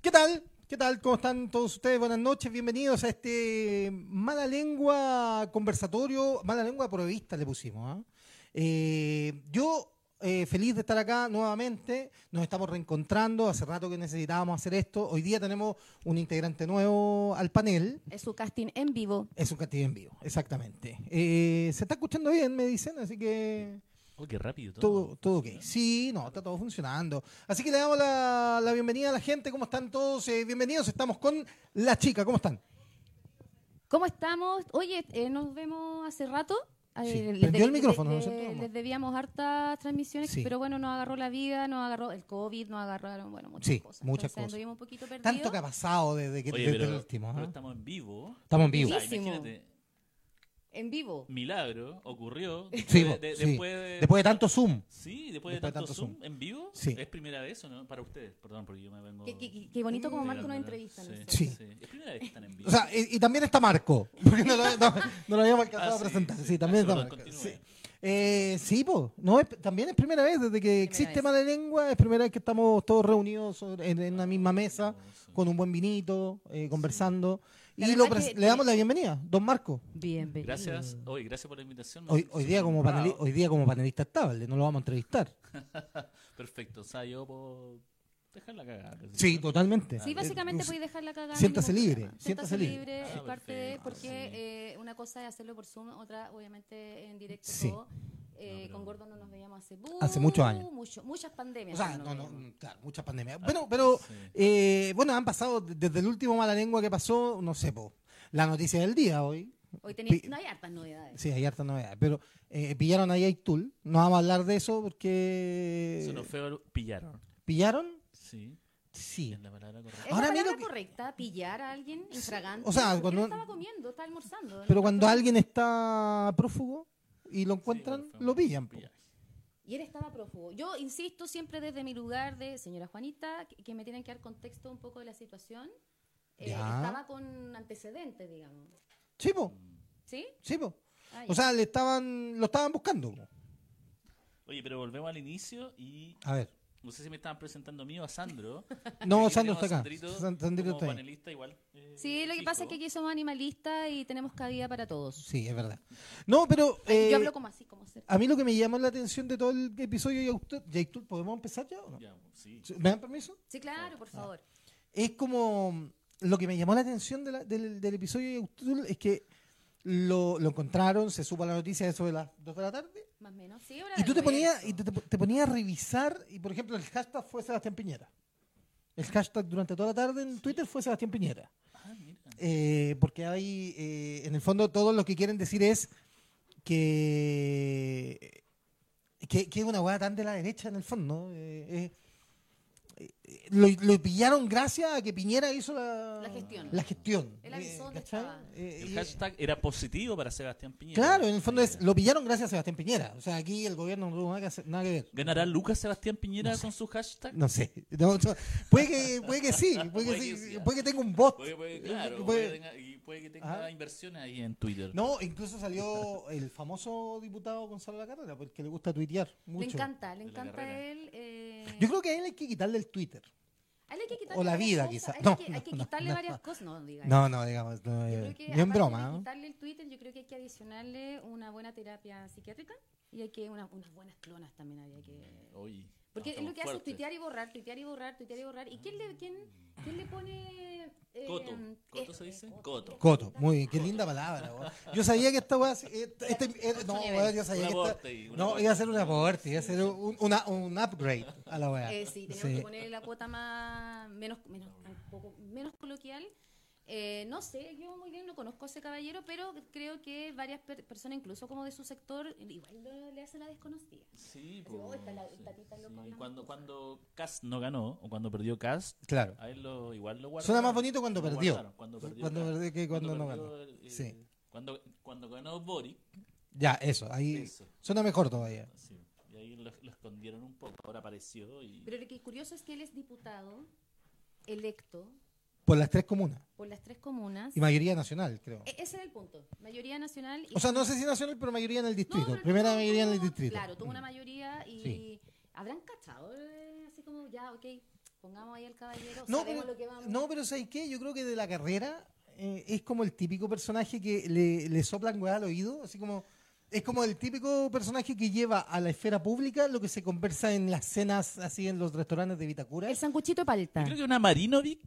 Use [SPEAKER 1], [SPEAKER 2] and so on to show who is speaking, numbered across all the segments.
[SPEAKER 1] ¿Qué tal? ¿Qué tal? ¿Cómo están todos ustedes? Buenas noches, bienvenidos a este Mala Lengua conversatorio, Mala Lengua provista le pusimos. ¿ah? Eh, yo eh, feliz de estar acá nuevamente, nos estamos reencontrando, hace rato que necesitábamos hacer esto, hoy día tenemos un integrante nuevo al panel,
[SPEAKER 2] Es su casting en vivo.
[SPEAKER 1] es un castillo en vivo, exactamente. Eh, Se está escuchando bien, me dicen, así que...
[SPEAKER 3] Oh, qué rápido
[SPEAKER 1] Todo, todo ok. Sí, no, está todo funcionando. Así que le damos la, la bienvenida a la gente. ¿Cómo están todos? Eh, bienvenidos. Estamos con la chica. ¿Cómo están?
[SPEAKER 2] ¿Cómo estamos? Oye, eh, nos vemos hace rato. Eh,
[SPEAKER 1] Sí,
[SPEAKER 2] les
[SPEAKER 1] prendió
[SPEAKER 2] debí-
[SPEAKER 1] el micrófono,
[SPEAKER 2] le-
[SPEAKER 1] ¿no es cierto,
[SPEAKER 2] le-
[SPEAKER 1] mamá?
[SPEAKER 2] les debíamos hartas transmisiones,
[SPEAKER 1] Sí.
[SPEAKER 2] pero bueno, nos agarró la vida, nos agarró el COVID, nos agarraron, bueno, muchas
[SPEAKER 1] Sí,
[SPEAKER 2] cosas.
[SPEAKER 1] muchas
[SPEAKER 2] Entonces,
[SPEAKER 1] cosas.
[SPEAKER 2] anduvimos un poquito perdidos.
[SPEAKER 1] Tanto que ha pasado desde que
[SPEAKER 3] Oye,
[SPEAKER 1] desde
[SPEAKER 3] pero,
[SPEAKER 1] el último. ¿ah?
[SPEAKER 3] pero estamos en vivo.
[SPEAKER 1] Estamos en
[SPEAKER 3] O
[SPEAKER 1] vivo.
[SPEAKER 3] sea,
[SPEAKER 2] Vivísimo.
[SPEAKER 3] imagínate,
[SPEAKER 2] En vivo.
[SPEAKER 3] milagro ocurrió.
[SPEAKER 1] Sí,
[SPEAKER 3] después de-
[SPEAKER 1] sí.
[SPEAKER 3] Después de,
[SPEAKER 1] Después de tanto Zoom.
[SPEAKER 3] sí, después de tanto, Zoom, en vivo.
[SPEAKER 1] Sí.
[SPEAKER 3] Es primera vez o no para ustedes, perdón, porque yo me vengo.
[SPEAKER 2] Qué, qué- qué- qué bonito como
[SPEAKER 3] Mm, Sí,
[SPEAKER 2] Marco
[SPEAKER 3] la-
[SPEAKER 2] nos
[SPEAKER 3] la-
[SPEAKER 2] entrevista. ¿no?
[SPEAKER 1] Sí.
[SPEAKER 3] Es primera vez que están en vivo.
[SPEAKER 1] O sea, y, y también está Marco. Porque no lo, no- no lo habíamos alcanzado
[SPEAKER 3] Ah,
[SPEAKER 1] a
[SPEAKER 3] sí,
[SPEAKER 1] presentar. Sí,
[SPEAKER 3] sí.
[SPEAKER 1] también está
[SPEAKER 3] Ah,
[SPEAKER 1] Marco.
[SPEAKER 3] continúe.
[SPEAKER 1] Sí, eh, sí, po. No, es- también es primera vez desde que existe
[SPEAKER 2] vez.
[SPEAKER 1] Mala Lengua. Es primera vez que estamos todos reunidos sobre- en, en una misma mesa.
[SPEAKER 3] Sí.
[SPEAKER 1] Con un buen vinito, eh, conversando.
[SPEAKER 2] La
[SPEAKER 1] Y
[SPEAKER 2] verdad
[SPEAKER 1] lo pres-
[SPEAKER 2] que-
[SPEAKER 1] le damos la bienvenida, don Marco.
[SPEAKER 2] Bienvenido.
[SPEAKER 3] Gracias, hoy, gracias por la invitación. me
[SPEAKER 1] Hoy,
[SPEAKER 3] siento
[SPEAKER 1] hoy, día como
[SPEAKER 3] honrado.
[SPEAKER 1] paneli- hoy día como panelista estable, no lo vamos a entrevistar.
[SPEAKER 3] Perfecto, o sea, yo puedo dejarla cagar.
[SPEAKER 1] Sí, totalmente.
[SPEAKER 2] Sí, básicamente podéis dejarla cagada.
[SPEAKER 1] Eh, siéntase libre, siéntase
[SPEAKER 2] Siéntase
[SPEAKER 1] libre.
[SPEAKER 2] libre,
[SPEAKER 3] Ah,
[SPEAKER 2] es parte de,
[SPEAKER 3] perfecto,
[SPEAKER 2] porque
[SPEAKER 3] sí.
[SPEAKER 2] eh, una cosa es hacerlo por Zoom, otra obviamente en directo
[SPEAKER 1] Sí.
[SPEAKER 2] todo. Eh,
[SPEAKER 3] No, pero-
[SPEAKER 2] Con Gordo no nos veíamos hace,
[SPEAKER 1] Hace muchos años.
[SPEAKER 2] mucho- muchas pandemias.
[SPEAKER 1] O sea,
[SPEAKER 2] nos
[SPEAKER 1] no, no,
[SPEAKER 2] veíamos.
[SPEAKER 1] claro, muchas pandemias. Bueno, pero eh, bueno, han pasado desde el último mala lengua que pasó, no sé, po, la noticia del día hoy.
[SPEAKER 2] Hoy tenéis,
[SPEAKER 1] Pi-
[SPEAKER 2] no hay hartas novedades.
[SPEAKER 1] Sí, hay harta novedad, pero eh, pillaron a Yaitul. No vamos a hablar de eso porque...
[SPEAKER 3] Sonó feo, pillaron.
[SPEAKER 1] ¿Pillaron?
[SPEAKER 3] Sí,
[SPEAKER 1] eh, Sí.
[SPEAKER 3] es la palabra correcta.
[SPEAKER 2] ¿Es
[SPEAKER 1] Ahora
[SPEAKER 2] la
[SPEAKER 1] mira
[SPEAKER 2] palabra
[SPEAKER 1] que-
[SPEAKER 2] correcta pillar a alguien infragante?
[SPEAKER 1] o sea,
[SPEAKER 2] Porque
[SPEAKER 1] cuando-
[SPEAKER 2] él estaba comiendo, estaba almorzando. ¿no?
[SPEAKER 1] Pero cuando alguien está prófugo y lo encuentran,
[SPEAKER 3] Sí, bueno, fue
[SPEAKER 1] lo
[SPEAKER 3] un
[SPEAKER 1] pillan. po.
[SPEAKER 3] pillaje.
[SPEAKER 2] Y él estaba prófugo. Yo insisto siempre desde mi lugar de señora Juanita, que, que me tienen que dar contexto un poco de la situación. Eh,
[SPEAKER 1] Ya.
[SPEAKER 2] estaba con antecedentes, digamos.
[SPEAKER 1] Sí, po,
[SPEAKER 2] ¿Sí?
[SPEAKER 1] sí, po.
[SPEAKER 2] Ah, ya.
[SPEAKER 1] O sea, le estaban, lo estaban buscando. po.
[SPEAKER 3] Oye, pero volvemos al inicio y
[SPEAKER 1] A ver.
[SPEAKER 3] No sé si me estaban presentando a mí o a Sandro.
[SPEAKER 1] No, Sandro
[SPEAKER 3] Aquí tenemos
[SPEAKER 1] está
[SPEAKER 3] a
[SPEAKER 1] acá.
[SPEAKER 3] Sandrito,
[SPEAKER 1] San- Sandrito
[SPEAKER 3] como
[SPEAKER 1] está ahí.
[SPEAKER 3] panelista igual. eh,
[SPEAKER 2] sí, lo que
[SPEAKER 3] fijo.
[SPEAKER 2] pasa es que aquí somos animalistas y tenemos cabida para todos.
[SPEAKER 1] Sí, es verdad. No, pero eh,
[SPEAKER 2] Yo hablo como así, como ser.
[SPEAKER 1] a mí lo que me llamó la atención de todo el episodio de Yautol- Yaitul, ¿podemos empezar ya o no?
[SPEAKER 3] Ya, pues, sí.
[SPEAKER 1] ¿Me dan permiso?
[SPEAKER 2] Sí,
[SPEAKER 3] Ah,
[SPEAKER 2] claro, por favor.
[SPEAKER 1] Es como mm, lo que me llamó la atención de la- del, del episodio de Yautul es que lo, lo encontraron, se supo la noticia eso de las 2 de la tarde.
[SPEAKER 2] Más o menos. Sí, ahora
[SPEAKER 1] Y tú te
[SPEAKER 2] almuerzo.
[SPEAKER 1] ponías, y te, te- te ponías a revisar, y por ejemplo el hashtag fue Sebastián Piñera. El hashtag durante toda la tarde en Twitter fue Sebastián Piñera.
[SPEAKER 3] Ah, mira.
[SPEAKER 1] Eh, porque hay, eh, en el fondo, todos lo que quieren decir es que que, que es una hueá tan de la derecha, en el fondo. ¿no? Eh, eh, eh, lo, lo pillaron gracias a que Piñera hizo la,
[SPEAKER 2] La gestión.
[SPEAKER 1] la gestión.
[SPEAKER 2] Él avisó dónde
[SPEAKER 1] ¿cachai?
[SPEAKER 2] estaba.
[SPEAKER 1] Eh,
[SPEAKER 3] El
[SPEAKER 1] y-
[SPEAKER 3] hashtag era positivo para Sebastián Piñera. Eh,
[SPEAKER 1] claro, en el fondo es,
[SPEAKER 3] Mira.
[SPEAKER 1] lo pillaron gracias a Sebastián Piñera. O sea, aquí el gobierno no tuvo nada que, hacer- nada que ver.
[SPEAKER 3] ¿Ganará Lucas Sebastián Piñera
[SPEAKER 1] No sé.
[SPEAKER 3] con su hashtag?
[SPEAKER 1] No sé. No, no. puede, que, puede que sí, puede que,
[SPEAKER 3] Puede que
[SPEAKER 1] sí,
[SPEAKER 3] sí.
[SPEAKER 1] puede que tenga un bot.
[SPEAKER 3] Puede, puede- claro,
[SPEAKER 1] Puede-
[SPEAKER 3] puede, que tenga, y puede que tenga
[SPEAKER 1] Ajá.
[SPEAKER 3] inversiones ahí en Twitter.
[SPEAKER 1] No, incluso salió el famoso diputado Gonzalo La Carrera, porque le gusta tuitear mucho.
[SPEAKER 2] Le encanta, le
[SPEAKER 3] De la
[SPEAKER 2] encanta
[SPEAKER 3] carrera.
[SPEAKER 2] él. eh,
[SPEAKER 1] Yo creo que a él hay que quitarle el Twitter.
[SPEAKER 2] a él hay que quitarle
[SPEAKER 1] o la
[SPEAKER 2] varias
[SPEAKER 1] vida,
[SPEAKER 2] cosas,
[SPEAKER 1] quizá.
[SPEAKER 2] a él
[SPEAKER 1] No,
[SPEAKER 2] hay que, hay que
[SPEAKER 1] no, no,
[SPEAKER 2] quitarle
[SPEAKER 1] no.
[SPEAKER 2] varias cosas. No, diga
[SPEAKER 1] No, no, digamos, no,
[SPEAKER 2] Yo
[SPEAKER 1] eh,
[SPEAKER 2] creo que
[SPEAKER 1] ni en
[SPEAKER 2] aparte
[SPEAKER 1] broma.
[SPEAKER 2] de
[SPEAKER 1] ¿no?
[SPEAKER 2] quitarle el Twitter, yo creo que hay que adicionarle una buena terapia psiquiátrica y hay que una- unas buenas clonas también había que...
[SPEAKER 3] Eh, Hoy.
[SPEAKER 2] Porque
[SPEAKER 3] no,
[SPEAKER 2] él lo
[SPEAKER 3] Oh, estamos
[SPEAKER 2] que hace es
[SPEAKER 3] fuertes.
[SPEAKER 2] tuitear y borrar, tuitear y borrar, tuitear y borrar. ¿Y quién le, quién, quién le pone...? eh,
[SPEAKER 3] Coto. ¿Coto
[SPEAKER 2] es-
[SPEAKER 3] se dice?
[SPEAKER 2] coto.
[SPEAKER 3] Coto.
[SPEAKER 1] Coto, muy bien, qué linda palabra. weón. Yo sabía que esta weá. eh, este- eh, no,
[SPEAKER 2] nivel.
[SPEAKER 1] weón, yo sabía
[SPEAKER 3] Un
[SPEAKER 1] que esta-
[SPEAKER 3] aporte y un
[SPEAKER 1] No,
[SPEAKER 3] aporte.
[SPEAKER 1] iba a ser un aporte, iba a ser un, una- un upgrade a la weá.
[SPEAKER 2] Eh, sí, tenemos que poner la cuota más menos menos un poco menos coloquial. Eh, no sé, yo muy bien no conozco a ese caballero, pero creo que varias per- personas, incluso como de su sector, igual lo- le hace la desconocida. Así,
[SPEAKER 3] Sí,
[SPEAKER 2] oh,
[SPEAKER 3] pues,
[SPEAKER 2] esta la-
[SPEAKER 3] sí,
[SPEAKER 2] esta tita
[SPEAKER 3] sí.
[SPEAKER 2] loca, una
[SPEAKER 3] Cuando,
[SPEAKER 2] cosa.
[SPEAKER 3] cuando Cast no ganó, o cuando perdió Cast,
[SPEAKER 1] Claro.
[SPEAKER 3] a él lo, igual lo guardaron.
[SPEAKER 1] Suena más bonito cuando
[SPEAKER 3] Lo
[SPEAKER 1] perdió.
[SPEAKER 3] guardaron, Cuando perdió.
[SPEAKER 1] Cuando
[SPEAKER 3] Cast.
[SPEAKER 1] perdió que cuando no
[SPEAKER 3] perdió
[SPEAKER 1] ganó.
[SPEAKER 3] el-
[SPEAKER 1] Sí.
[SPEAKER 3] el- Cuando, cuando ganó Boric,
[SPEAKER 1] Ya, eso, ahí.
[SPEAKER 3] Eso.
[SPEAKER 1] Suena mejor todavía.
[SPEAKER 3] Sí, y ahí lo, lo escondieron un poco, ahora apareció y...
[SPEAKER 2] Pero lo que es curioso es que él es diputado electo
[SPEAKER 1] Por las tres comunas.
[SPEAKER 2] por las tres comunas.
[SPEAKER 1] Y mayoría nacional, creo.
[SPEAKER 2] E- ese es el punto. Mayoría nacional. y-
[SPEAKER 1] O sea, no sé si nacional, pero mayoría en el distrito.
[SPEAKER 2] No, pero
[SPEAKER 1] Primera
[SPEAKER 2] tuvo-
[SPEAKER 1] mayoría en el
[SPEAKER 2] tuvo-
[SPEAKER 1] distrito.
[SPEAKER 2] Claro, tuvo una
[SPEAKER 1] Mm.
[SPEAKER 2] mayoría y
[SPEAKER 1] Sí.
[SPEAKER 2] habrán cachado, eh, así como ya, ok, Pongamos ahí al caballero.
[SPEAKER 1] No,
[SPEAKER 2] sabemos
[SPEAKER 1] pero,
[SPEAKER 2] lo que vamos.
[SPEAKER 1] no, pero ¿sabes qué? Yo creo que de la carrera eh, es como el típico personaje que le, le soplan weá al oído, así como... Es como el típico personaje que lleva a la esfera pública lo que se conversa en las cenas, así en los restaurantes de Vitacura.
[SPEAKER 2] El sanguchito de palta.
[SPEAKER 3] Creo que una Marinovic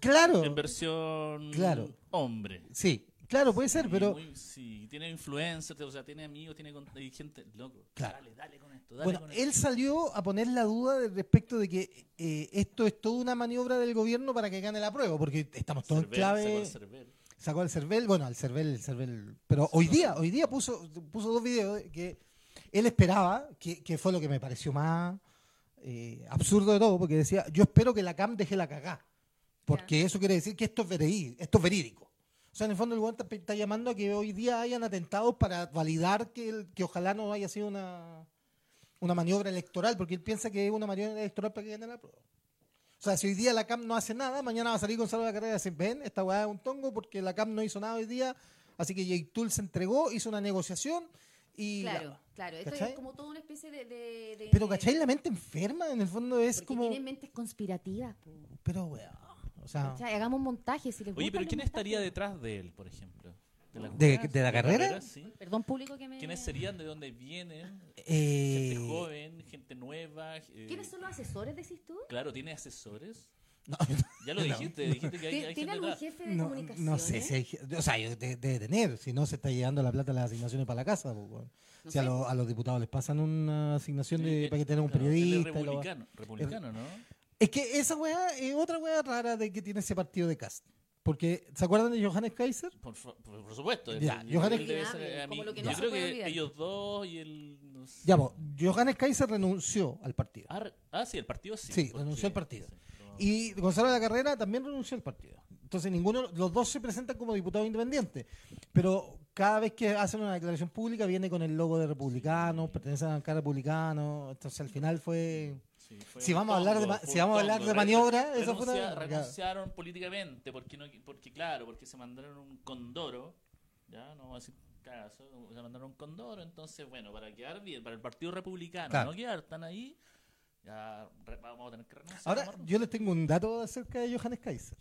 [SPEAKER 1] Claro,
[SPEAKER 3] en versión
[SPEAKER 1] Claro.
[SPEAKER 3] hombre.
[SPEAKER 1] sí, claro, puede ser,
[SPEAKER 3] Sí,
[SPEAKER 1] pero...
[SPEAKER 3] muy- sí, tiene influencers, o sea, tiene amigos, tiene con- y gente. Loco,
[SPEAKER 1] Claro.
[SPEAKER 3] dale, dale con esto, dale
[SPEAKER 1] Bueno,
[SPEAKER 3] con esto.
[SPEAKER 1] él salió a poner la duda de- respecto de que eh, esto es toda una maniobra del gobierno para que gane la prueba, porque estamos todos en
[SPEAKER 3] Cervel, sacó
[SPEAKER 1] clave.
[SPEAKER 3] el Cervel.
[SPEAKER 1] Sacó al Cervel, bueno, al Cervel, el Cervel. Pero hoy día, hoy día puso, puso dos videos de que él esperaba, que, que fue lo que me pareció más eh, absurdo de todo, porque decía, yo espero que la CAM deje la cagá, porque eso quiere decir que esto es verí- esto es verídico. O sea, en el fondo el guante está, está llamando a que hoy día hayan atentados para validar que, el- que ojalá no haya sido una, una maniobra electoral, porque él piensa que es una maniobra electoral para que gane la prueba. O sea, si hoy día la CAM no hace nada, mañana va a salir Gonzalo de la Carrera y va a decir, ven, esta weá es un tongo porque la CAM no hizo nada hoy día, así que Yeitul se entregó, hizo una negociación y...
[SPEAKER 2] Claro, claro. Esto
[SPEAKER 1] ¿Cachai?
[SPEAKER 2] es como toda una especie de. de- de-
[SPEAKER 1] Pero, ¿cachai? La mente enferma, en el fondo es
[SPEAKER 2] Porque
[SPEAKER 1] como...
[SPEAKER 2] tienen mentes conspirativas. po.
[SPEAKER 1] Pero, weá, o sea...
[SPEAKER 2] ¿Cachai? Hagamos montajes si les
[SPEAKER 3] Oye,
[SPEAKER 2] gustan
[SPEAKER 3] pero
[SPEAKER 2] los
[SPEAKER 3] ¿quién
[SPEAKER 2] montajes.
[SPEAKER 3] estaría detrás de él, por ejemplo? ¿De la,
[SPEAKER 1] ¿De- de la carrera?
[SPEAKER 3] sí.
[SPEAKER 2] Perdón, público que me.
[SPEAKER 3] ¿Quiénes serían? ¿De dónde vienen?
[SPEAKER 1] eh,
[SPEAKER 3] Gente joven, gente nueva. eh,
[SPEAKER 2] ¿Quiénes son los asesores, decís tú?
[SPEAKER 3] Claro, ¿tiene asesores?
[SPEAKER 1] no,
[SPEAKER 3] Ya lo dijiste, dijiste que hay,
[SPEAKER 2] ¿Ti- ¿Tiene
[SPEAKER 3] hay gente
[SPEAKER 2] algún
[SPEAKER 3] atrás.
[SPEAKER 2] jefe de
[SPEAKER 1] no,
[SPEAKER 2] comunicación?
[SPEAKER 1] no sé, si hay ge- o sea, yo- de- debe tener, si no se está llegando la plata de las asignaciones para la casa. po, weón.
[SPEAKER 2] No
[SPEAKER 1] si a,
[SPEAKER 2] sé.
[SPEAKER 1] lo- a los diputados les pasan una asignación de,
[SPEAKER 3] Sí, eh,
[SPEAKER 1] para que tengan un
[SPEAKER 3] claro, él es
[SPEAKER 1] periodista. y la weá.
[SPEAKER 3] republicano, republicano, ¿no?
[SPEAKER 1] Es que esa weá es otra weá rara de que tiene ese partido de cast. Porque, ¿se acuerdan de Johannes Kaiser?
[SPEAKER 3] Por, fa- por- por supuesto.
[SPEAKER 1] Ya,
[SPEAKER 3] él-
[SPEAKER 1] Johannes-
[SPEAKER 3] él debe ser ami-
[SPEAKER 2] Como lo que
[SPEAKER 1] no
[SPEAKER 3] yo
[SPEAKER 2] se
[SPEAKER 3] creo
[SPEAKER 2] puede
[SPEAKER 3] que
[SPEAKER 2] olvidar.
[SPEAKER 3] ellos dos y el... no sé.
[SPEAKER 1] Ya, po, Johannes Kaiser renunció al partido.
[SPEAKER 3] Ah, re- ah, sí, el partido sí.
[SPEAKER 1] Sí,
[SPEAKER 3] porque-
[SPEAKER 1] renunció al partido.
[SPEAKER 3] sí, no.
[SPEAKER 1] Y Gonzalo de la Carrera también renunció al partido. Entonces, ninguno, los dos se presentan como diputados independientes. Pero cada vez que hacen una declaración pública viene con el logo de republicanos, pertenecen al cara republicano. Entonces, al final fue.
[SPEAKER 3] Sí, fue
[SPEAKER 1] Si
[SPEAKER 3] un
[SPEAKER 1] vamos a hablar de ma-
[SPEAKER 3] fue
[SPEAKER 1] si
[SPEAKER 3] un
[SPEAKER 1] vamos a hablar de
[SPEAKER 3] Re-
[SPEAKER 1] maniobra, esa fue una-
[SPEAKER 3] renuncia-
[SPEAKER 1] claro.
[SPEAKER 3] Renunciaron políticamente, porque, no, porque claro, porque se mandaron un condoro, ya, no vamos a decir caso, se mandaron un condoro, entonces, bueno, para quedar bien, para el Partido Republicano,
[SPEAKER 1] Claro.
[SPEAKER 3] no quedar tan ahí, ya re- vamos a tener que renunciar.
[SPEAKER 1] Ahora,
[SPEAKER 3] amor.
[SPEAKER 1] yo les tengo un dato acerca de Johannes Kaiser.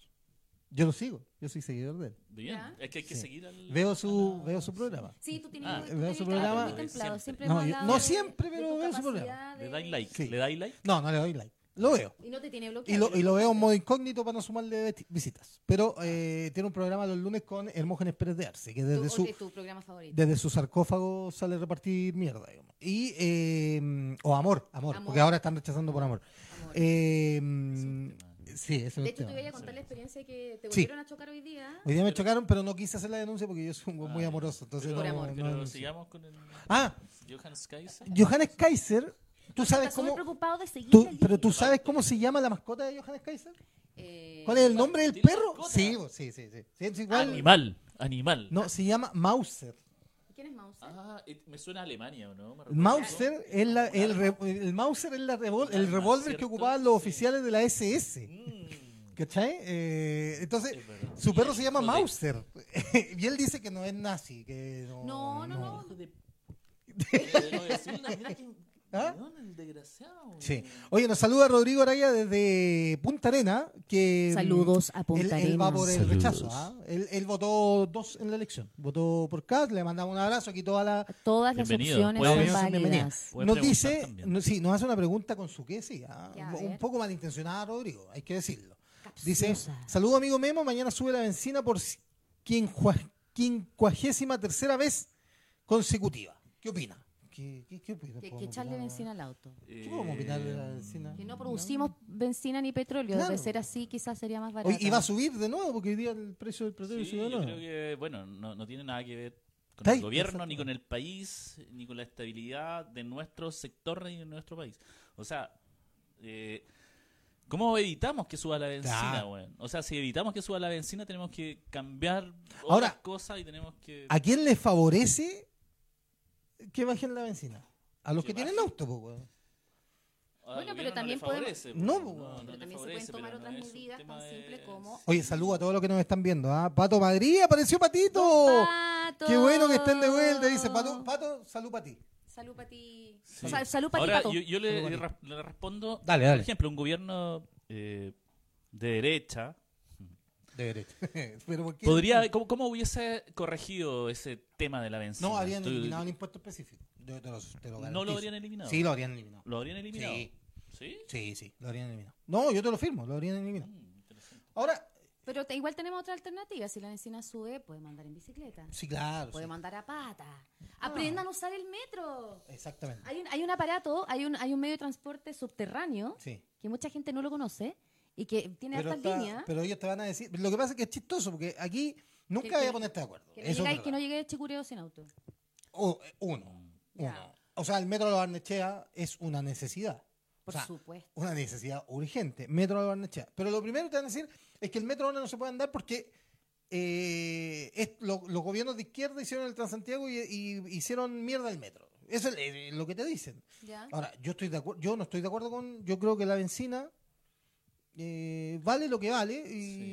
[SPEAKER 1] Yo lo sigo, yo soy seguidor de él.
[SPEAKER 3] Bien,
[SPEAKER 2] ¿Ya?
[SPEAKER 3] es que hay que
[SPEAKER 1] Sí.
[SPEAKER 3] seguir al...
[SPEAKER 1] Veo su,
[SPEAKER 3] a la-
[SPEAKER 1] veo su programa.
[SPEAKER 2] Sí, tú tienes,
[SPEAKER 3] Ah,
[SPEAKER 2] tú
[SPEAKER 1] veo
[SPEAKER 2] tienes
[SPEAKER 1] su
[SPEAKER 2] el carácter
[SPEAKER 1] programa.
[SPEAKER 2] muy templado. Siempre,
[SPEAKER 3] Siempre.
[SPEAKER 1] No,
[SPEAKER 2] hemos
[SPEAKER 1] yo-
[SPEAKER 2] hablado
[SPEAKER 1] no
[SPEAKER 2] de-
[SPEAKER 1] siempre,
[SPEAKER 2] de
[SPEAKER 1] pero
[SPEAKER 2] tu
[SPEAKER 1] veo su
[SPEAKER 2] capacidad
[SPEAKER 1] programa.
[SPEAKER 2] Ah, de-
[SPEAKER 3] ¿Le dais like?
[SPEAKER 1] Sí.
[SPEAKER 3] ¿Le dais like?
[SPEAKER 1] No, no le doy like. Lo veo.
[SPEAKER 2] Y no te tiene
[SPEAKER 1] Y
[SPEAKER 2] bloqueado.
[SPEAKER 1] lo, y lo veo en modo incógnito para no sumarle vesti- visitas. Pero eh, tiene un programa los lunes con Hermógenes Pérez de Arce, que
[SPEAKER 2] Tu-
[SPEAKER 1] desde su,
[SPEAKER 2] de tu programa favorito.
[SPEAKER 1] desde su sarcófago sale a repartir mierda. digamos. Y, eh, o amor, amor,
[SPEAKER 2] Amor.
[SPEAKER 1] porque ahora están rechazando por amor.
[SPEAKER 2] amor.
[SPEAKER 1] Eh,
[SPEAKER 3] Es un tema.
[SPEAKER 1] sí, ese es
[SPEAKER 2] de
[SPEAKER 1] el
[SPEAKER 2] hecho,
[SPEAKER 1] tema.
[SPEAKER 2] te voy a contar la experiencia que te
[SPEAKER 1] Sí.
[SPEAKER 2] volvieron a chocar hoy día.
[SPEAKER 1] Hoy día me chocaron, pero no quise hacer la denuncia porque yo soy un güey muy
[SPEAKER 3] Ah,
[SPEAKER 1] amoroso. Entonces
[SPEAKER 3] pero-
[SPEAKER 2] Por
[SPEAKER 1] no-
[SPEAKER 2] amor.
[SPEAKER 1] no
[SPEAKER 3] Pero
[SPEAKER 1] denuncié.
[SPEAKER 3] sigamos con el...
[SPEAKER 1] ah,
[SPEAKER 3] Johann Kaiser.
[SPEAKER 1] Johannes Kaiser, tú sabes
[SPEAKER 2] Estás
[SPEAKER 1] cómo...
[SPEAKER 2] súper preocupado de seguir
[SPEAKER 1] tú-
[SPEAKER 2] al
[SPEAKER 1] pero
[SPEAKER 2] día.
[SPEAKER 1] tú sabes cómo se llama la mascota de Johannes Kaiser?
[SPEAKER 2] Eh,
[SPEAKER 1] ¿Cuál es el nombre del
[SPEAKER 3] ¿Tiene
[SPEAKER 1] perro?
[SPEAKER 3] mascota?
[SPEAKER 1] Sí, bo- sí, sí, sí. Sí, es igual-
[SPEAKER 3] Animal, animal.
[SPEAKER 1] No, se llama Mauser.
[SPEAKER 2] ¿Quién es Mauser?
[SPEAKER 3] Ah, et- me suena a Alemania, ¿o ¿no? Me recuerda algo.
[SPEAKER 1] Mauser es la, el, re- el Mauser es la revol- el
[SPEAKER 3] Arma,
[SPEAKER 1] revólver que
[SPEAKER 3] ¿cierto?
[SPEAKER 1] ocupaban los
[SPEAKER 3] Sí.
[SPEAKER 1] oficiales de la SS.
[SPEAKER 3] Mm.
[SPEAKER 1] ¿Cachai? Eh, entonces,
[SPEAKER 3] Es verdad.
[SPEAKER 1] su perro se llama
[SPEAKER 3] Hijo de-
[SPEAKER 1] Mauser. y él dice que no es nazi. Que no,
[SPEAKER 2] No, no, no.
[SPEAKER 3] hijo de- Debo decirla, mira que-
[SPEAKER 1] ¿Ah?
[SPEAKER 3] weón, el desgraciado.
[SPEAKER 1] Sí.
[SPEAKER 3] weón. Eh,
[SPEAKER 1] Oye, nos saluda Rodrigo Araya desde Punta Arena. Que, mm,
[SPEAKER 2] Saludos a Punta
[SPEAKER 1] él, él va
[SPEAKER 2] Arenas.
[SPEAKER 1] por el
[SPEAKER 3] Saludos.
[SPEAKER 1] rechazo. ¿ah? Él, él votó dos en la elección. Votó por Kat, le mandamos un abrazo. Aquí toda la,
[SPEAKER 2] Todas las
[SPEAKER 3] Bienvenido.
[SPEAKER 2] opciones
[SPEAKER 3] Puede-
[SPEAKER 2] son
[SPEAKER 1] Bienvenida.
[SPEAKER 2] válidas.
[SPEAKER 3] Puede
[SPEAKER 1] Nos
[SPEAKER 3] preguntar
[SPEAKER 1] dice,
[SPEAKER 3] también.
[SPEAKER 1] no- sí, nos hace una pregunta con su qué, sí. ah,
[SPEAKER 2] Ya, a
[SPEAKER 1] un
[SPEAKER 2] ver.
[SPEAKER 1] poco malintencionada, Rodrigo, hay que decirlo. Dice,
[SPEAKER 2] Capciosa.
[SPEAKER 1] saludo amigo Memo, mañana sube la benzina por si- quincua- quincuagésima tercera vez consecutiva. ¿Qué opina? ¿Qué, qué, qué opina?
[SPEAKER 2] Que, que
[SPEAKER 1] Podemos
[SPEAKER 2] echarle
[SPEAKER 1] opinar,
[SPEAKER 2] benzina al auto.
[SPEAKER 1] ¿Qué podemos opinar de la benzina?
[SPEAKER 2] Que no producimos benzina ni petróleo.
[SPEAKER 1] Claro.
[SPEAKER 2] De ser así, quizás sería más barato.
[SPEAKER 1] Hoy iba a subir de nuevo porque hoy día el precio del petróleo
[SPEAKER 3] Sí,
[SPEAKER 1] subió de
[SPEAKER 3] yo
[SPEAKER 1] nuevo.
[SPEAKER 3] creo que, bueno, no, no tiene nada que ver con
[SPEAKER 1] Está
[SPEAKER 3] el
[SPEAKER 1] ahí,
[SPEAKER 3] gobierno,
[SPEAKER 1] exacto.
[SPEAKER 3] ni con el país, ni con la estabilidad de nuestro sector ni de nuestro país. O sea, eh, ¿cómo evitamos que suba la benzina,
[SPEAKER 1] Claro.
[SPEAKER 3] weón? O sea, si evitamos que suba la benzina, tenemos que cambiar
[SPEAKER 1] Ahora,
[SPEAKER 3] otras cosas y tenemos que...
[SPEAKER 1] ¿A quién le favorece que bajen la benzina? A los que,
[SPEAKER 3] Que
[SPEAKER 1] tienen
[SPEAKER 3] bajen.
[SPEAKER 1] auto, po, weón.
[SPEAKER 3] al
[SPEAKER 2] Bueno, pero
[SPEAKER 3] gobierno no
[SPEAKER 2] también
[SPEAKER 3] le
[SPEAKER 2] podemos-
[SPEAKER 3] favorece,
[SPEAKER 1] No,
[SPEAKER 3] weón.
[SPEAKER 1] pues,
[SPEAKER 3] No,
[SPEAKER 1] weón.
[SPEAKER 3] no
[SPEAKER 2] Pero
[SPEAKER 3] le
[SPEAKER 2] también se
[SPEAKER 3] favorece,
[SPEAKER 2] pueden tomar
[SPEAKER 3] pero no
[SPEAKER 2] otras
[SPEAKER 3] es un
[SPEAKER 2] medidas
[SPEAKER 3] tema
[SPEAKER 2] tan
[SPEAKER 3] de-
[SPEAKER 2] simples como-
[SPEAKER 1] Oye, saludo a todos los que nos están viendo. ¿ah? Pato Madrid, apareció Patito.
[SPEAKER 2] Pato.
[SPEAKER 1] Qué bueno que estén de vuelta, dice Pato. Pato, salud para ti.
[SPEAKER 2] Salud para ti.
[SPEAKER 3] Sí.
[SPEAKER 2] Sal- salud para ti,
[SPEAKER 3] Ahora,
[SPEAKER 2] Pato.
[SPEAKER 3] yo, yo le,
[SPEAKER 1] Salud, Pato.
[SPEAKER 3] le ras- le respondo,
[SPEAKER 1] Dale,
[SPEAKER 3] por ejemplo, un gobierno eh, eh, de derecha.
[SPEAKER 1] De derecha. Pero ¿por qué?
[SPEAKER 3] Podría, ¿cómo, cómo hubiese corregido ese tema de la benzina?
[SPEAKER 1] No, habrían
[SPEAKER 3] Tú-
[SPEAKER 1] eliminado un impuesto específico. Yo te lo, te lo
[SPEAKER 3] ¿No
[SPEAKER 1] garantizo.
[SPEAKER 3] lo habrían eliminado?
[SPEAKER 1] Sí, lo habrían eliminado.
[SPEAKER 3] ¿Lo habrían eliminado?
[SPEAKER 1] Sí.
[SPEAKER 3] ¿Sí?
[SPEAKER 1] Sí, sí, lo habrían eliminado. No, yo te lo firmo, lo habrían eliminado.
[SPEAKER 4] Mm, interesante.
[SPEAKER 1] Ahora,
[SPEAKER 2] Pero te- igual tenemos otra alternativa. Si la vecina sube, puede mandar en bicicleta.
[SPEAKER 1] sí, claro.
[SPEAKER 2] Puede
[SPEAKER 1] sí.
[SPEAKER 2] mandar a pata.
[SPEAKER 3] Ah.
[SPEAKER 2] Aprendan a usar el metro.
[SPEAKER 1] Exactamente.
[SPEAKER 2] Hay un, hay un aparato, hay un, hay un medio de transporte subterráneo
[SPEAKER 1] Sí.
[SPEAKER 2] que mucha gente no lo conoce y que tiene
[SPEAKER 1] Pero,
[SPEAKER 2] altas
[SPEAKER 1] está-
[SPEAKER 2] líneas.
[SPEAKER 1] pero ellos te van a decir. Lo que pasa es que es chistoso, porque aquí nunca
[SPEAKER 2] Que-
[SPEAKER 1] voy a
[SPEAKER 2] que-
[SPEAKER 1] ponerte de acuerdo.
[SPEAKER 2] Que no,
[SPEAKER 1] Eso es
[SPEAKER 2] llegáis- que no
[SPEAKER 1] verdad.
[SPEAKER 2] llegué de Chicureo sin auto.
[SPEAKER 1] O- eh, uno.
[SPEAKER 2] Ya.
[SPEAKER 1] uno. O sea, el metro de los Barnechea es una necesidad.
[SPEAKER 2] Por
[SPEAKER 1] o sea,
[SPEAKER 2] supuesto.
[SPEAKER 1] una necesidad urgente. Metro de Barnechea. Pero lo primero que te van a decir es que el metro ahora no se puede andar porque eh, es- lo- los gobiernos de izquierda hicieron el Transantiago y, y hicieron mierda el metro. Eso es eh, lo que te dicen.
[SPEAKER 2] Ya.
[SPEAKER 1] Ahora, yo estoy de acuerdo, yo no estoy de acuerdo con, yo creo que la benzina eh, vale lo que vale y,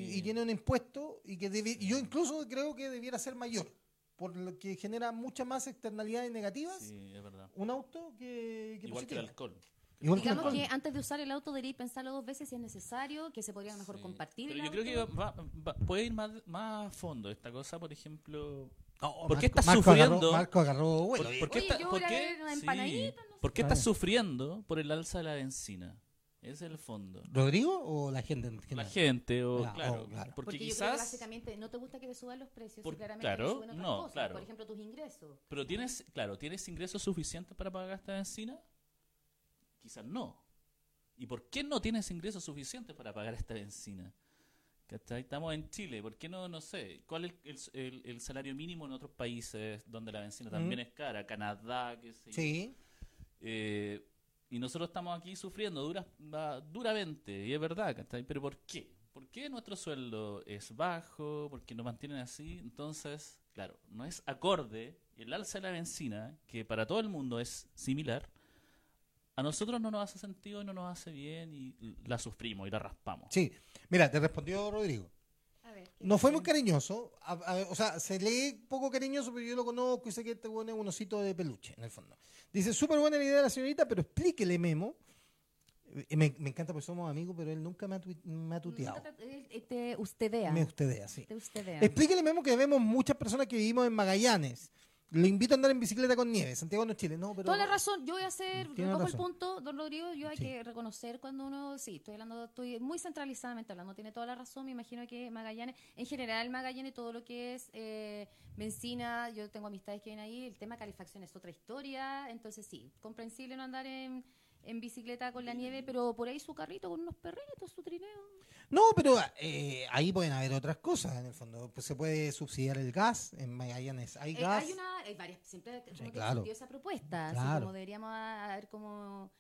[SPEAKER 3] Sí.
[SPEAKER 1] y tiene un impuesto y que debe- y yo incluso creo que debiera ser mayor, por lo que genera muchas más externalidades negativas
[SPEAKER 4] Sí, es verdad.
[SPEAKER 1] un auto que, que
[SPEAKER 4] Igual que el
[SPEAKER 1] positivas.
[SPEAKER 4] alcohol.
[SPEAKER 1] Igual que el
[SPEAKER 2] Digamos que
[SPEAKER 1] alcohol.
[SPEAKER 2] antes de usar el auto debería pensarlo dos veces si es necesario, que se podría mejor
[SPEAKER 4] Sí.
[SPEAKER 2] compartir.
[SPEAKER 4] Pero
[SPEAKER 2] el
[SPEAKER 4] yo creo que
[SPEAKER 2] auto.
[SPEAKER 4] va- va- puede ir más, más a fondo esta cosa, por ejemplo.
[SPEAKER 1] No,
[SPEAKER 3] ¿por qué estás
[SPEAKER 1] Agarró,
[SPEAKER 3] sufriendo?
[SPEAKER 1] Marco agarró vuelo. ¿eh?
[SPEAKER 3] ¿Por, por qué
[SPEAKER 2] eh, Oye,
[SPEAKER 3] está-
[SPEAKER 2] yo
[SPEAKER 3] por
[SPEAKER 2] voy a
[SPEAKER 3] qué-
[SPEAKER 2] ver una empanadita, no sé.
[SPEAKER 3] ¿Por qué estás
[SPEAKER 1] Claro.
[SPEAKER 3] sufriendo por el alza de la benzina? Ese es el fondo.
[SPEAKER 1] ¿Rodrigo o la gente? en
[SPEAKER 3] La
[SPEAKER 1] general?
[SPEAKER 3] gente, o
[SPEAKER 1] Ah,
[SPEAKER 3] claro,
[SPEAKER 1] oh, claro.
[SPEAKER 3] Porque,
[SPEAKER 2] Porque, yo creo que
[SPEAKER 3] quizás.
[SPEAKER 2] básicamente no te gusta que te suban los precios
[SPEAKER 3] Por-
[SPEAKER 2] y claramente
[SPEAKER 3] claro,
[SPEAKER 2] te suben otras
[SPEAKER 3] no,
[SPEAKER 2] cosas,
[SPEAKER 3] claro.
[SPEAKER 2] por ejemplo tus ingresos.
[SPEAKER 3] Pero tienes, claro, ¿tienes ingresos suficientes para pagar esta benzina? Quizás no. ¿Y por qué no tienes ingresos suficientes para pagar esta benzina? ¿Cachai? Estamos en Chile, ¿por qué no, no sé? ¿Cuál es el, el- el salario mínimo en otros países donde la benzina también
[SPEAKER 1] Mm.
[SPEAKER 3] es cara? Canadá, qué sé yo.
[SPEAKER 1] Sí,
[SPEAKER 3] Eh, y nosotros estamos aquí sufriendo duras- da- duramente, y es verdad, ¿cachai? Pero ¿por qué? ¿Por qué nuestro sueldo es bajo? ¿Por qué nos mantienen así? Entonces, claro, no es acorde el alza de la benzina, que para todo el mundo es similar, a nosotros no nos hace sentido, no nos hace bien y la sufrimos y la raspamos.
[SPEAKER 1] sí. Mira, te respondió Rodrigo.
[SPEAKER 2] A ver, ¿qué
[SPEAKER 1] No fue muy
[SPEAKER 2] dicen?
[SPEAKER 1] cariñoso. a- a- o sea, se lee poco cariñoso, pero yo lo conozco y sé que este weón es un osito de peluche, en el fondo. Dice, súper buena la idea de la señorita, pero explíquele, Memo. Eh, Me, me encanta porque somos amigos, pero él nunca me ha, tui- me ha tuteado.
[SPEAKER 2] Nunca te- eh, te ustedea.
[SPEAKER 1] Me ustedea, sí.
[SPEAKER 2] Te ustedea.
[SPEAKER 1] Explíquele, Memo, que vemos muchas personas que vivimos en Magallanes. Lo invito a andar en bicicleta con nieve. Santiago no es Chile, no, pero...
[SPEAKER 2] Toda la razón, yo voy a hacer,
[SPEAKER 1] Tiene
[SPEAKER 2] recojo el
[SPEAKER 1] razón.
[SPEAKER 2] punto, don Rodrigo, yo hay
[SPEAKER 1] Sí.
[SPEAKER 2] que reconocer cuando uno, sí, estoy hablando, estoy muy centralizadamente hablando, tiene toda la razón, me imagino que Magallanes, en general Magallanes, todo lo que es eh, benzina, yo tengo amistades que vienen ahí, el tema calefacción es otra historia, entonces sí, comprensible no andar en, en bicicleta con la nieve, pero por ahí su carrito con unos perritos, su trineo.
[SPEAKER 1] No, pero eh, ahí pueden haber otras cosas, en el fondo. Pues se puede subsidiar el gas. En Magallanes hay
[SPEAKER 2] Eh,
[SPEAKER 1] gas.
[SPEAKER 2] hay una, hay varias, siempre como que
[SPEAKER 1] claro.
[SPEAKER 2] surgió esa propuesta, así
[SPEAKER 1] Claro.
[SPEAKER 2] como deberíamos a, a ver cómo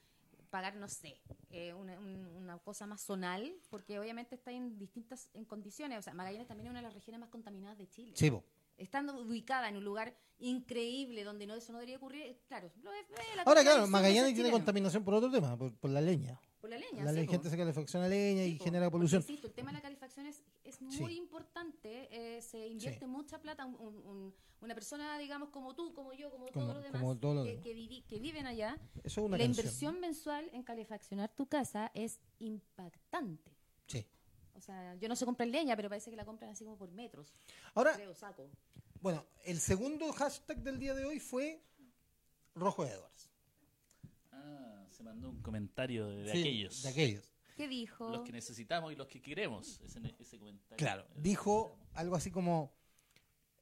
[SPEAKER 2] pagar, no sé, eh, una, un- una cosa más zonal, porque obviamente está en distintas en condiciones, o sea, Magallanes también es una de las regiones más contaminadas de Chile.
[SPEAKER 1] Sí, po.
[SPEAKER 2] Estando ubicada en un lugar increíble donde no, eso no debería ocurrir, eh, claro. Lo es, eh, la
[SPEAKER 1] Ahora,
[SPEAKER 2] contaminación
[SPEAKER 1] claro,
[SPEAKER 2] del
[SPEAKER 1] Magallanes
[SPEAKER 2] sur
[SPEAKER 1] tiene
[SPEAKER 2] chileno.
[SPEAKER 1] contaminación por otro tema, por, por la leña.
[SPEAKER 2] Por la leña,
[SPEAKER 1] La
[SPEAKER 2] sí,
[SPEAKER 1] le-
[SPEAKER 2] po.
[SPEAKER 1] gente se calefacciona leña
[SPEAKER 2] Sí,
[SPEAKER 1] y
[SPEAKER 2] po.
[SPEAKER 1] genera
[SPEAKER 2] Porque,
[SPEAKER 1] polución.
[SPEAKER 2] insisto, el tema de la calefacción es, es muy
[SPEAKER 1] Sí.
[SPEAKER 2] importante. eh, se invierte mucha plata. un- un- un- una persona, digamos, como tú, como yo, como,
[SPEAKER 1] Como-
[SPEAKER 2] todos los demás,
[SPEAKER 1] como todos los
[SPEAKER 2] que,
[SPEAKER 1] demás.
[SPEAKER 2] que vivi- que viven allá,
[SPEAKER 1] Eso es una
[SPEAKER 2] la
[SPEAKER 1] canción.
[SPEAKER 2] inversión mensual en calefaccionar tu casa es impactante.
[SPEAKER 1] Sí.
[SPEAKER 2] O sea, yo no sé comprar leña, pero parece que la compran así como por metros.
[SPEAKER 1] Ahora,
[SPEAKER 2] creo, saco.
[SPEAKER 1] bueno, el segundo hashtag del día de hoy fue Rojo Edwards.
[SPEAKER 3] Ah, se mandó un comentario de, de
[SPEAKER 1] Sí,
[SPEAKER 3] aquellos.
[SPEAKER 1] De aquellos.
[SPEAKER 2] ¿Qué dijo?
[SPEAKER 3] Los que necesitamos y los que queremos. Ese, ese comentario.
[SPEAKER 1] Claro. Dijo algo así como: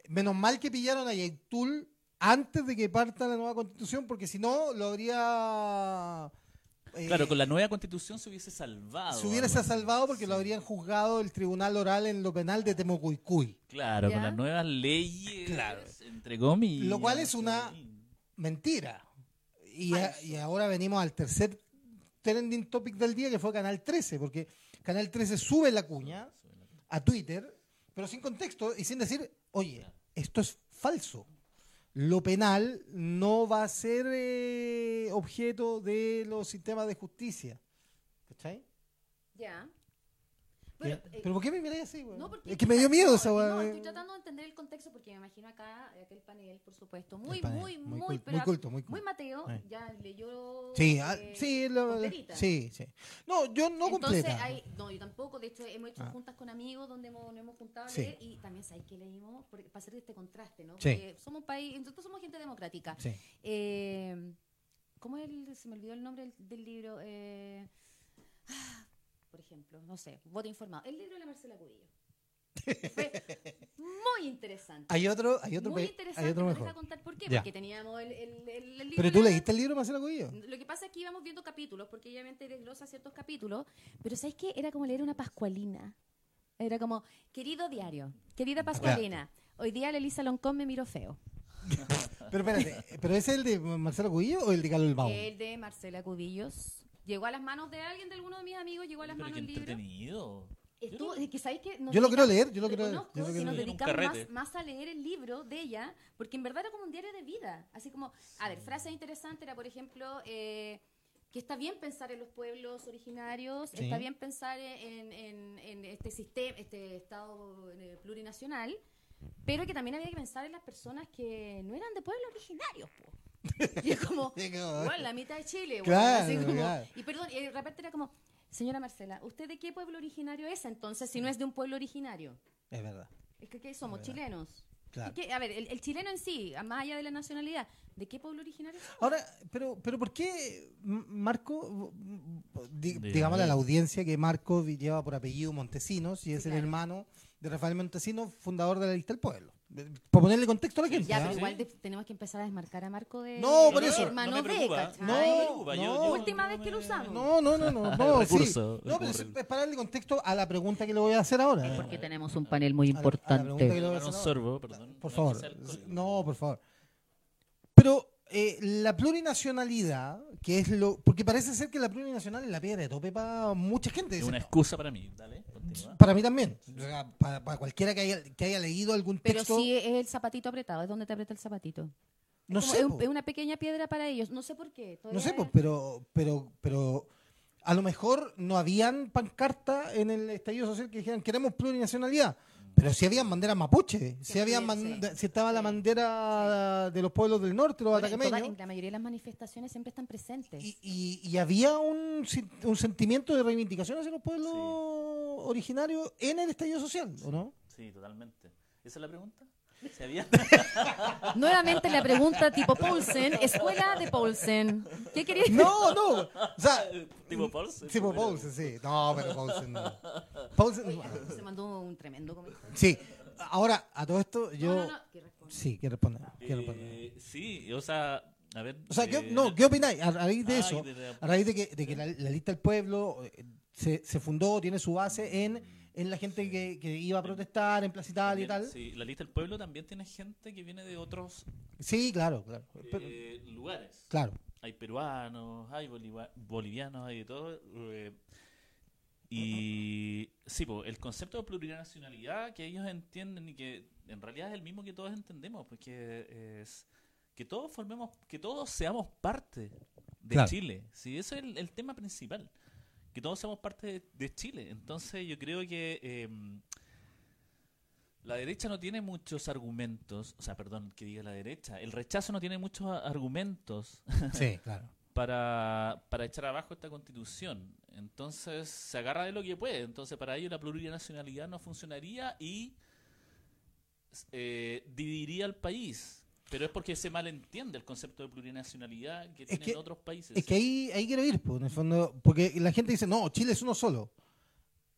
[SPEAKER 1] Menos mal que pillaron a Yaitul antes de que parta la nueva constitución, porque si no, lo habría. eh,
[SPEAKER 3] Claro, con la nueva constitución se hubiese salvado.
[SPEAKER 1] Se hubiese
[SPEAKER 3] algo así.
[SPEAKER 1] salvado porque lo
[SPEAKER 3] Sí.
[SPEAKER 1] habrían juzgado el tribunal oral en lo penal de Temucuicuy.
[SPEAKER 3] Claro,
[SPEAKER 2] ¿Ya?
[SPEAKER 3] con las nuevas leyes,
[SPEAKER 1] Claro.
[SPEAKER 3] entre comillas.
[SPEAKER 1] Lo cual es una-
[SPEAKER 3] sí.
[SPEAKER 1] mentira. Y, a- y ahora venimos al tercer trending topic del día, que fue Canal 13, porque Canal 13 sube la cuña a Twitter, pero sin contexto y sin decir, oye, esto es falso. Lo penal no va a ser eh, objeto de los sistemas de justicia. ¿Cachai?
[SPEAKER 2] Ya.
[SPEAKER 1] Ya.
[SPEAKER 2] Pero,
[SPEAKER 1] Pero,
[SPEAKER 2] eh,
[SPEAKER 1] ¿por qué me miráis así, weón?
[SPEAKER 2] no, porque-
[SPEAKER 1] Es que me dio miedo
[SPEAKER 2] no,
[SPEAKER 1] esa eh.
[SPEAKER 2] No,
[SPEAKER 1] weón.
[SPEAKER 2] estoy tratando de entender el contexto porque me imagino acá eh, aquel panel, por supuesto, muy,
[SPEAKER 1] El panel,
[SPEAKER 2] muy,
[SPEAKER 1] muy
[SPEAKER 2] muy,
[SPEAKER 1] culto,
[SPEAKER 2] pero
[SPEAKER 1] muy culto, muy culto.
[SPEAKER 2] Mateo,
[SPEAKER 1] Eh.
[SPEAKER 2] ya leyó.
[SPEAKER 1] Sí, ah,
[SPEAKER 2] eh,
[SPEAKER 1] sí, lo-
[SPEAKER 2] tonterita.
[SPEAKER 1] sí, sí. No, yo no
[SPEAKER 2] Entonces,
[SPEAKER 1] completa.
[SPEAKER 2] hay- no, yo tampoco. De hecho, hemos hecho
[SPEAKER 1] Ah.
[SPEAKER 2] juntas con amigos donde hemos, nos hemos juntado a
[SPEAKER 1] Sí.
[SPEAKER 2] leer y también sabéis que leímos porque- para hacer este contraste, ¿no?
[SPEAKER 1] Sí.
[SPEAKER 2] Porque somos un país, nosotros somos gente democrática.
[SPEAKER 1] Sí.
[SPEAKER 2] Eh, ¿Cómo es el, se me olvidó el nombre del, del libro? Eh, ah, por ejemplo, no sé, voto informado. El libro de la Marcela Cubillo. Fue muy interesante.
[SPEAKER 1] Hay otro, hay otro,
[SPEAKER 2] muy
[SPEAKER 1] pe-
[SPEAKER 2] interesante.
[SPEAKER 1] hay otro
[SPEAKER 2] no te voy a
[SPEAKER 1] mejor.
[SPEAKER 2] contar por qué,
[SPEAKER 1] Ya.
[SPEAKER 2] porque teníamos el, el- el- el libro.
[SPEAKER 1] Pero tú
[SPEAKER 2] de la-
[SPEAKER 1] leíste el libro de Marcelo Cubillo.
[SPEAKER 2] Lo que pasa es que íbamos viendo capítulos, porque obviamente desglosa ciertos capítulos, pero ¿sabes qué? Era como leer una pascualina. Era como, querido diario, querida pascualina, hoy día la Elisa Loncón me miró feo.
[SPEAKER 1] Pero espérate, ¿pero es el de Marcelo Cubillo o el de Carlos Baum?
[SPEAKER 2] El de Marcela Cubillos. Llegó a las manos de alguien, de alguno de mis amigos, llegó a las
[SPEAKER 3] Pero
[SPEAKER 2] manos
[SPEAKER 3] qué
[SPEAKER 2] el libro.
[SPEAKER 3] entretenido.
[SPEAKER 2] Estuvo- es que sabéis que nos
[SPEAKER 1] Yo lo quiero
[SPEAKER 2] dedicamos-
[SPEAKER 1] leer, yo lo
[SPEAKER 2] te
[SPEAKER 1] quiero leer,
[SPEAKER 2] conozco
[SPEAKER 1] yo lo
[SPEAKER 2] y
[SPEAKER 1] quiero
[SPEAKER 2] nos
[SPEAKER 1] leer.
[SPEAKER 2] dedicamos
[SPEAKER 3] Un
[SPEAKER 2] más,
[SPEAKER 3] carrete.
[SPEAKER 2] más a leer el libro de ella, porque en verdad era como un diario de vida. Así como, a ver, frase interesante era, por ejemplo, eh, que está bien pensar en los pueblos originarios,
[SPEAKER 1] Sí.
[SPEAKER 2] está bien pensar en, en- en este sistema, este Estado eh, plurinacional, pero que también había que pensar en las personas que no eran de pueblos originarios. po. Y es como,
[SPEAKER 1] Sí, como-
[SPEAKER 2] bueno, la mitad de Chile. bueno,
[SPEAKER 1] Claro,
[SPEAKER 2] así como-
[SPEAKER 1] claro.
[SPEAKER 2] Y perdón, y de repente era como, señora Marcela, ¿usted de qué pueblo originario es entonces si no es de un pueblo originario?
[SPEAKER 1] Es verdad.
[SPEAKER 2] Es que ¿qué somos
[SPEAKER 1] Es verdad.
[SPEAKER 2] chilenos.
[SPEAKER 1] Claro.
[SPEAKER 2] Es que, a ver, el, el chileno en sí, a- más allá de la nacionalidad, ¿de qué pueblo originario somos?
[SPEAKER 1] Ahora, pero, pero ¿por qué M- Marco, di-
[SPEAKER 3] Dígame.
[SPEAKER 1] digámosle a la audiencia que Marco vi- lleva por apellido Montesinos y es el
[SPEAKER 2] claro.
[SPEAKER 1] hermano de Rafael Montesinos, fundador de la lista del pueblo? Eh, Para ponerle contexto a la
[SPEAKER 3] Sí,
[SPEAKER 1] gente.
[SPEAKER 2] Ya,
[SPEAKER 1] ¿ah?
[SPEAKER 2] pero
[SPEAKER 3] sí.
[SPEAKER 2] igual de- tenemos que empezar a desmarcar a Marco de
[SPEAKER 1] No,
[SPEAKER 2] de
[SPEAKER 1] por eso.
[SPEAKER 2] hermano
[SPEAKER 3] me
[SPEAKER 2] de,
[SPEAKER 3] preocupa.
[SPEAKER 2] ¿cachai?
[SPEAKER 1] No,
[SPEAKER 3] me preocupa, yo-
[SPEAKER 1] no.
[SPEAKER 3] yo-
[SPEAKER 2] Última
[SPEAKER 3] yo
[SPEAKER 2] vez que lo
[SPEAKER 3] me-
[SPEAKER 2] usamos.
[SPEAKER 1] No, no, no, no, no, sí.
[SPEAKER 3] Recurso,
[SPEAKER 1] No, pero
[SPEAKER 3] recurso.
[SPEAKER 1] es, es para darle contexto a la pregunta que le voy a hacer ahora.
[SPEAKER 2] Es porque tenemos un panel muy
[SPEAKER 1] A la- a la pregunta que
[SPEAKER 2] importante.
[SPEAKER 1] le voy a
[SPEAKER 3] Tomar
[SPEAKER 1] hacer
[SPEAKER 3] un
[SPEAKER 1] ahora.
[SPEAKER 3] sorbo, perdón.
[SPEAKER 1] Por
[SPEAKER 3] No
[SPEAKER 1] favor.
[SPEAKER 3] quise alcohol.
[SPEAKER 1] No, por favor. Pero eh, la plurinacionalidad, que es lo. Porque parece ser que la plurinacional es la piedra de tope para mucha gente.
[SPEAKER 3] Es
[SPEAKER 1] ¿cierto?
[SPEAKER 3] una excusa para mí. Dale, continúa.
[SPEAKER 1] Para mí también. O sea, para, para cualquiera que haya, que haya leído algún
[SPEAKER 2] Pero
[SPEAKER 1] texto.
[SPEAKER 2] sí es el zapatito apretado, es donde te aprieta el zapatito.
[SPEAKER 1] no
[SPEAKER 2] Como
[SPEAKER 1] sé.
[SPEAKER 2] es, un-
[SPEAKER 1] po.
[SPEAKER 2] es una pequeña piedra para ellos, no sé por qué.
[SPEAKER 1] No sé,
[SPEAKER 2] todavía-
[SPEAKER 1] po, pero, pero, pero a lo mejor no habían pancarta en el estallido social que dijeran queremos plurinacionalidad. Pero sí habían banderas mapuche, sí,
[SPEAKER 2] Sí,
[SPEAKER 1] habían
[SPEAKER 2] sí.
[SPEAKER 1] manda- sí estaba la
[SPEAKER 2] Sí.
[SPEAKER 1] bandera de los pueblos del norte, los
[SPEAKER 2] Bueno, en toda-
[SPEAKER 1] atacameños.
[SPEAKER 2] en la mayoría de las manifestaciones siempre están presentes.
[SPEAKER 1] Y, y- y había un, sin- un sentimiento de reivindicación hacia los pueblos originarios en el estallido social, ¿o no?
[SPEAKER 3] Sí, totalmente. ¿Esa es la pregunta? ¿Se había?
[SPEAKER 2] Nuevamente la pregunta tipo Paulsen, escuela de Paulsen. ¿Qué querías?
[SPEAKER 1] No, no. O sea,
[SPEAKER 3] tipo eh, Paulsen.
[SPEAKER 1] tipo Paulsen, sí. No, pero Paulsen. no. Paulsen,
[SPEAKER 2] Oye,
[SPEAKER 1] bueno,
[SPEAKER 2] Se mandó un tremendo comentario.
[SPEAKER 1] sí. Ahora, a todo esto, yo.
[SPEAKER 2] No, no, no, que responda.
[SPEAKER 1] Sí, que responda. que responda.
[SPEAKER 3] Eh, sí, o sea, a ver.
[SPEAKER 1] O sea,
[SPEAKER 3] eh,
[SPEAKER 1] ¿qué, no, ¿qué opináis? A raíz de
[SPEAKER 3] ay,
[SPEAKER 1] eso,
[SPEAKER 3] de la-
[SPEAKER 1] a raíz de que, de que la, la lista del pueblo eh, se, se fundó, tiene su base en, en la gente que, que iba a protestar en Plaza Italia y
[SPEAKER 3] también,
[SPEAKER 1] tal. Sí,
[SPEAKER 3] Sí, la lista del pueblo también tiene gente que viene de otros
[SPEAKER 1] claro, claro. Pero-
[SPEAKER 3] eh, lugares.
[SPEAKER 1] claro.
[SPEAKER 3] Hay peruanos, hay boliva- bolivianos, hay de todo. eh, y sí, po, el concepto de plurinacionalidad que ellos entienden y que en realidad es el mismo que todos entendemos, porque es que todos formemos, que todos seamos parte de
[SPEAKER 1] Claro.
[SPEAKER 3] Chile. Sí, ese es el, el tema principal, que todos seamos parte de, de Chile. Entonces yo creo que em, la derecha no tiene muchos argumentos, o sea, perdón, que diga la derecha, el rechazo no tiene muchos a- argumentos
[SPEAKER 1] Sí, claro.
[SPEAKER 3] para, para echar abajo esta constitución. Entonces se agarra de lo que puede. Entonces para ello la plurinacionalidad no funcionaría y eh, dividiría al país. Pero es porque se malentiende el concepto de plurinacionalidad que tienen
[SPEAKER 1] que-
[SPEAKER 3] otros países.
[SPEAKER 1] Es que ahí, ahí quiero ir, po, en el fondo, porque la gente dice, no, Chile es uno solo.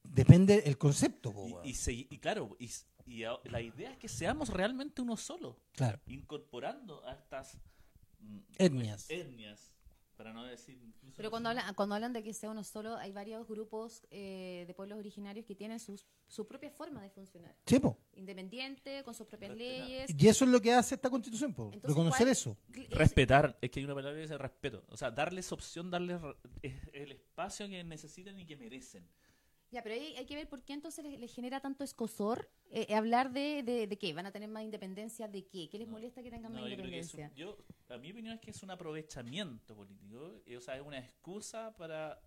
[SPEAKER 1] Depende el concepto, po,
[SPEAKER 3] y,
[SPEAKER 1] weón.
[SPEAKER 3] y se- y claro, y, s- y a- la idea es que seamos realmente uno solo,
[SPEAKER 1] claro.
[SPEAKER 3] incorporando a estas mm,
[SPEAKER 1] Etnias.
[SPEAKER 3] etnias, para no decir... incluso-
[SPEAKER 2] Pero cuando hablan, cuando hablan de que sea uno solo, hay varios grupos eh, de pueblos originarios que tienen sus, su propia forma de funcionar.
[SPEAKER 1] Sí, po.
[SPEAKER 2] Independiente, con sus propias
[SPEAKER 3] Respetar.
[SPEAKER 2] leyes.
[SPEAKER 1] Y eso es lo que hace esta constitución, po,
[SPEAKER 2] Entonces,
[SPEAKER 1] reconocer
[SPEAKER 2] ¿cuál-
[SPEAKER 1] eso.
[SPEAKER 2] Cl- es-
[SPEAKER 3] Respetar, es que hay una palabra que dice respeto. O sea, darles opción, darles re- es- el espacio que necesitan y que merecen.
[SPEAKER 2] Ya, pero ahí hay que ver por qué entonces les, les genera tanto escosor eh, eh, hablar de, de, de qué, van a tener más independencia, de qué, qué les
[SPEAKER 3] No.
[SPEAKER 2] molesta que tengan
[SPEAKER 3] No,
[SPEAKER 2] más
[SPEAKER 3] yo creo que es un-
[SPEAKER 2] independencia.
[SPEAKER 3] yo- a mi opinión es que es un aprovechamiento político. eh, O sea, es una excusa para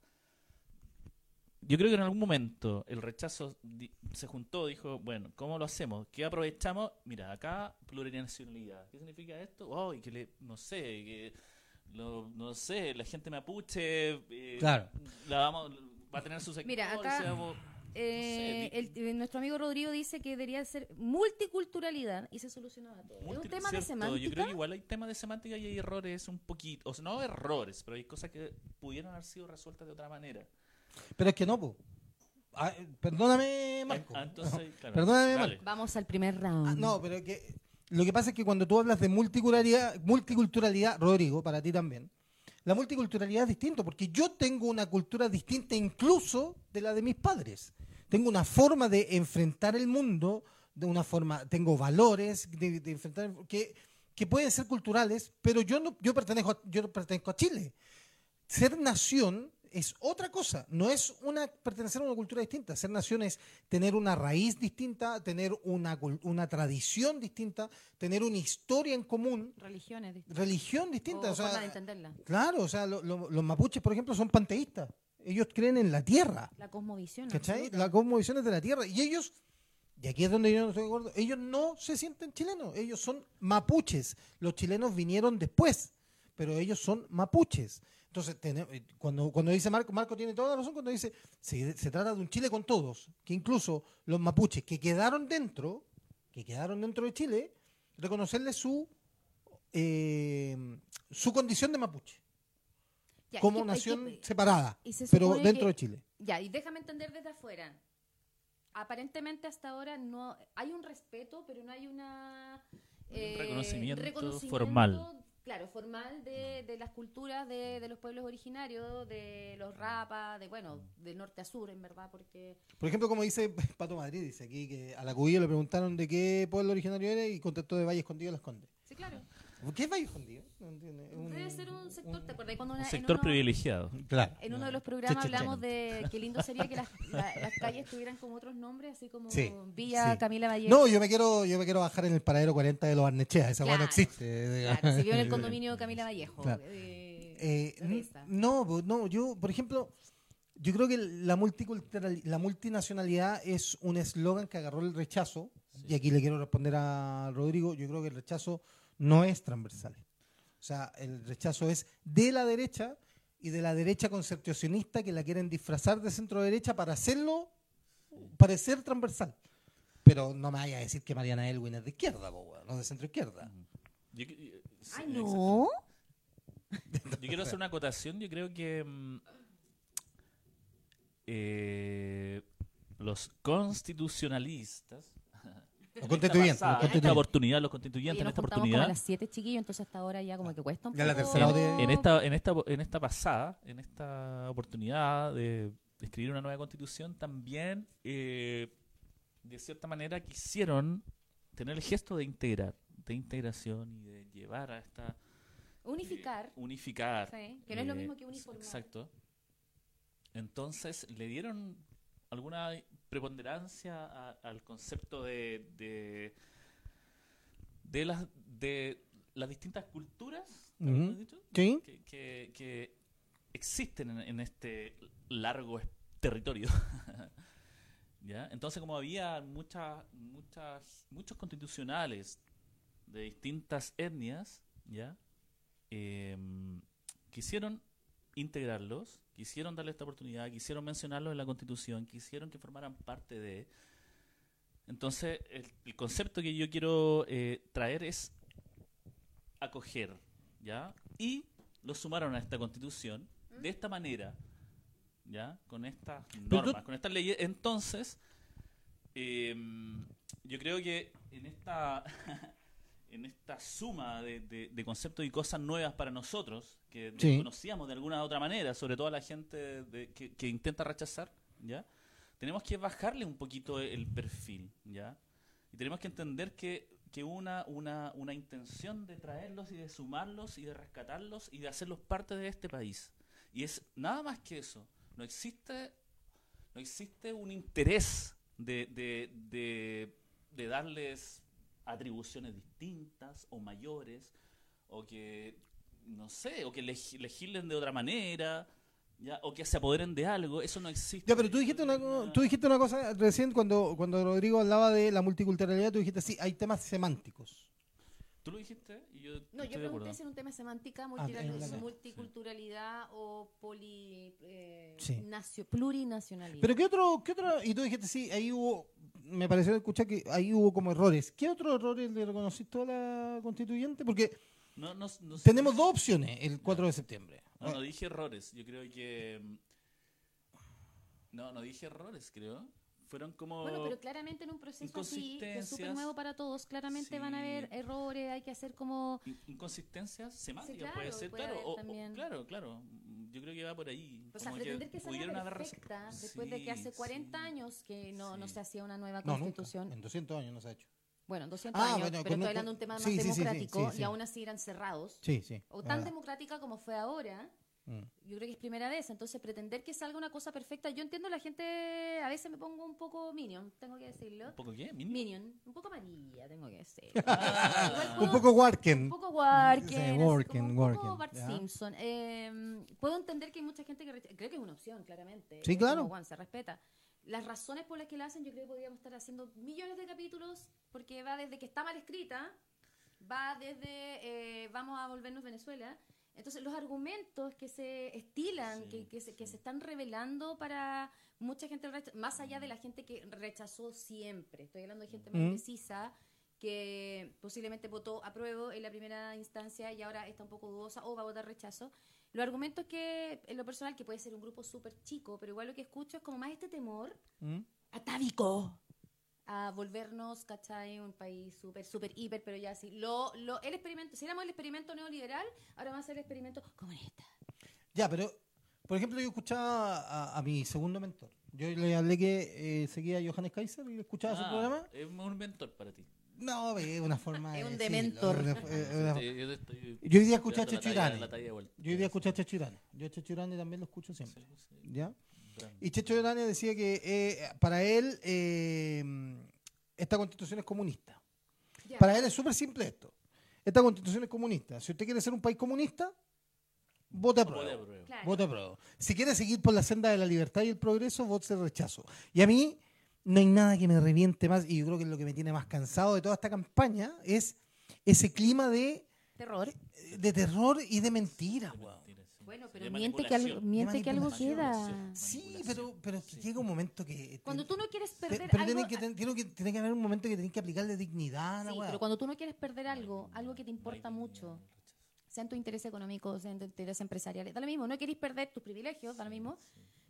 [SPEAKER 3] yo creo que en algún momento el rechazo di- se juntó, dijo, bueno, ¿cómo lo hacemos? ¿Qué aprovechamos? Mira, acá plurinacionalidad. ¿Qué significa esto? Ay, que le, no sé, que lo- no sé, la gente mapuche, eh,
[SPEAKER 1] Claro.
[SPEAKER 3] la vamos, va a tener su sector.
[SPEAKER 2] Mira, acá-
[SPEAKER 3] seamos-
[SPEAKER 2] Eh,
[SPEAKER 3] No sé,
[SPEAKER 2] el- eh, nuestro amigo Rodrigo dice que debería ser multiculturalidad y se solucionaba todo. Es un
[SPEAKER 3] Múlti-
[SPEAKER 2] tema de
[SPEAKER 3] cierto, Yo creo
[SPEAKER 2] semántica.
[SPEAKER 3] que igual hay temas de semántica y hay errores un poquito. O sea, no errores, pero hay cosas que pudieron haber sido resueltas de otra manera.
[SPEAKER 1] Pero es que no, po. Ah, eh, perdóname, Marco.
[SPEAKER 3] Ah, entonces, claro.
[SPEAKER 1] Perdóname,
[SPEAKER 3] Dale.
[SPEAKER 1] Marco.
[SPEAKER 2] Vamos al primer round.
[SPEAKER 1] Ah, no, pero que lo que pasa es que cuando tú hablas de multiculturalidad, multiculturalidad, Rodrigo, para ti también, la multiculturalidad es distinto, porque yo tengo una cultura distinta incluso de la de mis padres. Tengo una forma de enfrentar el mundo, de una forma, tengo valores de, de enfrentar que, que pueden ser culturales, pero yo no, yo pertenezco, a- yo no pertenezco a Chile. Ser nación es otra cosa, no es una pertenecer a una cultura distinta. Ser nación es tener una raíz distinta, tener una, cul- una tradición distinta, tener una historia en común,
[SPEAKER 2] Religiones distintas.
[SPEAKER 1] religión distinta.
[SPEAKER 2] O
[SPEAKER 1] o sea,
[SPEAKER 2] forma de entenderla.
[SPEAKER 1] claro, o sea, lo- lo- los mapuches, por ejemplo, son panteístas. Ellos creen en la tierra,
[SPEAKER 2] La cosmovisión.
[SPEAKER 1] ¿cachai?
[SPEAKER 2] absoluta.
[SPEAKER 1] La cosmovisión es de la tierra. Y ellos, y aquí es donde yo no estoy de acuerdo, ellos no se sienten chilenos, ellos son mapuches. Los chilenos vinieron después, pero ellos son mapuches. Entonces, tene- eh, cuando, cuando dice Marco, Marco tiene toda la razón cuando dice, se, se trata de un Chile con todos, que incluso los mapuches que quedaron dentro, que quedaron dentro de Chile, reconocerle su, eh, su condición de mapuche
[SPEAKER 2] Ya,
[SPEAKER 1] como
[SPEAKER 2] es que- es que-
[SPEAKER 1] nación separada,
[SPEAKER 2] y se
[SPEAKER 1] pero
[SPEAKER 2] supone
[SPEAKER 1] dentro
[SPEAKER 2] que-
[SPEAKER 1] de Chile.
[SPEAKER 2] Ya, y déjame entender desde afuera. Aparentemente hasta ahora no hay un respeto, pero no hay una eh,
[SPEAKER 3] reconocimiento formal.
[SPEAKER 2] Claro, formal de, de las culturas de, de los pueblos originarios, de los rapas, de bueno, de norte a sur, en verdad, porque
[SPEAKER 1] Por ejemplo, como dice Pato Madrid, dice aquí que a la cubilla le preguntaron de qué pueblo originario era y contestó de Valle Escondido de las Condes.
[SPEAKER 2] sí, claro,
[SPEAKER 1] ¿Qué es Valle Escondido? No entiendo, es un-
[SPEAKER 2] debe ser un sector, ¿te acuerdas cuando
[SPEAKER 3] Un
[SPEAKER 2] una- en
[SPEAKER 3] sector
[SPEAKER 2] uno-
[SPEAKER 3] privilegiado.
[SPEAKER 1] Claro.
[SPEAKER 2] En uno de los programas
[SPEAKER 1] Che, che, che.
[SPEAKER 2] hablamos de qué lindo sería que las, la- las calles tuvieran como otros nombres, así como
[SPEAKER 1] Sí,
[SPEAKER 2] Villa
[SPEAKER 1] sí.
[SPEAKER 2] Camila Vallejo.
[SPEAKER 1] No, yo me quiero, yo me quiero bajar en el paradero 40 de los Arnechea, esa hueá no
[SPEAKER 2] Claro,
[SPEAKER 1] existe.
[SPEAKER 2] Claro, se vio en el condominio de Camila Vallejo.
[SPEAKER 1] Claro.
[SPEAKER 2] eh,
[SPEAKER 1] Eh,
[SPEAKER 2] de esa.
[SPEAKER 1] no, po, no, yo, por ejemplo, yo creo que la, multicultural, la multinacionalidad es un eslogan que agarró el rechazo, y aquí le quiero responder a Rodrigo, yo creo que el rechazo no es transversal. O sea, el rechazo es de la derecha y de la derecha concertacionista que la quieren disfrazar de centro derecha para hacerlo parecer transversal. Pero no me vaya a decir que Mariana Elwin es de izquierda, po, weón, no de centro izquierda.
[SPEAKER 3] Yo, que- yo- sí,
[SPEAKER 2] Ah. Ay,
[SPEAKER 3] exacto.
[SPEAKER 2] no.
[SPEAKER 3] Yo quiero hacer una acotación. Yo creo que mm, eh, los constitucionalistas.
[SPEAKER 1] Los constituyentes, los
[SPEAKER 3] Esta pasada- en esta
[SPEAKER 1] constituyentes.
[SPEAKER 3] oportunidad, los
[SPEAKER 2] Oye,
[SPEAKER 3] constituyentes en
[SPEAKER 2] Eh, nos
[SPEAKER 3] esta
[SPEAKER 2] juntamos como a
[SPEAKER 3] oportunidad.
[SPEAKER 2] las 7, chiquillos, entonces hasta ahora ya como que cuesta un
[SPEAKER 1] Ya la
[SPEAKER 2] poco.
[SPEAKER 1] tercera hora
[SPEAKER 3] En, en esta, en, esta, en esta pasada, en esta oportunidad de escribir una nueva constitución, también, eh, de cierta manera, quisieron tener el gesto de integrar, de integración y de llevar a esta... eh,
[SPEAKER 2] Unificar.
[SPEAKER 3] unificar.
[SPEAKER 2] Sí, que no es lo
[SPEAKER 3] eh,
[SPEAKER 2] mismo que
[SPEAKER 3] s-
[SPEAKER 2] uniformar.
[SPEAKER 3] Exacto. Entonces, le dieron alguna preponderancia a- al concepto de, de, de las, de las distintas culturas ¿habíamos
[SPEAKER 1] Ujú.
[SPEAKER 3] dicho?
[SPEAKER 1] ¿Sí?
[SPEAKER 3] que, que- que existen en, en este largo es- territorio. ¿Ya? Entonces, como había muchas, muchas, muchos constitucionales de distintas etnias, ¿ya? Em, quisieron integrarlos, quisieron darle esta oportunidad, quisieron mencionarlos en la constitución, quisieron que formaran parte de... Entonces, el, el concepto que yo quiero eh, traer es acoger, ¿ya? Y lo sumaron a esta constitución de esta manera, ¿ya? Con estas
[SPEAKER 1] tú-
[SPEAKER 3] normas, con estas leyes. Entonces, em, yo creo que en esta, en esta suma de, de- de conceptos y cosas nuevas para nosotros, que
[SPEAKER 1] Sí.
[SPEAKER 3] desconocíamos de alguna u otra manera, sobre todo a la gente de- que, que intenta rechazar, ¿ya? Tenemos que bajarle un poquito el perfil, ¿ya? Y tenemos que entender que, que una, una, una intención de traerlos y de sumarlos y de rescatarlos y de hacerlos parte de este país. Y es nada más que eso. No existe, no existe un interés de, de, de, de darles atribuciones distintas o mayores o que, no sé, o que leg- legislen de otra manera. ¿ya? o que se apoderen de algo, eso no existe.
[SPEAKER 1] Ya, pero tú dijiste una, tú dijiste una cosa recién cuando, cuando Rodrigo hablaba de la multiculturalidad, tú dijiste, sí, hay temas semánticos.
[SPEAKER 3] Tú lo dijiste y yo
[SPEAKER 2] No, yo
[SPEAKER 3] estoy de
[SPEAKER 2] pregunté
[SPEAKER 3] acuerdo.
[SPEAKER 2] si era un tema de semántica,
[SPEAKER 1] Ah,
[SPEAKER 2] multilateral-
[SPEAKER 1] es la-
[SPEAKER 2] multiculturalidad o poli, eh,
[SPEAKER 1] Sí.
[SPEAKER 2] nacio- plurinacionalidad.
[SPEAKER 1] Pero ¿qué otro, qué otro? Y tú dijiste, sí, ahí hubo, me pareció escuchar que ahí hubo como errores. ¿Qué otros errores le reconociste a la constituyente? Porque
[SPEAKER 3] No, no, no sé.
[SPEAKER 1] tenemos dos opciones el 4 de septiembre.
[SPEAKER 3] No, no dije errores. Yo creo que. mm, No, no dije errores, creo. Fueron como.
[SPEAKER 2] bueno, pero claramente en un proceso así, que es súper
[SPEAKER 3] Inconsistencias.
[SPEAKER 2] nuevo para todos, claramente van a
[SPEAKER 3] Sí.
[SPEAKER 2] haber errores, hay que hacer como...
[SPEAKER 3] in- Inconsistencias semánticas,
[SPEAKER 2] claro,
[SPEAKER 3] puede ser,
[SPEAKER 2] puede
[SPEAKER 3] claro.
[SPEAKER 2] haber
[SPEAKER 3] o- o-
[SPEAKER 2] también.
[SPEAKER 3] claro, claro. Yo creo que va por ahí.
[SPEAKER 2] O sea,
[SPEAKER 3] como
[SPEAKER 2] pretender que esa era
[SPEAKER 3] pudieron haber
[SPEAKER 2] perfecta,
[SPEAKER 3] resp-
[SPEAKER 2] después de que hace
[SPEAKER 3] Sí,
[SPEAKER 2] 40
[SPEAKER 3] sí.
[SPEAKER 2] años que no, no
[SPEAKER 3] Sí.
[SPEAKER 2] se hacía una nueva
[SPEAKER 1] No, nunca.
[SPEAKER 2] constitución.
[SPEAKER 1] En 200 años no se ha hecho.
[SPEAKER 2] Bueno, 200
[SPEAKER 1] Ah,
[SPEAKER 2] años,
[SPEAKER 1] bueno,
[SPEAKER 2] pero
[SPEAKER 1] con un-
[SPEAKER 2] estoy hablando de un tema
[SPEAKER 1] sí,
[SPEAKER 2] más
[SPEAKER 1] sí, sí, sí,
[SPEAKER 2] democrático
[SPEAKER 1] sí,
[SPEAKER 2] y
[SPEAKER 1] sí.
[SPEAKER 2] aún así eran cerrados.
[SPEAKER 1] Sí, Ah. sí.
[SPEAKER 2] O
[SPEAKER 1] es
[SPEAKER 2] tan
[SPEAKER 1] verdad.
[SPEAKER 2] democrática como fue ahora,
[SPEAKER 1] Mm.
[SPEAKER 2] yo creo que es primera vez. Entonces, pretender que salga una cosa perfecta, yo entiendo la gente, a veces me pongo un poco minion, tengo que decirlo.
[SPEAKER 3] ¿Un poco qué? ¿Mini?
[SPEAKER 2] Minion, un poco amarilla, tengo que decir.
[SPEAKER 1] Un poco
[SPEAKER 2] Ah. Un
[SPEAKER 1] Warken.
[SPEAKER 2] poco Warken,
[SPEAKER 1] Sí,
[SPEAKER 2] así como
[SPEAKER 1] Warken,
[SPEAKER 2] un
[SPEAKER 1] Warken,
[SPEAKER 2] poco Bart
[SPEAKER 1] ya.
[SPEAKER 2] Simpson. Eh, puedo entender que hay mucha gente que rech- creo que es una opción, claramente.
[SPEAKER 1] Sí,
[SPEAKER 2] Es
[SPEAKER 1] claro.
[SPEAKER 2] como, Juan, se respeta. Las razones por las que la hacen, yo creo que podríamos estar haciendo millones de capítulos, porque va desde que está mal escrita, va desde eh, vamos a volvernos Venezuela. Entonces, los argumentos que se estilan, que, que se, que se están revelando para mucha gente, recha- más allá de la gente que rechazó siempre, estoy hablando de gente más
[SPEAKER 1] Mm.
[SPEAKER 2] indecisa, que posiblemente votó apruebo en la primera instancia y ahora está un poco dudosa o va a votar rechazo. Los argumentos que, en lo personal, que puede ser un grupo súper chico, pero igual lo que escucho es como más este temor
[SPEAKER 1] Mm.
[SPEAKER 2] atávico a volvernos, ¿cachai? Un país súper, súper, hiper, pero ya así. Lo, lo, el experimento, si éramos el experimento neoliberal, ahora vamos a hacer el experimento comunista.
[SPEAKER 1] Ya, pero, por ejemplo, yo escuchaba a, a mi segundo mentor. Yo le hablé que eh, seguía a Johannes Kaiser y escuchaba su
[SPEAKER 3] Ah,
[SPEAKER 1] programa. Eh,
[SPEAKER 3] Es un mentor para ti.
[SPEAKER 1] No, es una forma
[SPEAKER 2] Es un
[SPEAKER 1] decirlo,
[SPEAKER 2] dementor.
[SPEAKER 1] una- eh, una-
[SPEAKER 3] Yo te- yo te estoy-
[SPEAKER 1] Yo hoy día escuché a
[SPEAKER 3] dando la talla-
[SPEAKER 1] Chechirane.
[SPEAKER 3] la talla de vuelta.
[SPEAKER 1] Yo hoy día escuché a Chechurane. Yo a Chechurane también lo escucho
[SPEAKER 3] Sí,
[SPEAKER 1] siempre.
[SPEAKER 3] sí,
[SPEAKER 1] ¿Ya?
[SPEAKER 3] grande.
[SPEAKER 1] Y Checho Hernández decía que eh, para él eh, esta constitución es comunista.
[SPEAKER 2] Ya.
[SPEAKER 1] Para él es súper simple esto. Esta constitución es comunista. Si usted quiere ser un país comunista, vote a
[SPEAKER 3] Voy a
[SPEAKER 1] prueba.
[SPEAKER 3] prueba.
[SPEAKER 2] Claro.
[SPEAKER 1] Vote a prueba. Si quiere seguir por la senda de la libertad y el progreso, vote rechazo. Y a mí no hay nada que me reviente más, y yo creo que es lo que me tiene más cansado de toda esta campaña, es ese clima de,
[SPEAKER 2] Terror.
[SPEAKER 1] de terror y de mentiras, weón.
[SPEAKER 3] Mentira, sí.
[SPEAKER 2] Bueno,
[SPEAKER 3] De
[SPEAKER 2] pero miente que, algo,
[SPEAKER 3] manipulación.
[SPEAKER 2] miente que algo
[SPEAKER 1] manipulación,
[SPEAKER 2] queda.
[SPEAKER 1] Sí,
[SPEAKER 3] Manipulación.
[SPEAKER 1] pero, pero es que
[SPEAKER 3] Sí.
[SPEAKER 1] llega un momento que...
[SPEAKER 2] Cuando tú no quieres
[SPEAKER 1] Te-
[SPEAKER 2] perder
[SPEAKER 1] pero
[SPEAKER 2] algo... ah
[SPEAKER 1] tiene que, ten- tiene que, tiene que haber un momento que tenés que aplicarle dignidad a Ah, la
[SPEAKER 2] Sí,
[SPEAKER 1] weá.
[SPEAKER 2] pero cuando tú no quieres perder algo, algo que te
[SPEAKER 3] No hay
[SPEAKER 2] importa
[SPEAKER 3] dignidad
[SPEAKER 2] mucho,
[SPEAKER 3] en el rechazo.
[SPEAKER 2] sean tus intereses económicos, sean tus intereses empresariales, da lo mismo, no querés perder tus privilegios, da lo mismo,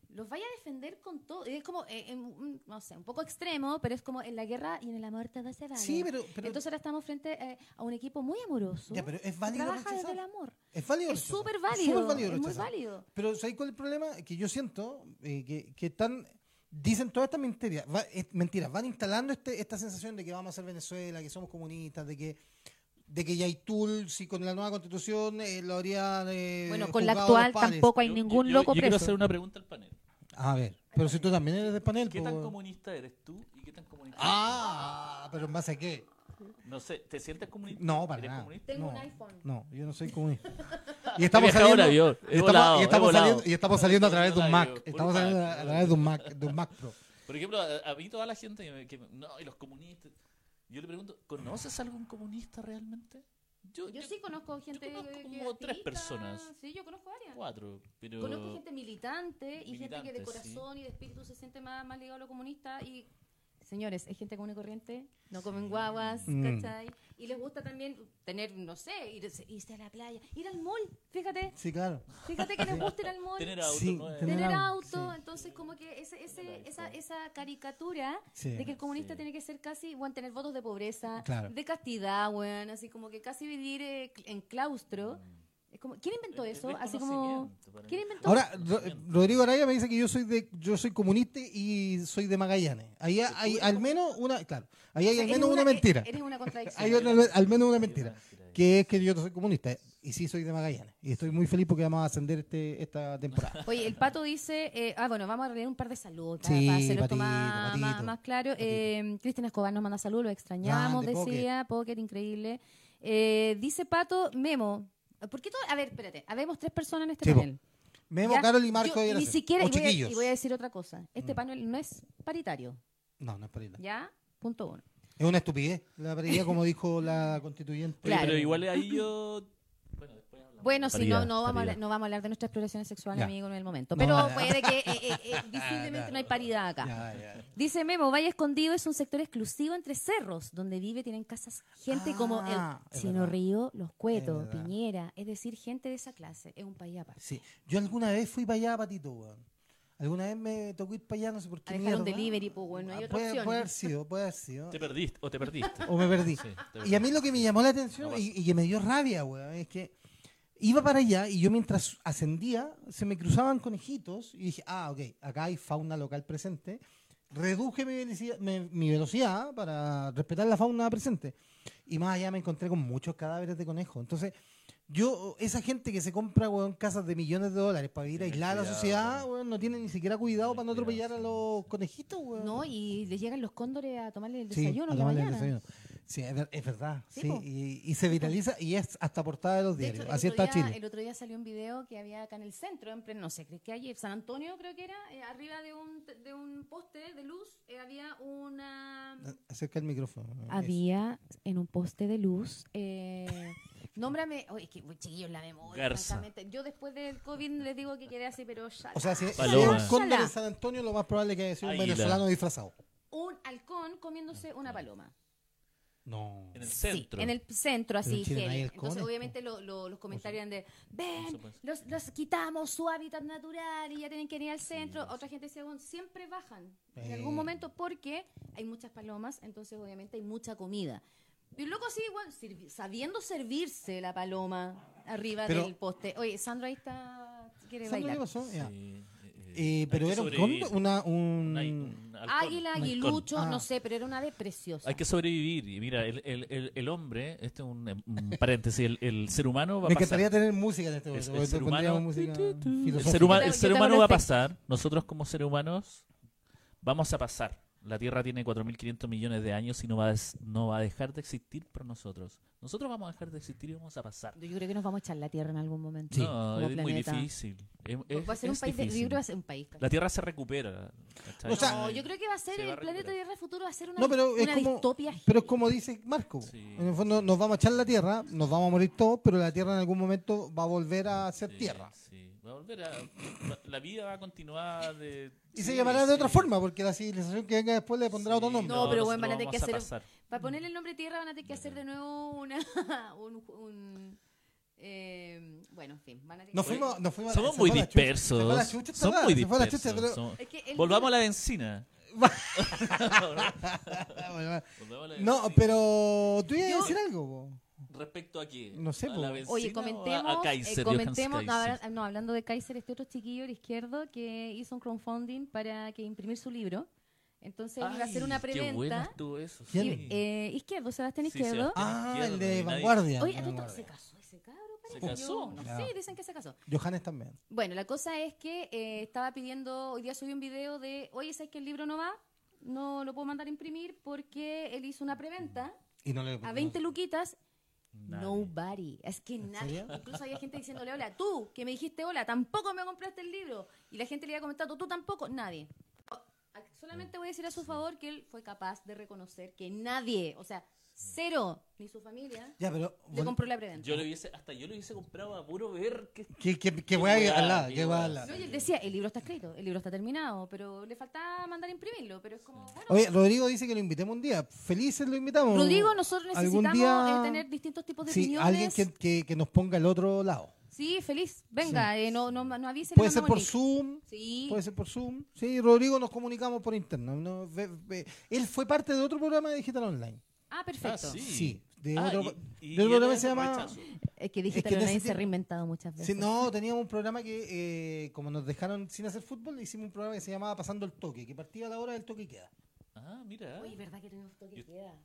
[SPEAKER 2] los vaya a defender con todo. Es como, eh, en un- no sé, un poco extremo, pero es como en la guerra y en el amor todo se vale.
[SPEAKER 1] Sí, pero, pero-
[SPEAKER 2] Entonces ahora estamos frente eh, a un equipo muy amoroso.
[SPEAKER 1] Ya, pero es
[SPEAKER 2] que
[SPEAKER 1] válido
[SPEAKER 2] Trabaja desde
[SPEAKER 1] rechazar.
[SPEAKER 2] el amor.
[SPEAKER 1] es válido.
[SPEAKER 2] Es
[SPEAKER 1] rechazar.
[SPEAKER 2] súper
[SPEAKER 1] Es
[SPEAKER 2] válido.
[SPEAKER 1] súper válido
[SPEAKER 2] es muy
[SPEAKER 1] rechazar.
[SPEAKER 2] válido.
[SPEAKER 1] Pero ¿sabéis cuál es el problema? Que yo siento eh, que, que están... Dicen todas estas mentiras, va- es- mentiras, van instalando este, esta sensación de que vamos a ser Venezuela, que somos comunistas, de que de que Yaitul, si con la nueva constitución eh, lo harían... eh,
[SPEAKER 2] Bueno, con la
[SPEAKER 1] juzgado los
[SPEAKER 2] actual
[SPEAKER 1] pares.
[SPEAKER 2] tampoco hay
[SPEAKER 3] Yo-
[SPEAKER 2] ningún
[SPEAKER 3] yo- yo-
[SPEAKER 2] loco
[SPEAKER 3] yo quiero
[SPEAKER 2] preso.
[SPEAKER 3] hacer una pregunta al panel.
[SPEAKER 1] A ver, pero si tú también eres de panel,
[SPEAKER 3] ¿Qué
[SPEAKER 1] po,
[SPEAKER 3] tan
[SPEAKER 1] weón.
[SPEAKER 3] comunista eres tú y qué tan comunista?
[SPEAKER 1] Ah, pero en base a qué?
[SPEAKER 3] No sé, ¿te sientes comunista?
[SPEAKER 1] No, para
[SPEAKER 3] ¿Eres
[SPEAKER 1] nada.
[SPEAKER 3] comunista?
[SPEAKER 2] Tengo
[SPEAKER 1] no,
[SPEAKER 2] un iPhone.
[SPEAKER 1] No, yo no soy comunista. Y estamos
[SPEAKER 3] viajado en
[SPEAKER 1] saliendo,
[SPEAKER 3] avión,
[SPEAKER 1] y
[SPEAKER 3] he
[SPEAKER 1] estamos,
[SPEAKER 3] volado,
[SPEAKER 1] y
[SPEAKER 3] he
[SPEAKER 1] estamos
[SPEAKER 3] volado.
[SPEAKER 1] saliendo, y estamos saliendo a través de un
[SPEAKER 3] Puro
[SPEAKER 1] Mac.
[SPEAKER 3] Mac,
[SPEAKER 1] Estamos
[SPEAKER 3] puro
[SPEAKER 1] saliendo
[SPEAKER 3] Mac.
[SPEAKER 1] a través de un Mac, de un Mac Pro.
[SPEAKER 3] Por ejemplo, a, a mí toda la gente que me- que me- no, y los comunistas. Yo le pregunto, ¿conoces algún comunista realmente? Yo,
[SPEAKER 2] Yo
[SPEAKER 3] yo-
[SPEAKER 2] sí conozco gente...
[SPEAKER 3] conozco
[SPEAKER 2] que-
[SPEAKER 3] como
[SPEAKER 2] que
[SPEAKER 3] tres
[SPEAKER 2] activista,
[SPEAKER 3] personas.
[SPEAKER 2] Sí, yo conozco varias.
[SPEAKER 3] cuatro, pero
[SPEAKER 2] Conozco gente militante y gente que de
[SPEAKER 3] Militante, sí.
[SPEAKER 2] corazón y de espíritu se siente más, más ligado a lo comunista y señores, es gente común y corriente, no comen guaguas,
[SPEAKER 1] Mm.
[SPEAKER 2] ¿cachai? Y les gusta también tener, no sé, irse, irse a la playa, ir al mall, fíjate,
[SPEAKER 1] Sí, claro.
[SPEAKER 2] fíjate que les gusta ir al mall,
[SPEAKER 3] tener
[SPEAKER 2] tener,
[SPEAKER 3] auto
[SPEAKER 1] Sí,
[SPEAKER 3] no es-
[SPEAKER 1] tener-
[SPEAKER 2] auto,
[SPEAKER 1] sí.
[SPEAKER 2] entonces como que ese, ese, esa, esa caricatura
[SPEAKER 1] Sí.
[SPEAKER 2] de que el comunista
[SPEAKER 3] Sí.
[SPEAKER 2] tiene que ser casi, bueno, tener votos de pobreza,
[SPEAKER 1] Claro.
[SPEAKER 2] de castidad, bueno, así como que casi vivir eh, cl- en claustro. Es como, ¿Quién inventó
[SPEAKER 3] Mm. Eh, Es- es
[SPEAKER 2] eso? Así como,
[SPEAKER 3] desconocimiento para
[SPEAKER 2] ¿quién
[SPEAKER 3] mí.
[SPEAKER 2] inventó
[SPEAKER 1] Ahora, Ro- Rodrigo Araya me dice que yo soy de, yo soy comunista y soy de Magallanes. Ahí hay al menos una, claro, ahí hay al
[SPEAKER 2] Eres
[SPEAKER 1] menos una mentira.
[SPEAKER 2] Eres una contradicción.
[SPEAKER 1] Hay una- al menos una mentira, que es que yo no soy comunista y sí soy de Magallanes. Y estoy muy feliz porque vamos a ascender este, esta temporada.
[SPEAKER 2] Oye, el pato dice, eh, ah, bueno, vamos a leer un par de saludos para
[SPEAKER 1] Sí,
[SPEAKER 2] hacerlo
[SPEAKER 1] patito,
[SPEAKER 2] esto más,
[SPEAKER 1] patito,
[SPEAKER 2] más- más claro.
[SPEAKER 1] patito.
[SPEAKER 2] Eh, Cristian Escobar nos manda saludos, lo extrañamos,
[SPEAKER 1] Grande,
[SPEAKER 2] decía, póker, increíble. Eh, dice Pato, Memo, ¿por qué todo? A ver, espérate, habemos tres personas en este
[SPEAKER 1] Sí, po.
[SPEAKER 2] panel.
[SPEAKER 1] Memo,
[SPEAKER 2] ¿ya?
[SPEAKER 1] Carol y Marco
[SPEAKER 2] Yo
[SPEAKER 1] eran
[SPEAKER 2] ni
[SPEAKER 1] así,
[SPEAKER 2] siquiera,
[SPEAKER 1] o
[SPEAKER 2] y voy, a,
[SPEAKER 1] chiquillos.
[SPEAKER 2] y voy a decir otra cosa. Este
[SPEAKER 1] Mm.
[SPEAKER 2] panel no es paritario,
[SPEAKER 1] No, no es paridad.
[SPEAKER 2] ¿ya? Punto uno.
[SPEAKER 1] Es una estupidez. La paridad, como dijo la constituyente.
[SPEAKER 2] Claro.
[SPEAKER 3] Pero igual ahí yo. Bueno, después hablamos.
[SPEAKER 2] Bueno, si no,
[SPEAKER 5] Paridad,
[SPEAKER 2] no, vamos a,
[SPEAKER 5] paridad.
[SPEAKER 2] hablar- no vamos a hablar de nuestras exploraciones sexuales,
[SPEAKER 1] Ya.
[SPEAKER 2] amigo, en el momento.
[SPEAKER 1] No, Ah,
[SPEAKER 2] Pero
[SPEAKER 1] ya.
[SPEAKER 2] puede que eh, eh, eh, visiblemente no hay paridad acá.
[SPEAKER 1] Ya, ya.
[SPEAKER 2] Dice Memo, Valle Escondido es un sector exclusivo entre cerros, donde vive, tienen casas gente como
[SPEAKER 1] Ah,
[SPEAKER 2] el
[SPEAKER 1] es
[SPEAKER 2] Chino
[SPEAKER 1] verdad.
[SPEAKER 2] Río, Los Cuetos,
[SPEAKER 1] verdad.
[SPEAKER 2] Piñera, es decir, gente de esa clase, es un país aparte.
[SPEAKER 1] Sí. Yo alguna vez fui para allá, patito, weón. Alguna vez me tocó ir para allá, no sé por qué.
[SPEAKER 2] A dejar un
[SPEAKER 1] mierda.
[SPEAKER 2] delivery, pues bueno, hay
[SPEAKER 1] Ah,
[SPEAKER 2] otra
[SPEAKER 1] puede,
[SPEAKER 2] opción.
[SPEAKER 1] puede haber sido, puede haber sido.
[SPEAKER 3] Te perdiste, o te perdiste.
[SPEAKER 1] O me perdí.
[SPEAKER 3] Sí, te
[SPEAKER 1] Y a mí lo que me llamó la atención
[SPEAKER 3] No pasa.
[SPEAKER 1] y, y que me dio rabia, weón, es que iba para allá y yo mientras ascendía se me cruzaban conejitos y dije, ah, ok, acá hay fauna local presente. Reduje mi velocidad, me- mi velocidad para respetar la fauna presente. Y más allá me encontré con muchos cadáveres de conejo. Entonces, yo, esa gente que se compra, weón, casas de millones de dólares para vivir
[SPEAKER 5] Tener
[SPEAKER 1] aislada de la
[SPEAKER 5] cuidado,
[SPEAKER 1] sociedad,
[SPEAKER 5] también.
[SPEAKER 1] weón, no tiene ni siquiera cuidado
[SPEAKER 5] Tener
[SPEAKER 1] para no
[SPEAKER 5] cuidado,
[SPEAKER 1] atropellar a los conejitos, weón.
[SPEAKER 2] No, y les llegan los cóndores a tomarle el
[SPEAKER 1] Sí, a
[SPEAKER 2] desayuno en la
[SPEAKER 1] tomarle el
[SPEAKER 2] mañana.
[SPEAKER 1] desayuno. Sí, es, ver- es verdad.
[SPEAKER 2] Sí,
[SPEAKER 1] Sí,
[SPEAKER 2] po.
[SPEAKER 1] y, y se viraliza y es hasta portada de los
[SPEAKER 2] De
[SPEAKER 1] diarios.
[SPEAKER 2] hecho, el
[SPEAKER 1] Así
[SPEAKER 2] otro
[SPEAKER 1] está
[SPEAKER 2] día-
[SPEAKER 1] Chile.
[SPEAKER 2] El otro día salió un video que había acá en el centro, en pleno, no sé, creo que ayer, San Antonio creo que era, eh, arriba de un, de un poste de luz eh, había una...
[SPEAKER 1] Ah, Acerca el micrófono.
[SPEAKER 2] Ah, Había en un poste de luz. Eh, nómbrame. Oye, es que uy, chiquillos la memoria.
[SPEAKER 3] Garza.
[SPEAKER 2] francamente. Yo después del COVID les digo que quedé así, pero ya.
[SPEAKER 1] O sea, si, si
[SPEAKER 3] Paloma.
[SPEAKER 1] hay un cóndor
[SPEAKER 2] Ojalá.
[SPEAKER 1] en San Antonio, lo más probable es que haya sido un
[SPEAKER 3] Águila.
[SPEAKER 1] venezolano disfrazado.
[SPEAKER 2] un halcón comiéndose una paloma.
[SPEAKER 1] No.
[SPEAKER 3] En el
[SPEAKER 2] Sí,
[SPEAKER 3] centro.
[SPEAKER 2] en el
[SPEAKER 1] Pero
[SPEAKER 2] centro, así.
[SPEAKER 1] en Chile no
[SPEAKER 2] heavy.
[SPEAKER 1] hay
[SPEAKER 2] Entonces,
[SPEAKER 1] halcones,
[SPEAKER 2] obviamente, lo- lo- los comentarios eran de: ven,
[SPEAKER 3] Eso pasa.
[SPEAKER 2] los, los quitamos su hábitat natural y ya tienen que ir al centro. Otra gente decía: "Bueno, siempre bajan en algún
[SPEAKER 1] Eh.
[SPEAKER 2] momento porque hay muchas palomas, entonces, obviamente, hay mucha comida. Y luego sí, igual, sirvi- sabiendo servirse la paloma arriba
[SPEAKER 1] Pero-
[SPEAKER 2] del poste. Oye, Sandra ahí está, quiere
[SPEAKER 1] ¿Saben lo que
[SPEAKER 2] bailar.
[SPEAKER 1] pasó? Ya.
[SPEAKER 3] Sí, eh,
[SPEAKER 1] Eh,
[SPEAKER 3] hay
[SPEAKER 1] pero
[SPEAKER 3] que
[SPEAKER 1] era un
[SPEAKER 3] sobrevivir.
[SPEAKER 1] cóndor, una, un...
[SPEAKER 3] Un ai- un halcón,
[SPEAKER 2] Águila,
[SPEAKER 3] un halcón.
[SPEAKER 2] aguilucho,
[SPEAKER 1] Ah.
[SPEAKER 2] no sé, pero era una ave preciosa.
[SPEAKER 3] Hay que sobrevivir. Y mira, el, el, el, el hombre, este es un, un paréntesis, el, el ser humano va a
[SPEAKER 1] Me
[SPEAKER 3] pasar.
[SPEAKER 1] encantaría tener música en este momento.
[SPEAKER 3] Es- el
[SPEAKER 1] porque
[SPEAKER 3] ser
[SPEAKER 1] pondríamos
[SPEAKER 3] humano-
[SPEAKER 1] música
[SPEAKER 3] El
[SPEAKER 1] filosófica.
[SPEAKER 3] ser, huma-
[SPEAKER 2] Yo
[SPEAKER 3] el
[SPEAKER 2] te-
[SPEAKER 3] ser
[SPEAKER 2] yo te
[SPEAKER 3] humano va a
[SPEAKER 2] perfecto.
[SPEAKER 3] pasar. Nosotros como seres humanos vamos a pasar. La Tierra tiene 4.500 millones de años y no va, a des- no va a dejar de existir por nosotros. Nosotros vamos a dejar de existir y vamos a pasar.
[SPEAKER 2] Yo creo que nos vamos a echar la tierra en algún momento.
[SPEAKER 3] No,
[SPEAKER 2] como
[SPEAKER 3] es muy
[SPEAKER 2] planeta.
[SPEAKER 3] difícil. Es- es-
[SPEAKER 2] va a ser un
[SPEAKER 3] es
[SPEAKER 2] país de, yo
[SPEAKER 3] difícil.
[SPEAKER 2] creo que va a ser un país.
[SPEAKER 3] La Tierra se recupera. ¿cachai?
[SPEAKER 1] O sea-
[SPEAKER 2] no, yo creo que va a ser
[SPEAKER 3] se va a
[SPEAKER 2] el planeta
[SPEAKER 3] recuperar.
[SPEAKER 2] Tierra futuro, va a ser una,
[SPEAKER 1] No, pero es
[SPEAKER 2] una
[SPEAKER 1] como-
[SPEAKER 2] distopia.
[SPEAKER 1] Pero es como dice Marco.
[SPEAKER 3] Sí.
[SPEAKER 1] En el fondo nos vamos a echar la tierra, nos vamos a morir todos, pero la tierra en algún momento va a volver a ser
[SPEAKER 3] Sí,
[SPEAKER 1] tierra.
[SPEAKER 3] sí. Va a volver a- va- la vida va a continuar de...
[SPEAKER 1] Y
[SPEAKER 3] sí,
[SPEAKER 1] se llamará de otra
[SPEAKER 3] sí.
[SPEAKER 1] forma, porque la civilización que venga después le pondrá
[SPEAKER 3] Sí,
[SPEAKER 1] otro nombre.
[SPEAKER 2] No, pero bueno,
[SPEAKER 3] nosotros
[SPEAKER 2] van a tener
[SPEAKER 3] vamos
[SPEAKER 2] que hacer-
[SPEAKER 3] pasar.
[SPEAKER 2] Para ponerle el nombre Tierra van a tener que hacer de nuevo una, un, un, eh, bueno, en fin, van a tener
[SPEAKER 1] Nos
[SPEAKER 2] que-
[SPEAKER 1] fuimos, nos fuimos a la-
[SPEAKER 3] Somos
[SPEAKER 1] se
[SPEAKER 3] muy
[SPEAKER 1] fue la chucha, se fue la
[SPEAKER 3] dispersos.
[SPEAKER 1] chucha esta
[SPEAKER 3] Somos
[SPEAKER 1] weá,
[SPEAKER 3] muy
[SPEAKER 1] se fue la chucha,
[SPEAKER 3] dispersos.
[SPEAKER 1] pero-
[SPEAKER 3] somos-
[SPEAKER 2] Es que el-
[SPEAKER 3] Volvamos a la encina. Volvamos a la
[SPEAKER 1] No,
[SPEAKER 3] bencina.
[SPEAKER 1] pero tú ibas
[SPEAKER 2] Yo-
[SPEAKER 1] a decir algo. po.
[SPEAKER 3] ¿Respecto a qué?
[SPEAKER 1] No sé,
[SPEAKER 3] ¿A
[SPEAKER 1] po.
[SPEAKER 3] la
[SPEAKER 2] Oye,
[SPEAKER 3] bencina o
[SPEAKER 2] comentemos,
[SPEAKER 3] a- a Kaiser,
[SPEAKER 2] eh,
[SPEAKER 3] Johannes
[SPEAKER 2] comentemos no,
[SPEAKER 3] Kaiser?
[SPEAKER 2] habla- no, hablando de Kaiser, este otro chiquillo, el izquierdo, que hizo un crowdfunding para que imprimir su libro. Entonces él iba a hacer
[SPEAKER 3] Ay,
[SPEAKER 2] una
[SPEAKER 3] Qué bueno
[SPEAKER 2] preventa.
[SPEAKER 3] estuvo eso.
[SPEAKER 1] ¿Quién?
[SPEAKER 2] Y, eh, izquierdo, Sebastián
[SPEAKER 3] Sí,
[SPEAKER 2] Izquierdo.
[SPEAKER 3] Sebastián.
[SPEAKER 1] Ah,
[SPEAKER 3] izquierda,
[SPEAKER 1] el
[SPEAKER 3] no
[SPEAKER 1] de
[SPEAKER 3] hay nadie.
[SPEAKER 1] Vanguardia.
[SPEAKER 2] Oye,
[SPEAKER 1] de
[SPEAKER 2] ¿a ti to- se
[SPEAKER 1] Vanguardia.
[SPEAKER 2] casó ese cabro?
[SPEAKER 3] ¿Se
[SPEAKER 2] Yo
[SPEAKER 3] casó?
[SPEAKER 2] No
[SPEAKER 1] Ya.
[SPEAKER 2] sé, dicen que se casó.
[SPEAKER 1] Johannes también.
[SPEAKER 2] Bueno, la cosa es que eh, estaba pidiendo, hoy día subí un video de, oye, ¿sabes que el libro no va? No lo puedo mandar a imprimir porque él hizo una preventa
[SPEAKER 1] Y Mm. no le
[SPEAKER 2] a 20 luquitas.
[SPEAKER 3] Nadie.
[SPEAKER 2] Nobody. Es que nadie.
[SPEAKER 1] serio?
[SPEAKER 2] Incluso había gente diciéndole, hola, tú, que me dijiste hola, tampoco me compraste el libro. Y la gente le había comentado, tú tampoco. Nadie. O- a-
[SPEAKER 1] Mm.
[SPEAKER 2] Solamente voy a decir a su favor que él fue capaz de reconocer que nadie, o sea, cero, ni su familia,
[SPEAKER 1] Ya, pero.
[SPEAKER 2] le compró la preventa.
[SPEAKER 3] Yo le hubiese, hasta yo le hubiese comprado a puro ver que...
[SPEAKER 1] ¿Qué, qué, qué
[SPEAKER 3] Qué
[SPEAKER 1] weá hay
[SPEAKER 3] weá,
[SPEAKER 1] al lado?
[SPEAKER 3] qué
[SPEAKER 1] ¿Qué
[SPEAKER 3] weá.
[SPEAKER 1] weá al lado?
[SPEAKER 2] No, y él decía, el libro está escrito, el libro está terminado, pero le faltaba mandar a imprimirlo, pero es como, bueno,
[SPEAKER 1] Oye, Rodrigo dice que lo invitemos un día. Felices lo invitamos.
[SPEAKER 2] Rodrigo, nosotros
[SPEAKER 1] algún
[SPEAKER 2] necesitamos
[SPEAKER 1] día-
[SPEAKER 2] eh, tener distintos tipos de
[SPEAKER 1] Sí,
[SPEAKER 2] opiniones.
[SPEAKER 1] alguien que, que, que nos ponga al otro lado.
[SPEAKER 2] Sí, feliz, venga, eh, no, no, no avise.
[SPEAKER 1] Puede ser por Zoom.
[SPEAKER 2] Sí,
[SPEAKER 1] Puede ser por Zoom. Sí, Rodrigo nos comunicamos por interno. No, ve- ve- Él fue parte de otro programa de Digital Online.
[SPEAKER 2] ah, perfecto.
[SPEAKER 3] Ah, sí.
[SPEAKER 1] Sí, de
[SPEAKER 3] Ah,
[SPEAKER 1] otro,
[SPEAKER 3] y- y
[SPEAKER 1] de otro
[SPEAKER 3] era
[SPEAKER 1] programa que se
[SPEAKER 3] un
[SPEAKER 1] llama...
[SPEAKER 3] rechazo.
[SPEAKER 2] Es que Digital
[SPEAKER 1] en ese
[SPEAKER 2] Online se ha
[SPEAKER 1] tiempo-
[SPEAKER 2] reinventado muchas veces.
[SPEAKER 1] Sí, no, teníamos un programa que, eh, como nos dejaron sin hacer fútbol, hicimos un programa que se llamaba Pasando el Toque, que partía a la hora del toque y queda.
[SPEAKER 3] Ah, mira.
[SPEAKER 2] Oye, ¿verdad que tenemos toque de
[SPEAKER 3] Yo-
[SPEAKER 2] queda?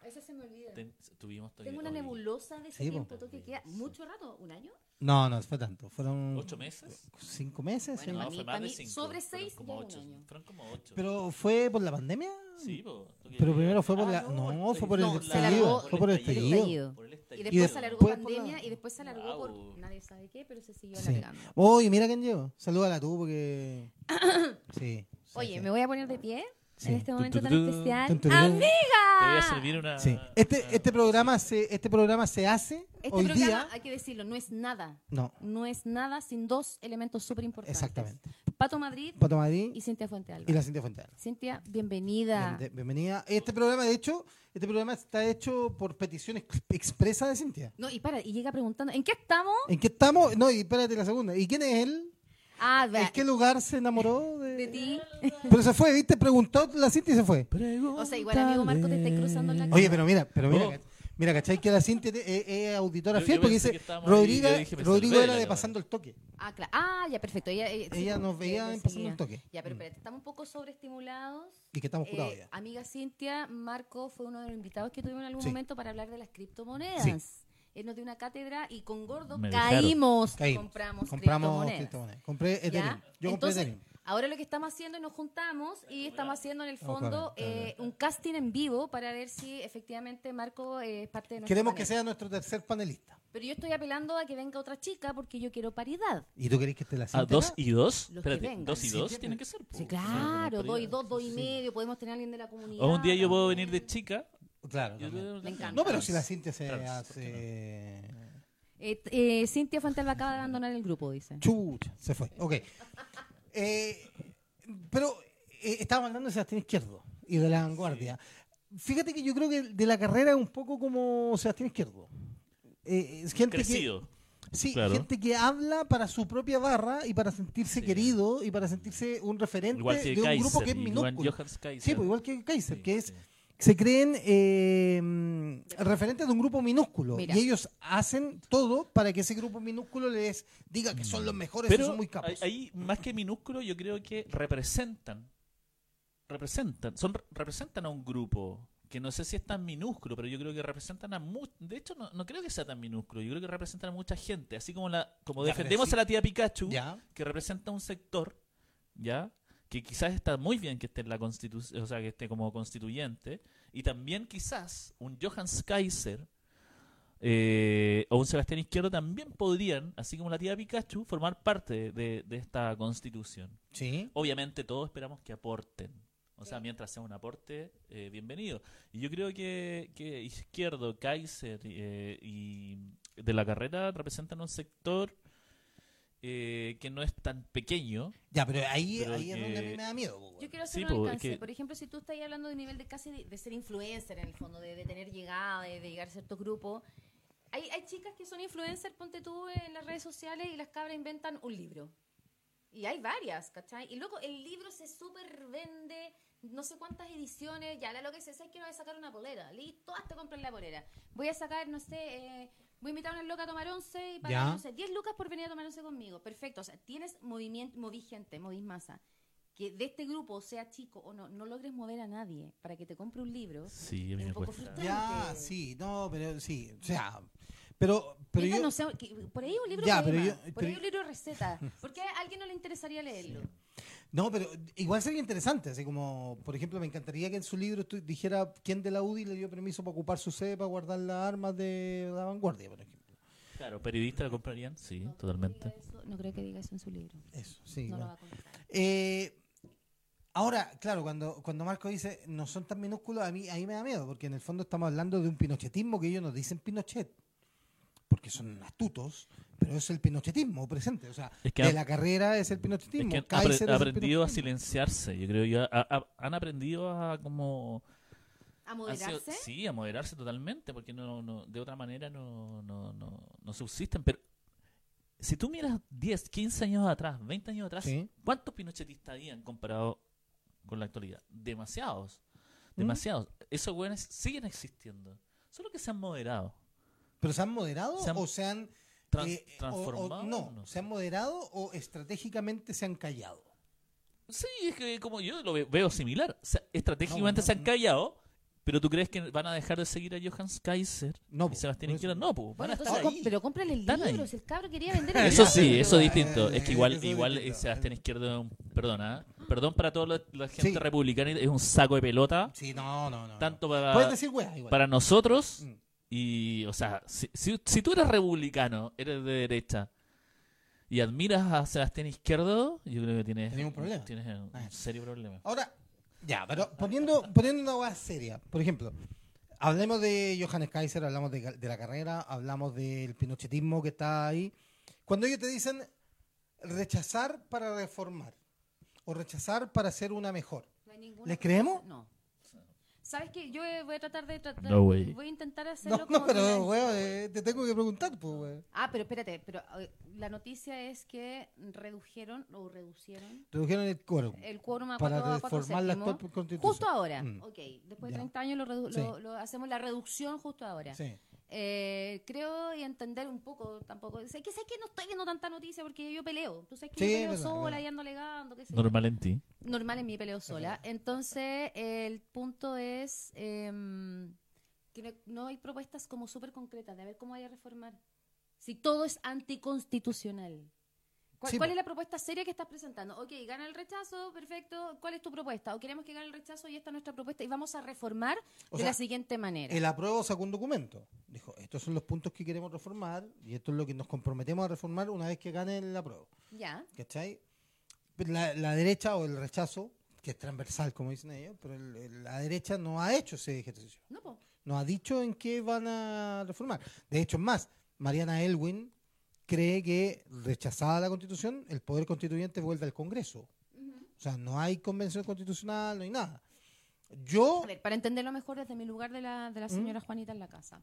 [SPEAKER 2] A veces se me olvida.
[SPEAKER 3] Ten- tuvimos todavía-
[SPEAKER 2] Tengo una
[SPEAKER 3] oye,
[SPEAKER 2] nebulosa de ese
[SPEAKER 1] Sí,
[SPEAKER 2] tiempo,
[SPEAKER 1] pues.
[SPEAKER 2] todo que queda mucho rato, un año.
[SPEAKER 1] No, no fue tanto. Fueron.
[SPEAKER 3] ¿Ocho meses?
[SPEAKER 1] ¿Cinco meses? sí.
[SPEAKER 2] Bueno, para mí-
[SPEAKER 3] fue más
[SPEAKER 2] para
[SPEAKER 3] de
[SPEAKER 2] mí,
[SPEAKER 3] cinco.
[SPEAKER 2] sobre
[SPEAKER 3] fueron
[SPEAKER 2] seis,
[SPEAKER 3] como
[SPEAKER 2] ya un
[SPEAKER 3] ocho,
[SPEAKER 2] año.
[SPEAKER 3] Fueron como ocho.
[SPEAKER 1] ¿Pero fue por la pandemia?
[SPEAKER 3] sí, po, tú Ah, que-
[SPEAKER 1] Pero primero fue por la- no, fue por el
[SPEAKER 2] No, se alargó
[SPEAKER 1] estallido, fue por el estallido.
[SPEAKER 3] Por el estallido.
[SPEAKER 2] Y después
[SPEAKER 1] de-
[SPEAKER 2] se alargó
[SPEAKER 1] después por
[SPEAKER 2] pandemia
[SPEAKER 1] la-
[SPEAKER 2] y después se alargó
[SPEAKER 3] Wow.
[SPEAKER 2] por nadie sabe qué, pero se siguió
[SPEAKER 1] Sí.
[SPEAKER 2] alargando.
[SPEAKER 1] Oye, mira quién llegó. Salúdala tú porque. Sí. sí,
[SPEAKER 2] Oye,
[SPEAKER 1] sí.
[SPEAKER 2] me voy a poner de pie
[SPEAKER 1] Sí.
[SPEAKER 2] en este momento tan
[SPEAKER 3] Tun, tun,
[SPEAKER 2] especial.
[SPEAKER 1] tun, tun, tun.
[SPEAKER 2] ¡Amiga!
[SPEAKER 3] Te voy a servir una.
[SPEAKER 1] Sí.
[SPEAKER 3] Ah,
[SPEAKER 1] Este, este, programa se, este programa se hace
[SPEAKER 2] Este
[SPEAKER 1] hoy
[SPEAKER 2] programa,
[SPEAKER 1] día.
[SPEAKER 2] hay que decirlo, no es nada.
[SPEAKER 1] No,
[SPEAKER 2] No es nada sin dos elementos súper importantes.
[SPEAKER 1] exactamente.
[SPEAKER 2] Pato Madrid
[SPEAKER 1] Pato Madrid
[SPEAKER 2] y Cintia Fuentealba.
[SPEAKER 1] y la Cintia Fuente.
[SPEAKER 2] Cintia, bienvenida.
[SPEAKER 1] Bien- bienvenida. Este programa, de hecho, este programa está hecho por petición ex- expresa de Cintia.
[SPEAKER 2] No, y para, y llega preguntando, ¿en qué estamos?
[SPEAKER 1] ¿En qué estamos? No, y espérate la segunda. ¿Y quién es él?
[SPEAKER 2] Ah,
[SPEAKER 1] ¿En
[SPEAKER 2] vea,
[SPEAKER 1] qué lugar se enamoró de,
[SPEAKER 2] de ti.
[SPEAKER 1] Pero se fue, ¿viste? Preguntó la Cintia y se fue.
[SPEAKER 2] O sea, igual amigo Marco te está cruzando en la
[SPEAKER 1] Oye, pero mira, pero mira,
[SPEAKER 3] Oh.
[SPEAKER 1] cach- mira, ¿cachai? Que la Cintia te- es es auditora
[SPEAKER 3] Yo- yo
[SPEAKER 1] fiel porque
[SPEAKER 3] pensé
[SPEAKER 1] dice
[SPEAKER 3] que estábamos ahí,
[SPEAKER 1] Rodrigo,
[SPEAKER 3] yo dije, me
[SPEAKER 1] Rodrigo
[SPEAKER 3] salvé de
[SPEAKER 1] era
[SPEAKER 3] la
[SPEAKER 1] de
[SPEAKER 3] llamada.
[SPEAKER 1] Pasando el Toque.
[SPEAKER 2] Ah, claro. Ah, ya, perfecto. Ella, eh, sí,
[SPEAKER 1] Ella nos
[SPEAKER 2] porque
[SPEAKER 1] veía
[SPEAKER 2] te
[SPEAKER 1] en Pasando
[SPEAKER 2] seguía.
[SPEAKER 1] el Toque. Mm.
[SPEAKER 2] Ya, pero espérate, estamos un poco sobreestimulados.
[SPEAKER 1] Y que estamos curados
[SPEAKER 2] Eh,
[SPEAKER 1] ya.
[SPEAKER 2] amiga Cintia, Marco fue uno de los invitados que tuvimos en algún
[SPEAKER 1] Sí.
[SPEAKER 2] momento para hablar de las criptomonedas. Él nos dio una cátedra y con Gordo
[SPEAKER 3] Me dejaron.
[SPEAKER 2] caímos,
[SPEAKER 1] Caímos.
[SPEAKER 2] compramos,
[SPEAKER 1] Compramos
[SPEAKER 2] criptomonedas.
[SPEAKER 1] criptomonedas. Compré
[SPEAKER 2] ¿Ya?
[SPEAKER 1] Ethereum. Yo compré
[SPEAKER 2] Entonces,
[SPEAKER 1] Ethereum.
[SPEAKER 2] ahora lo que estamos haciendo es nos juntamos y estamos haciendo en el
[SPEAKER 1] Vamos a
[SPEAKER 2] fondo
[SPEAKER 1] cobrar,
[SPEAKER 2] eh, un casting en vivo para ver si efectivamente Marco eh, es parte de nuestro
[SPEAKER 1] Queremos que
[SPEAKER 2] panel.
[SPEAKER 1] sea nuestro tercer panelista.
[SPEAKER 2] Pero yo estoy apelando a que venga otra chica porque yo quiero paridad.
[SPEAKER 1] ¿Y tú querés que te la
[SPEAKER 3] ¿A
[SPEAKER 1] Cintia
[SPEAKER 3] dos
[SPEAKER 1] acá?
[SPEAKER 3] y dos?
[SPEAKER 2] que
[SPEAKER 3] Espérate,
[SPEAKER 2] vengan.
[SPEAKER 3] dos y
[SPEAKER 2] Sí,
[SPEAKER 3] dos
[SPEAKER 1] tiene-
[SPEAKER 3] tiene que ser. po.
[SPEAKER 2] Sí,
[SPEAKER 3] O sea,
[SPEAKER 2] claro,
[SPEAKER 3] como
[SPEAKER 2] dos y
[SPEAKER 3] prioridad.
[SPEAKER 2] dos, dos y medio, podemos tener a alguien de la comunidad.
[SPEAKER 3] O un día yo puedo venir de
[SPEAKER 2] también.
[SPEAKER 3] chica.
[SPEAKER 1] Claro.
[SPEAKER 3] yo-
[SPEAKER 1] también.
[SPEAKER 2] Me encanta.
[SPEAKER 1] No, pero si la Cintia se
[SPEAKER 3] Trans, ¿por
[SPEAKER 1] hace.
[SPEAKER 2] Eh, t- eh, Cintia Fuentealba acaba de abandonar el grupo, dice.
[SPEAKER 1] Chucha, se fue. Ok. Eh, pero eh, estábamos hablando de Sebastián Izquierdo y de la vanguardia. Fíjate que yo creo que de la carrera es un poco como Sebastián Izquierdo. Eh, es gente
[SPEAKER 3] Crecido.
[SPEAKER 1] Que, sí,
[SPEAKER 3] claro.
[SPEAKER 1] gente que habla para su propia barra y para sentirse
[SPEAKER 3] Sí.
[SPEAKER 1] querido y para sentirse un referente
[SPEAKER 3] Igual que
[SPEAKER 1] de un grupo
[SPEAKER 3] Kaiser,
[SPEAKER 1] que es
[SPEAKER 3] igual
[SPEAKER 1] minúsculo.
[SPEAKER 3] Johannes Kaiser.
[SPEAKER 1] Sí, pues igual que Kaiser,
[SPEAKER 3] Sí,
[SPEAKER 1] que es
[SPEAKER 3] sí.
[SPEAKER 1] se creen eh, mm, referentes de un grupo minúsculo
[SPEAKER 2] Mira.
[SPEAKER 1] y ellos hacen todo para que ese grupo minúsculo les diga que son los mejores y
[SPEAKER 3] Mm. Pero
[SPEAKER 1] son muy capos.
[SPEAKER 3] ahí- ahí, más que minúsculo, yo creo que representan. Representan. Son, representan a un grupo. Que no sé si es tan minúsculo, pero yo creo que representan a much- De hecho, no, no creo que sea tan minúsculo. Yo creo que representan a mucha gente. Así como la como
[SPEAKER 1] Ya, pero
[SPEAKER 3] defendemos
[SPEAKER 1] sí.
[SPEAKER 3] a la tía Pikachu,
[SPEAKER 1] ya,
[SPEAKER 3] que representa un sector, ¿ya? Que quizás está muy bien que esté en la constitución, o sea, que esté como constituyente, y también quizás un Johannes Kaiser eh, o un Sebastián Izquierdo también podrían, así como la tía Pikachu, formar parte de, de esta constitución.
[SPEAKER 1] sí.
[SPEAKER 3] Obviamente todos esperamos que aporten. O sea, mientras sea un aporte, eh, bienvenido. Y yo creo que, que Izquierdo, Kaiser eh, y de la carrera representan un sector eh, que no es tan pequeño.
[SPEAKER 1] Ya, pero ahí,
[SPEAKER 3] Pero
[SPEAKER 1] ahí es donde a mí
[SPEAKER 3] que-
[SPEAKER 1] me da miedo. po, weón.
[SPEAKER 2] Yo quiero hacer
[SPEAKER 3] Sí,
[SPEAKER 2] un
[SPEAKER 3] po, es
[SPEAKER 2] alcance.
[SPEAKER 3] que-
[SPEAKER 2] Por ejemplo, si tú estás hablando de nivel de casi de, de ser influencer en el fondo, de, de tener llegada, de, de llegar a ciertos grupos. Hay, hay chicas que son influencer, ponte tú en las redes sociales y las cabras inventan un libro. Y hay varias, ¿cachai? Y luego el libro se súper vende, no sé cuántas ediciones, ya la lo que se dice es que voy a sacar una polera, listo, hasta comprar la polera. Voy a sacar, no sé, eh, voy a invitar a una loca a tomar once y pagar,
[SPEAKER 1] Ya.
[SPEAKER 2] no sé, 10 lucas por venir a tomar once conmigo. Perfecto, o sea, tienes movimiento, movís gente, movís masa. Que de este grupo, sea chico o no, no logres mover a nadie para que te compre un libro.
[SPEAKER 3] Sí,
[SPEAKER 2] mí
[SPEAKER 3] a mí
[SPEAKER 2] me
[SPEAKER 3] me
[SPEAKER 2] poco
[SPEAKER 3] cuesta.
[SPEAKER 2] cuesta. frustrante.
[SPEAKER 1] Ya, sí, no, pero sí. O sea, pero, pero
[SPEAKER 2] Mira,
[SPEAKER 1] yo.
[SPEAKER 2] no sé, que- por ahí un libro
[SPEAKER 1] Ya,
[SPEAKER 2] de
[SPEAKER 1] pero
[SPEAKER 2] poema,
[SPEAKER 1] yo-
[SPEAKER 2] por ahí
[SPEAKER 1] pero-
[SPEAKER 2] un libro de recetas. ¿Por qué a alguien no le interesaría leerlo?
[SPEAKER 1] No, pero igual sería interesante. Así como, por ejemplo, me encantaría que en su libro tú dijera quién de la UDI le dio permiso para ocupar su sede para guardar las armas de la vanguardia, por ejemplo.
[SPEAKER 3] Claro, periodistas la comprarían, sí,
[SPEAKER 2] No creo que
[SPEAKER 3] totalmente.
[SPEAKER 2] diga eso- no creo que diga eso en su libro.
[SPEAKER 1] Eso, sí.
[SPEAKER 2] no
[SPEAKER 1] bueno.
[SPEAKER 2] lo va a contar.
[SPEAKER 1] Eh, ahora, claro, cuando, cuando Marco dice no son tan minúsculos, a mí, a mí me da miedo, porque en el fondo estamos hablando de un pinochetismo que ellos nos dicen Pinochet, porque son astutos, pero es el pinochetismo presente. O sea,
[SPEAKER 3] Es que
[SPEAKER 1] de
[SPEAKER 3] ha-
[SPEAKER 1] la carrera es el
[SPEAKER 3] Es
[SPEAKER 1] pinochetismo.
[SPEAKER 3] que han
[SPEAKER 1] Kaiser
[SPEAKER 3] apre-
[SPEAKER 1] es el
[SPEAKER 3] aprendido a
[SPEAKER 1] pinochetismo.
[SPEAKER 3] silenciarse, yo creo. Yo, a- a- han aprendido a como...
[SPEAKER 2] ¿A
[SPEAKER 3] ha sido-
[SPEAKER 2] moderarse?
[SPEAKER 3] sí, a moderarse totalmente, porque no, no- de otra manera no, no, no, no subsisten. Pero si tú miras 10, 15 años atrás, 20 años atrás,
[SPEAKER 1] Sí.
[SPEAKER 3] ¿cuántos pinochetistas habían comparado con la actualidad? Demasiados. Demasiados.
[SPEAKER 1] Mm.
[SPEAKER 3] Esos güeyes siguen existiendo. Solo que se han moderado.
[SPEAKER 1] ¿Pero se han moderado
[SPEAKER 3] Se han-
[SPEAKER 1] o se han...
[SPEAKER 3] Tran-
[SPEAKER 1] eh, o- o-
[SPEAKER 3] transformado.
[SPEAKER 1] no,
[SPEAKER 3] no
[SPEAKER 1] se han
[SPEAKER 3] sé.
[SPEAKER 1] moderado o estratégicamente se han callado.
[SPEAKER 3] Sí, es que como yo lo ve- veo similar. O sea, estratégicamente
[SPEAKER 1] No, no,
[SPEAKER 3] se han
[SPEAKER 1] no.
[SPEAKER 3] callado ¿Pero tú crees que van a dejar de seguir a Johannes Kaiser
[SPEAKER 1] No,
[SPEAKER 3] y
[SPEAKER 1] po,
[SPEAKER 3] Sebastián
[SPEAKER 1] por eso.
[SPEAKER 3] Inquiera? No, pues van
[SPEAKER 2] Bueno,
[SPEAKER 3] a estar
[SPEAKER 2] entonces
[SPEAKER 3] ahí.
[SPEAKER 2] com- Pero cómprale el
[SPEAKER 3] Están
[SPEAKER 2] libro,
[SPEAKER 3] ahí.
[SPEAKER 2] si el cabro quería vender el
[SPEAKER 3] Eso
[SPEAKER 2] libro.
[SPEAKER 3] sí, eso es distinto.
[SPEAKER 1] Eh,
[SPEAKER 3] Es que igual,
[SPEAKER 1] eso es
[SPEAKER 3] igual
[SPEAKER 1] distinto.
[SPEAKER 3] eh, Sebastián Izquierdo es un. Perdona, ¿eh? perdón para toda la, la gente
[SPEAKER 1] Sí.
[SPEAKER 3] republicana, es un saco de pelota.
[SPEAKER 1] Sí, no, no, no.
[SPEAKER 3] Tanto
[SPEAKER 1] no. Puedes
[SPEAKER 3] para,
[SPEAKER 1] decir weá igual.
[SPEAKER 3] para nosotros
[SPEAKER 1] Mm.
[SPEAKER 3] y. O sea, si, si, si tú eres republicano, eres de derecha y admiras a Sebastián Izquierdo, yo creo que tienes.
[SPEAKER 1] Tenía un problema.
[SPEAKER 3] Tienes un
[SPEAKER 1] Ah.
[SPEAKER 3] serio problema.
[SPEAKER 1] Ahora, ya, pero poniendo, poniendo una weá seria, por ejemplo, hablemos de Johannes Kaiser, hablamos de, de la carrera, hablamos del pinochetismo que está ahí. Cuando ellos te dicen rechazar para reformar o rechazar para hacer una mejor,
[SPEAKER 2] No hay ninguna
[SPEAKER 1] ¿les
[SPEAKER 2] cosa.
[SPEAKER 1] creemos?
[SPEAKER 2] No. ¿Sabes qué? Yo eh, voy a tratar de tratar.
[SPEAKER 3] No way.
[SPEAKER 2] voy a intentar hacerlo
[SPEAKER 1] No, no,
[SPEAKER 2] como
[SPEAKER 1] pero
[SPEAKER 2] una-
[SPEAKER 1] weón, eh, te tengo que preguntar, pues, weón.
[SPEAKER 2] Ah, pero espérate, pero eh, la noticia es que redujeron o reducieron
[SPEAKER 1] Redujeron el quórum
[SPEAKER 2] el quórum a
[SPEAKER 1] para
[SPEAKER 2] 4 a cuatro
[SPEAKER 1] reformar la
[SPEAKER 2] séptimos.
[SPEAKER 1] actual constitución.
[SPEAKER 2] Justo ahora,
[SPEAKER 1] Mm.
[SPEAKER 2] ok. Después de
[SPEAKER 1] Ya.
[SPEAKER 2] 30 años lo redu-
[SPEAKER 1] Sí.
[SPEAKER 2] lo- lo hacemos la reducción justo ahora.
[SPEAKER 1] Sí.
[SPEAKER 2] Eh, creo y entender un poco tampoco. Sé que sé que no estoy viendo tanta noticia porque yo peleo. Tú sabes
[SPEAKER 1] Sí,
[SPEAKER 2] que yo
[SPEAKER 1] es
[SPEAKER 2] peleo
[SPEAKER 1] verdad,
[SPEAKER 2] sola
[SPEAKER 1] verdad.
[SPEAKER 2] y ando alegando. qué sé yo.
[SPEAKER 3] Normal en ti.
[SPEAKER 2] Normal en mi peleo sola. Entonces, el punto es em, que no, no hay propuestas como súper concretas de a ver cómo hay a reformar. Si todo es anticonstitucional. ¿Cuál,
[SPEAKER 1] Sí,
[SPEAKER 2] cuál
[SPEAKER 1] po.
[SPEAKER 2] es la propuesta seria que estás presentando? Ok, gana el rechazo, perfecto. ¿Cuál es tu propuesta? O queremos que gane el rechazo y esta es nuestra propuesta y vamos a reformar
[SPEAKER 1] O
[SPEAKER 2] de
[SPEAKER 1] sea,
[SPEAKER 2] la siguiente manera.
[SPEAKER 1] El apruebo sacó un documento. Dijo, estos son los puntos que queremos reformar y esto es lo que nos comprometemos a reformar una vez que gane el apruebo.
[SPEAKER 2] Ya.
[SPEAKER 1] ¿Cachai? Pero La, la derecha o el rechazo, que es transversal como dicen ellos, pero el- el- la derecha no ha hecho ese ejercicio.
[SPEAKER 2] No, po.
[SPEAKER 1] No ha dicho en qué van a reformar. De hecho, es más, Mariana Elwin cree que rechazada la constitución, el poder constituyente vuelve al Congreso. O sea, no hay convención constitucional, no hay nada. Yo...
[SPEAKER 2] A ver, para entenderlo mejor desde mi lugar de la,
[SPEAKER 1] Mm.
[SPEAKER 2] de la señora Juanita en la casa.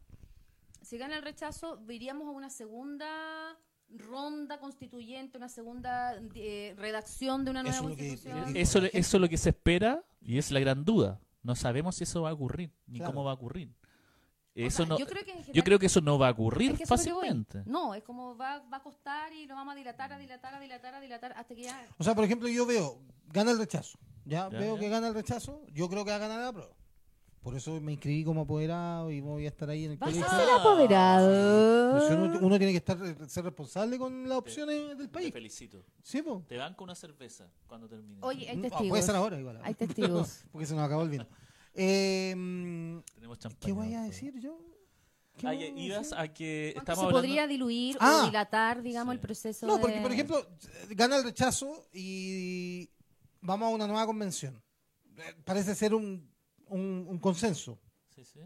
[SPEAKER 2] Si gana el rechazo, iríamos a una segunda ronda constituyente, una segunda eh, redacción de una nueva
[SPEAKER 1] Eso es lo que-
[SPEAKER 2] constitución.
[SPEAKER 1] eh,
[SPEAKER 3] Eso, le- eso es lo que se espera y es la gran duda. No sabemos si eso va a ocurrir ni
[SPEAKER 1] Claro.
[SPEAKER 3] cómo va a ocurrir.
[SPEAKER 2] O
[SPEAKER 3] Eso
[SPEAKER 2] sea,
[SPEAKER 3] no,
[SPEAKER 2] yo creo que, en general-
[SPEAKER 3] yo creo que eso no va a
[SPEAKER 2] es
[SPEAKER 3] ocurrir
[SPEAKER 2] que eso es lo que voy.
[SPEAKER 3] fácilmente.
[SPEAKER 2] No, es como va, va a costar y lo vamos a dilatar, a dilatar, a dilatar, a dilatar, hasta que ya...
[SPEAKER 1] O sea, por ejemplo, yo veo, gana el rechazo. Ya,
[SPEAKER 3] Ya,
[SPEAKER 1] veo
[SPEAKER 3] ya.
[SPEAKER 1] que gana el rechazo, yo creo que va a ganar la prueba. Por eso me inscribí como apoderado y voy a estar ahí en el
[SPEAKER 2] Vas
[SPEAKER 1] colegio.
[SPEAKER 2] a ser apoderado.
[SPEAKER 1] Pues Ah. uno, uno tiene que estar, ser responsable con las opciones del
[SPEAKER 3] Te
[SPEAKER 1] país.
[SPEAKER 3] felicito.
[SPEAKER 1] Sí, po.
[SPEAKER 3] Te banco una cerveza cuando termine.
[SPEAKER 2] Oye, eh, hay
[SPEAKER 1] Mm, ah,
[SPEAKER 2] testigos.
[SPEAKER 1] puede ser ahora igual.
[SPEAKER 2] Hay testigos.
[SPEAKER 1] Porque se nos acabó el vino. Eh, mm,
[SPEAKER 3] Tenemos champaña.
[SPEAKER 1] ¿Qué voy a
[SPEAKER 3] doctor.
[SPEAKER 1] decir yo? ¿Qué
[SPEAKER 3] pues. Ah,
[SPEAKER 1] voy
[SPEAKER 3] ya,
[SPEAKER 1] a
[SPEAKER 3] ibas
[SPEAKER 1] decir?
[SPEAKER 3] a que
[SPEAKER 2] ¿Cuánto
[SPEAKER 3] estamos
[SPEAKER 2] se
[SPEAKER 3] hablando-
[SPEAKER 2] podría diluir
[SPEAKER 1] Ah.
[SPEAKER 2] o dilatar, digamos,
[SPEAKER 3] Sí.
[SPEAKER 2] el proceso
[SPEAKER 1] No, porque
[SPEAKER 2] de-
[SPEAKER 1] por ejemplo, gana el rechazo y vamos a una nueva convención. Eh, Parece ser un- un- un consenso.
[SPEAKER 3] Sí, sí.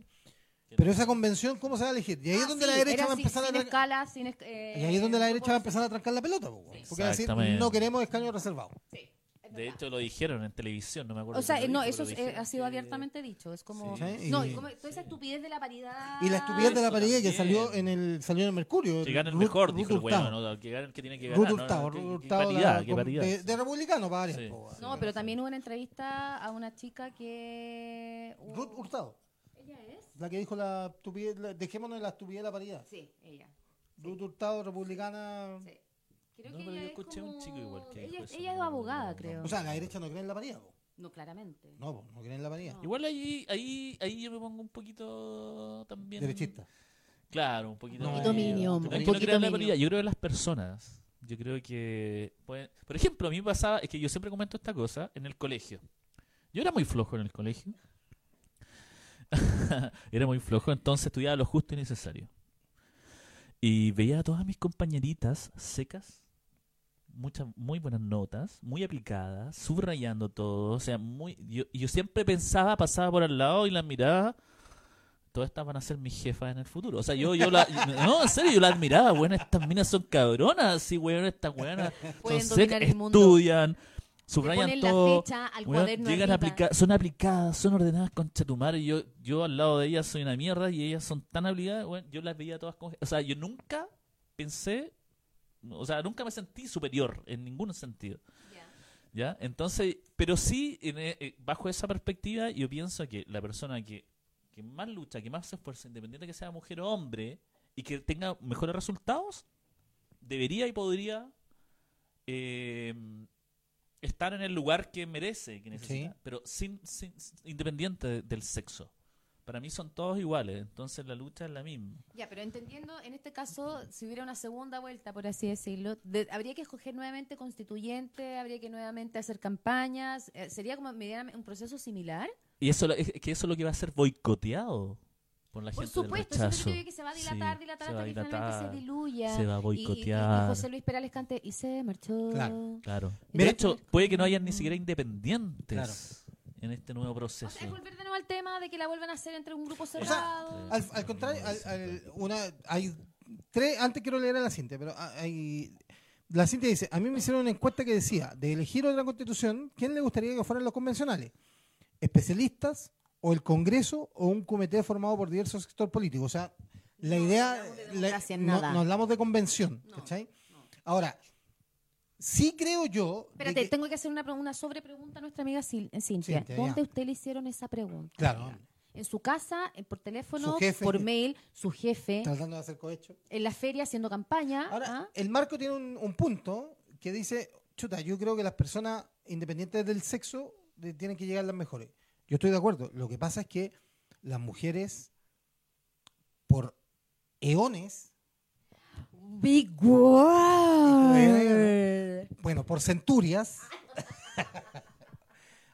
[SPEAKER 3] Que
[SPEAKER 1] Pero
[SPEAKER 3] no-
[SPEAKER 1] esa convención, ¿cómo se va a elegir? Y ahí es
[SPEAKER 2] Ah,
[SPEAKER 1] donde
[SPEAKER 2] sí,
[SPEAKER 1] la derecha
[SPEAKER 2] era
[SPEAKER 1] va a
[SPEAKER 2] sin-
[SPEAKER 1] empezar a
[SPEAKER 2] sin
[SPEAKER 1] trancar.
[SPEAKER 2] escala, sin es- eh,
[SPEAKER 1] Y ahí es donde la
[SPEAKER 2] no
[SPEAKER 1] derecha
[SPEAKER 2] puedo
[SPEAKER 1] va a empezar a trancar la pelota, po, weón. porque va a decir,
[SPEAKER 3] Exactamente.
[SPEAKER 1] no queremos escaños reservados.
[SPEAKER 2] Sí, es
[SPEAKER 3] De
[SPEAKER 2] verdad.
[SPEAKER 3] hecho, lo dijeron en televisión, no me acuerdo.
[SPEAKER 2] O sea,
[SPEAKER 3] quién lo
[SPEAKER 2] no,
[SPEAKER 3] dijo,
[SPEAKER 2] eso
[SPEAKER 3] pero
[SPEAKER 2] es- eh,
[SPEAKER 3] dijeron
[SPEAKER 2] ha sido
[SPEAKER 3] que-
[SPEAKER 2] abiertamente dicho. Es como.
[SPEAKER 3] Sí.
[SPEAKER 1] Sí,
[SPEAKER 2] No,
[SPEAKER 1] y-
[SPEAKER 2] y como toda esa estupidez de la paridad.
[SPEAKER 1] Y la estupidez de la
[SPEAKER 3] eso
[SPEAKER 1] parilla que
[SPEAKER 3] también.
[SPEAKER 1] salió en el salió en el Mercurio.
[SPEAKER 3] Que gane el
[SPEAKER 1] Ruth-
[SPEAKER 3] mejor,
[SPEAKER 1] Ruth
[SPEAKER 3] dijo el
[SPEAKER 1] Hurtado.
[SPEAKER 3] weón. ¿no? Que gane el que tiene que ganar.
[SPEAKER 1] Ruth
[SPEAKER 3] ¿no?
[SPEAKER 1] Hurtado,
[SPEAKER 3] Qué-
[SPEAKER 1] Ruth
[SPEAKER 3] qué
[SPEAKER 1] Hurtado,
[SPEAKER 3] paridad,
[SPEAKER 1] la-
[SPEAKER 3] qué paridad.
[SPEAKER 1] de, de republicano para varias.
[SPEAKER 3] Sí.
[SPEAKER 1] po, weón.
[SPEAKER 2] No, pero también hubo una entrevista a una chica que.
[SPEAKER 1] Ruth Hurtado,
[SPEAKER 2] ¿Ella es?
[SPEAKER 1] la que dijo la estupidez, la- dejémonos en la estupidez de la paridad.
[SPEAKER 2] Sí, ella.
[SPEAKER 1] Ruth Hurtado, republicana.
[SPEAKER 2] Sí. Creo
[SPEAKER 3] No,
[SPEAKER 2] que
[SPEAKER 3] pero
[SPEAKER 2] ella
[SPEAKER 3] yo
[SPEAKER 2] es
[SPEAKER 3] escuché a un
[SPEAKER 2] como-
[SPEAKER 3] chico igual que
[SPEAKER 2] Ella,
[SPEAKER 3] dijo eso,
[SPEAKER 2] ella es
[SPEAKER 3] pero
[SPEAKER 2] abogada,
[SPEAKER 3] no-
[SPEAKER 2] creo.
[SPEAKER 1] O sea, la derecha no cree en la paridad. po.
[SPEAKER 2] no, claramente.
[SPEAKER 1] No, po, no creen en la paridad.
[SPEAKER 2] No.
[SPEAKER 3] Igual ahí, ahí, ahí yo me pongo un poquito también.
[SPEAKER 1] Derechista.
[SPEAKER 3] Claro, un poquito.
[SPEAKER 1] Un
[SPEAKER 3] de-
[SPEAKER 1] poquito minion,
[SPEAKER 3] eh, Yo
[SPEAKER 1] un
[SPEAKER 3] creo que
[SPEAKER 2] poquito
[SPEAKER 3] la
[SPEAKER 2] minion.
[SPEAKER 3] realidad, Yo creo que las personas, yo creo que. pueden- Por ejemplo, a mí me pasaba, es que yo siempre comento esta cosa en el colegio. Yo era muy flojo en el colegio. era muy flojo, entonces estudiaba lo justo y necesario. Y veía a todas mis compañeritas secas, muchas, muy buenas notas, muy aplicadas, subrayando todo. O sea, muy. Yo, yo siempre pensaba, pasaba por al lado y las miraba todas estas van a ser mis jefas en el futuro. O sea, yo, yo la. No, en serio, yo la admiraba, weón. Estas minas son cabronas, sí, weón. Estas weonas son
[SPEAKER 2] Pueden
[SPEAKER 3] secas,
[SPEAKER 2] dominar el mundo.
[SPEAKER 3] estudian,
[SPEAKER 2] Le
[SPEAKER 3] subrayan
[SPEAKER 2] ponen la
[SPEAKER 3] todo.
[SPEAKER 2] fecha al
[SPEAKER 3] weón,
[SPEAKER 2] cuaderno.
[SPEAKER 3] llegan
[SPEAKER 2] arriba.
[SPEAKER 3] aplica- son aplicadas, son ordenadas con chatumar. Y yo, yo al lado de ellas soy una mierda y ellas son tan obligadas, weón. Yo las veía todas como. O sea, yo nunca pensé. O sea, nunca me sentí superior en ningún sentido.
[SPEAKER 2] Ya.
[SPEAKER 3] ¿Ya? Entonces, pero sí, en, eh, eh, bajo esa perspectiva, yo pienso que la persona que, que más lucha, que más se esfuerza, independiente que sea mujer o hombre, y que tenga mejores resultados, debería y podría eh, estar en el lugar que merece, que necesita,
[SPEAKER 1] Sí.
[SPEAKER 3] pero sin, sin- sin- independiente de- del sexo. Para mí son todos iguales, entonces la lucha es la misma.
[SPEAKER 2] Ya, pero entendiendo, en este caso, si hubiera una segunda vuelta, por así decirlo, de- habría que escoger nuevamente constituyente, habría que nuevamente hacer campañas, eh, sería como medianamente- un proceso similar.
[SPEAKER 3] Y eso lo- es es que eso es lo que va a ser boicoteado por la
[SPEAKER 2] Por
[SPEAKER 3] gente del
[SPEAKER 2] supuesto, siempre
[SPEAKER 3] rechazo.
[SPEAKER 2] te digo que se va a dilatar,
[SPEAKER 3] Sí,
[SPEAKER 2] dilatar
[SPEAKER 3] se
[SPEAKER 2] hasta
[SPEAKER 3] va a
[SPEAKER 2] que finalmente
[SPEAKER 3] dilatar,
[SPEAKER 2] se diluya.
[SPEAKER 3] se va
[SPEAKER 2] Y- y-
[SPEAKER 3] a
[SPEAKER 2] Y,
[SPEAKER 3] boicotear.
[SPEAKER 2] José Luis Perales cante y se marchó.
[SPEAKER 1] Claro.
[SPEAKER 3] Claro.
[SPEAKER 1] Mira-
[SPEAKER 3] de hecho, puede que no hayan ni siquiera independientes en este nuevo
[SPEAKER 2] O
[SPEAKER 3] proceso.
[SPEAKER 2] sea, es volver de nuevo al tema de que la vuelvan a hacer entre un grupo
[SPEAKER 1] sea, eh,
[SPEAKER 2] cerrado.
[SPEAKER 1] Al, al contrario, al- al- una, hay tres. Antes quiero leer a la Cintia, pero a- hay. La Cintia dice: A mí me hicieron una encuesta que decía, de elegir otra constitución, ¿quién le gustaría que fueran los convencionales? ¿Especialistas o el Congreso o un comité formado por diversos sectores políticos? O sea, la idea.
[SPEAKER 5] hablamos de
[SPEAKER 1] la-
[SPEAKER 5] democracia en
[SPEAKER 1] no,
[SPEAKER 5] nada.
[SPEAKER 1] no hablamos de convención,
[SPEAKER 2] No,
[SPEAKER 1] ¿cachai?
[SPEAKER 2] no.
[SPEAKER 1] Ahora, sí creo yo. de
[SPEAKER 2] Espérate,
[SPEAKER 1] que-
[SPEAKER 2] tengo que hacer una, pre- una sobrepregunta a nuestra amiga Sil- eh, Cintia.
[SPEAKER 1] Cintia, ya.
[SPEAKER 2] ¿Dónde usted le hicieron esa pregunta?
[SPEAKER 1] Claro.
[SPEAKER 2] amiga? En su casa, eh, por teléfono,
[SPEAKER 1] Su jefe.
[SPEAKER 2] por mail, su jefe,
[SPEAKER 1] Tratando de hacer cohecho.
[SPEAKER 2] en la feria haciendo campaña.
[SPEAKER 1] Ahora,
[SPEAKER 2] ¿ah?
[SPEAKER 1] el marco tiene un, un punto que dice, chuta, yo creo que las personas, independientes del sexo, de- tienen que llegar las mejores. Yo estoy de acuerdo. Lo que pasa es que las mujeres, por eones,
[SPEAKER 5] Big Word.
[SPEAKER 1] bueno, por centurias,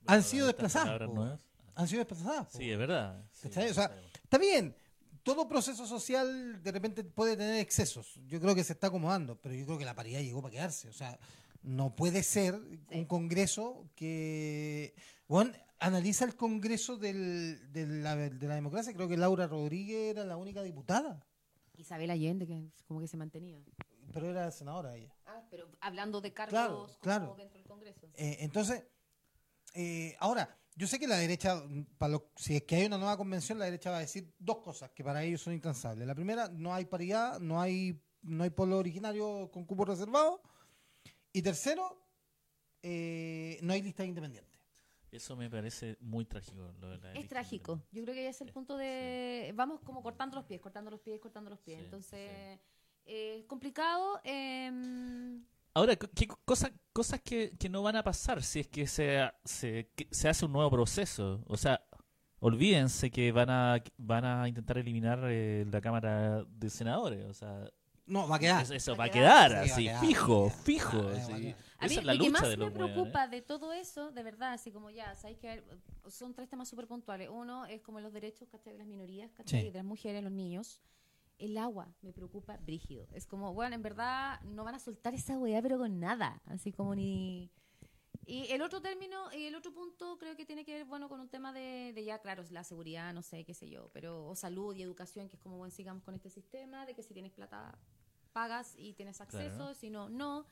[SPEAKER 1] han sido
[SPEAKER 3] Estas
[SPEAKER 1] desplazadas.
[SPEAKER 3] palabras
[SPEAKER 1] po.
[SPEAKER 3] nuevas.
[SPEAKER 1] Han sido desplazadas. po.
[SPEAKER 3] Sí, es verdad. Sí,
[SPEAKER 1] ¿Cachai? O
[SPEAKER 3] lo
[SPEAKER 1] sea,
[SPEAKER 3] sabemos.
[SPEAKER 1] Está bien, todo proceso social de repente puede tener excesos. Yo creo que se está acomodando, pero yo creo que la paridad llegó para quedarse. O sea, no puede ser un Congreso que... Bueno, analiza el Congreso del- de, la, de la democracia. Creo que Laura Rodríguez era la única diputada,
[SPEAKER 2] Isabel Allende, que como que se mantenía.
[SPEAKER 1] pero era senadora ella.
[SPEAKER 2] Ah, pero hablando de cargos
[SPEAKER 1] Claro,
[SPEAKER 2] como
[SPEAKER 1] claro.
[SPEAKER 2] dentro del Congreso.
[SPEAKER 1] Eh, entonces, eh, ahora, yo sé que la derecha, mm, para lo- si es que hay una nueva convención, la derecha va a decir dos cosas que para ellos son intransables. La primera, no hay paridad, no hay, no hay pueblo originario con cupo reservado. Y tercero, eh, no hay lista independiente.
[SPEAKER 3] Eso me parece muy trágico. lo de la
[SPEAKER 2] Es
[SPEAKER 3] lista
[SPEAKER 2] trágico. Yo creo que ya es el
[SPEAKER 3] Sí.
[SPEAKER 2] punto de. Vamos como cortando los pies, cortando los pies, cortando los pies.
[SPEAKER 3] Sí,
[SPEAKER 2] Entonces, eh, complicado. em,
[SPEAKER 3] Ahora, co- ¿qué co- cosa- cosas que, que no van a pasar si es que se, se, que se hace un nuevo proceso? O sea, olvídense que van a, van a intentar eliminar eh, la Cámara de Senadores. O sea,
[SPEAKER 1] No, va a quedar.
[SPEAKER 3] es- eso va a
[SPEAKER 5] a
[SPEAKER 3] quedar,
[SPEAKER 1] quedar. Sí, va a
[SPEAKER 3] así,
[SPEAKER 1] quedar,
[SPEAKER 3] fijo,
[SPEAKER 1] va a quedar.
[SPEAKER 3] fijo.
[SPEAKER 1] Ah,
[SPEAKER 3] sí.
[SPEAKER 1] va a quedar.
[SPEAKER 2] A mí
[SPEAKER 3] Esa es la
[SPEAKER 2] lo que
[SPEAKER 3] lucha
[SPEAKER 2] más
[SPEAKER 3] de
[SPEAKER 2] me
[SPEAKER 3] los hueones. ¿eh?
[SPEAKER 2] preocupa de todo eso, de verdad, así como ya, sabéis que hay- son tres temas súper puntuales. Uno es como los derechos ¿cachai? de las minorías, ¿cachai?
[SPEAKER 1] Sí.
[SPEAKER 2] de las mujeres, los niños. El agua me preocupa brígido. Es como, bueno, en verdad no van a soltar esa weá, pero con nada. Así como ni... Y el otro término, y el otro punto creo que tiene que ver, bueno, con un tema de, de ya, claro, la seguridad, no sé, qué sé yo, pero, o salud y educación, que es como, bueno, sigamos con este sistema, de que si tienes plata, pagas y tienes acceso,
[SPEAKER 3] Claro.
[SPEAKER 2] si no, no.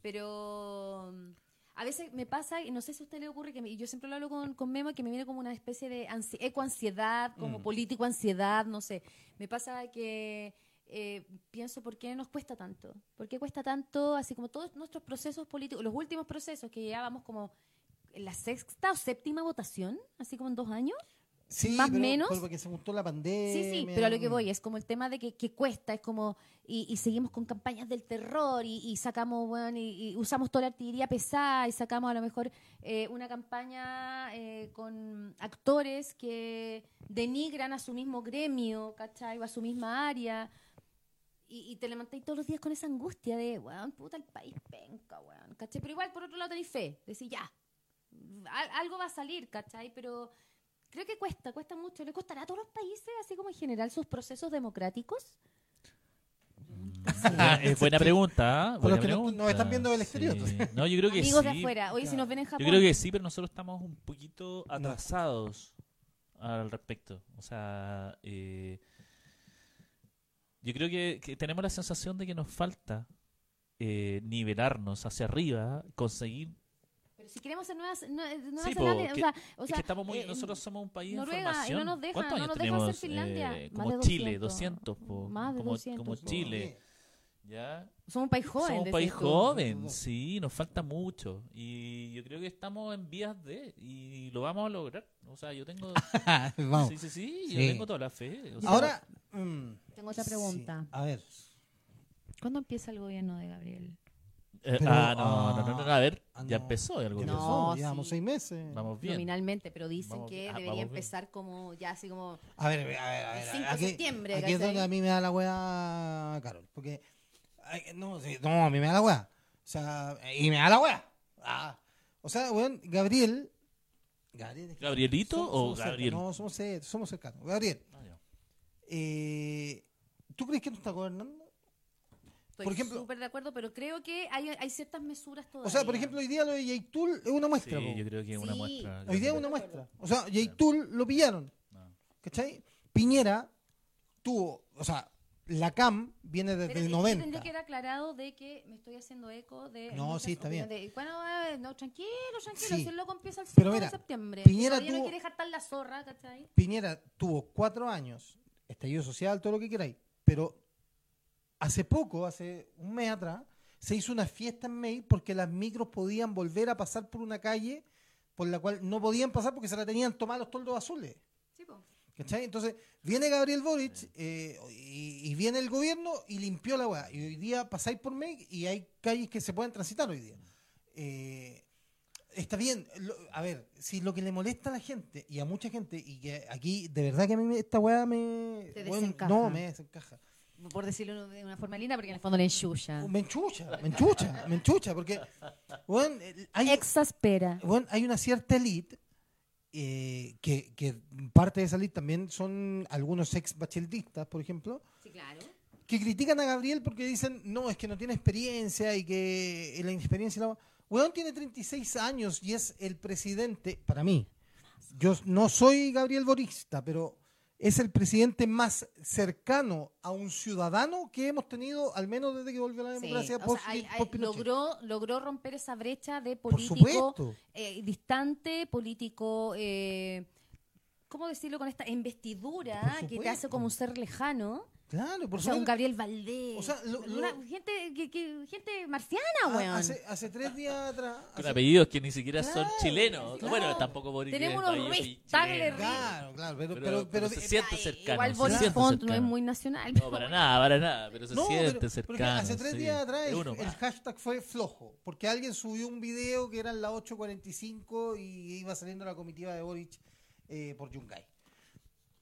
[SPEAKER 2] Pero mm, a veces me pasa, y no sé si a usted le ocurre, que me- y yo siempre lo hablo con, con Memo, que me viene como una especie de ansi- ecoansiedad, como político ansiedad, no sé. Me pasa que eh, pienso por qué nos cuesta tanto, por qué cuesta tanto, así como todos nuestros procesos políticos, los últimos procesos que ya vamos como en la sexta o séptima votación, así como en dos años.
[SPEAKER 1] Sí,
[SPEAKER 2] más
[SPEAKER 1] pero-
[SPEAKER 2] menos.
[SPEAKER 1] pero porque se juntó la pandemia.
[SPEAKER 2] Sí, sí, pero a lo que voy es como el tema de que, que cuesta, es como, y, y seguimos con campañas del terror y, y sacamos, bueno, y, y usamos toda la artillería pesada y sacamos a lo mejor eh, una campaña eh, con actores que denigran a su mismo gremio, ¿cachai? O a su misma área. Y, y te levantáis todos los días con esa angustia de, weón, puta, el país penca, weón, ¿cachai? Pero igual, por otro lado, tenéis fe, decís, ya, al- algo va a salir, ¿cachai? Pero creo que cuesta, cuesta mucho. ¿Le costará a todos los países, así como en general, sus procesos democráticos?
[SPEAKER 3] Ah, es buena
[SPEAKER 1] Con
[SPEAKER 3] pregunta. ¿ah?
[SPEAKER 1] los
[SPEAKER 3] Buena
[SPEAKER 1] que nos-
[SPEAKER 3] pregunta.
[SPEAKER 1] nos están viendo del
[SPEAKER 3] Sí.
[SPEAKER 1] exterior, entonces.
[SPEAKER 3] No, yo creo que
[SPEAKER 2] Amigos
[SPEAKER 3] sí.
[SPEAKER 2] de afuera, oye, si nos ven en Japón.
[SPEAKER 3] Yo creo que sí, pero nosotros estamos un poquito atrasados al respecto. O sea, eh, yo creo que, que tenemos la sensación de que nos falta eh, nivelarnos hacia arriba, conseguir...
[SPEAKER 2] Pero si queremos ser nuevas, nue- nuevas
[SPEAKER 3] Sí, po,
[SPEAKER 2] Zelanda, o
[SPEAKER 3] que-
[SPEAKER 2] sea,
[SPEAKER 3] es
[SPEAKER 2] o sea,
[SPEAKER 3] que estamos muy,
[SPEAKER 2] eh,
[SPEAKER 3] nosotros somos un país
[SPEAKER 2] Noruega, y
[SPEAKER 3] en
[SPEAKER 2] no
[SPEAKER 3] formación.
[SPEAKER 2] nos deja-
[SPEAKER 3] ¿Cuántos
[SPEAKER 2] no
[SPEAKER 3] años
[SPEAKER 2] nos deja
[SPEAKER 3] tenemos?
[SPEAKER 2] hacer Finlandia.
[SPEAKER 3] Eh,
[SPEAKER 2] Más
[SPEAKER 3] como
[SPEAKER 2] de
[SPEAKER 3] Chile,
[SPEAKER 2] 200,
[SPEAKER 3] 200. po.
[SPEAKER 2] más de
[SPEAKER 3] como,
[SPEAKER 2] 200,
[SPEAKER 3] como
[SPEAKER 2] po.
[SPEAKER 3] Chile. ¿ya?
[SPEAKER 2] somos un país joven.
[SPEAKER 3] Somos un
[SPEAKER 2] decís
[SPEAKER 3] país
[SPEAKER 2] tú.
[SPEAKER 3] joven, sí, nos falta mucho. Y yo creo que estamos en vías de, y lo vamos a lograr. O sea, yo tengo.
[SPEAKER 1] Vamos.
[SPEAKER 3] Sí, sí, sí,
[SPEAKER 1] Sí.
[SPEAKER 3] yo tengo toda la fe. O sea,
[SPEAKER 1] Ahora... mm,
[SPEAKER 2] Tengo otra
[SPEAKER 1] sí,
[SPEAKER 2] pregunta.
[SPEAKER 1] a ver.
[SPEAKER 2] ¿Cuándo empieza el gobierno de Gabriel?
[SPEAKER 3] Eh,
[SPEAKER 1] Pero,
[SPEAKER 3] ah, no, no, no, no, no, a ver,
[SPEAKER 1] ah,
[SPEAKER 3] ya
[SPEAKER 1] no.
[SPEAKER 3] empezó hay algo
[SPEAKER 1] Ya
[SPEAKER 2] No,
[SPEAKER 3] que-
[SPEAKER 1] empezó, llevamos
[SPEAKER 2] sí.
[SPEAKER 1] seis meses.
[SPEAKER 3] Vamos bien.
[SPEAKER 2] nominalmente, pero dicen
[SPEAKER 3] Vamos
[SPEAKER 2] que
[SPEAKER 3] bien. Ah,
[SPEAKER 2] debería
[SPEAKER 3] vamos bien.
[SPEAKER 2] empezar como ya así como
[SPEAKER 1] A ver, a ver, a ver.
[SPEAKER 2] El 5 de
[SPEAKER 1] aquí,
[SPEAKER 2] septiembre,
[SPEAKER 1] aquí es
[SPEAKER 2] ¿cachai?
[SPEAKER 1] donde a mí me da la weá, Carol. Porque. ay, no, sí, no, a mí me da la weá. O sea, y me da la weá. Ah. O sea, weón, Gabriel. Gabriel es que-
[SPEAKER 3] ¿Gabrielito
[SPEAKER 1] somos-
[SPEAKER 3] o
[SPEAKER 1] somos cerca-
[SPEAKER 3] Gabriel?
[SPEAKER 1] no, somos, cer- somos cercanos. Gabriel,
[SPEAKER 3] Ah, ya.
[SPEAKER 1] eh, ¿tú crees que no está gobernando?
[SPEAKER 2] estoy
[SPEAKER 1] Por ejemplo-
[SPEAKER 2] súper de acuerdo, pero creo que hay, hay ciertas mesuras todavía.
[SPEAKER 1] O sea, por ejemplo, hoy día lo de Yaitul es una
[SPEAKER 3] Sí,
[SPEAKER 1] muestra. po.
[SPEAKER 3] yo creo que es una
[SPEAKER 2] Sí.
[SPEAKER 3] muestra.
[SPEAKER 1] Hoy día es una muestra. O sea, Yaitul lo pillaron.
[SPEAKER 3] No.
[SPEAKER 1] ¿Cachai? Piñera tuvo. O sea, la CAM viene desde
[SPEAKER 2] Pero es
[SPEAKER 1] el
[SPEAKER 2] que tendría
[SPEAKER 1] 90.
[SPEAKER 2] que haber aclarado de que me estoy haciendo eco de.
[SPEAKER 1] No,
[SPEAKER 2] muchas
[SPEAKER 1] sí, está bien.
[SPEAKER 2] opiniones de, ¿cuándo va? No, tranquilo, tranquilo.
[SPEAKER 1] Sí.
[SPEAKER 2] Si el loco empieza el 5
[SPEAKER 1] Pero
[SPEAKER 2] de
[SPEAKER 1] mira,
[SPEAKER 2] septiembre.
[SPEAKER 1] Piñera
[SPEAKER 2] todavía
[SPEAKER 1] tuvo-
[SPEAKER 2] no quiere dejar tan la zorra, ¿cachai?
[SPEAKER 1] Piñera tuvo cuatro años, estallido social, todo lo que queráis, pero hace poco, hace un mes atrás, se hizo una fiesta en May porque las micros podían volver a pasar por una calle por la cual no podían pasar porque se la tenían tomados los toldos azules.
[SPEAKER 2] Sí, po.
[SPEAKER 1] ¿Cachai? Entonces, viene Gabriel Boric eh, y, y viene el gobierno y limpió la weá. Y hoy día pasáis por Meg y hay calles que se pueden transitar hoy día. Eh, está bien. lo- a ver, si lo que le molesta a la gente y a mucha gente, y que aquí de verdad que a mí me- esta weá me.
[SPEAKER 5] Te
[SPEAKER 1] weón,
[SPEAKER 5] desencaja.
[SPEAKER 1] no, me desencaja.
[SPEAKER 5] Por decirlo de una forma linda, porque en el fondo le enchulla.
[SPEAKER 1] Me enchucha, me enchucha, me enchucha, porque. weón, el- hay,
[SPEAKER 5] Exaspera.
[SPEAKER 1] Bueno, hay una cierta elite eh, que, que parte de esa elite también son algunos ex bacheletistas, por ejemplo,
[SPEAKER 2] Sí, claro.
[SPEAKER 1] que critican a Gabriel porque dicen, no, es que no tiene experiencia y que la inexperiencia... y La... Weón tiene 36 años y es el presidente, para mí, yo no soy Gabriel Borista, pero es el presidente más cercano a un ciudadano que hemos tenido, al menos desde que volvió la
[SPEAKER 2] Sí.
[SPEAKER 1] democracia,
[SPEAKER 2] O sea,
[SPEAKER 1] post-
[SPEAKER 2] hay- hay-
[SPEAKER 1] post-Pinochet.
[SPEAKER 2] logró, logró romper esa brecha de
[SPEAKER 1] Por
[SPEAKER 2] político
[SPEAKER 1] supuesto.
[SPEAKER 2] eh, distante, político. eh, ¿Cómo decirlo con esta investidura
[SPEAKER 1] Por
[SPEAKER 2] que te hace
[SPEAKER 1] supuesto.
[SPEAKER 2] como un ser lejano?
[SPEAKER 1] Claro, por
[SPEAKER 2] o sea, un
[SPEAKER 1] supuesto.
[SPEAKER 2] Gabriel Valdés.
[SPEAKER 1] O sea, lo- lo-
[SPEAKER 2] Una gente, que, que- gente marciana,
[SPEAKER 1] Ah,
[SPEAKER 2] weón.
[SPEAKER 1] Hace, hace tres días atrás.
[SPEAKER 3] Con
[SPEAKER 1] hace-
[SPEAKER 3] apellidos que ni siquiera son
[SPEAKER 1] Claro,
[SPEAKER 3] chilenos.
[SPEAKER 2] claro.
[SPEAKER 3] Bueno, tampoco Boric
[SPEAKER 2] Tenemos
[SPEAKER 3] es
[SPEAKER 2] unos
[SPEAKER 3] país
[SPEAKER 2] Rich, Tagler
[SPEAKER 3] chileno.
[SPEAKER 1] Claro, claro, pero,
[SPEAKER 3] Pero,
[SPEAKER 1] pero,
[SPEAKER 3] pero
[SPEAKER 1] pero-
[SPEAKER 3] se siente cercano.
[SPEAKER 2] Igual
[SPEAKER 3] se
[SPEAKER 2] Boris
[SPEAKER 3] siente
[SPEAKER 2] Font no es
[SPEAKER 3] cercano.
[SPEAKER 2] muy nacional.
[SPEAKER 3] No, para nada, para nada, pero se
[SPEAKER 1] no,
[SPEAKER 3] siente
[SPEAKER 1] pero-
[SPEAKER 3] cercano.
[SPEAKER 1] porque hace tres
[SPEAKER 3] sí.
[SPEAKER 1] días atrás
[SPEAKER 3] Es
[SPEAKER 1] el,
[SPEAKER 3] uno
[SPEAKER 1] el
[SPEAKER 3] más.
[SPEAKER 1] hashtag fue flojo, porque alguien subió un video que eran las 8.45 y iba saliendo la comitiva de Boric eh, por Yungay.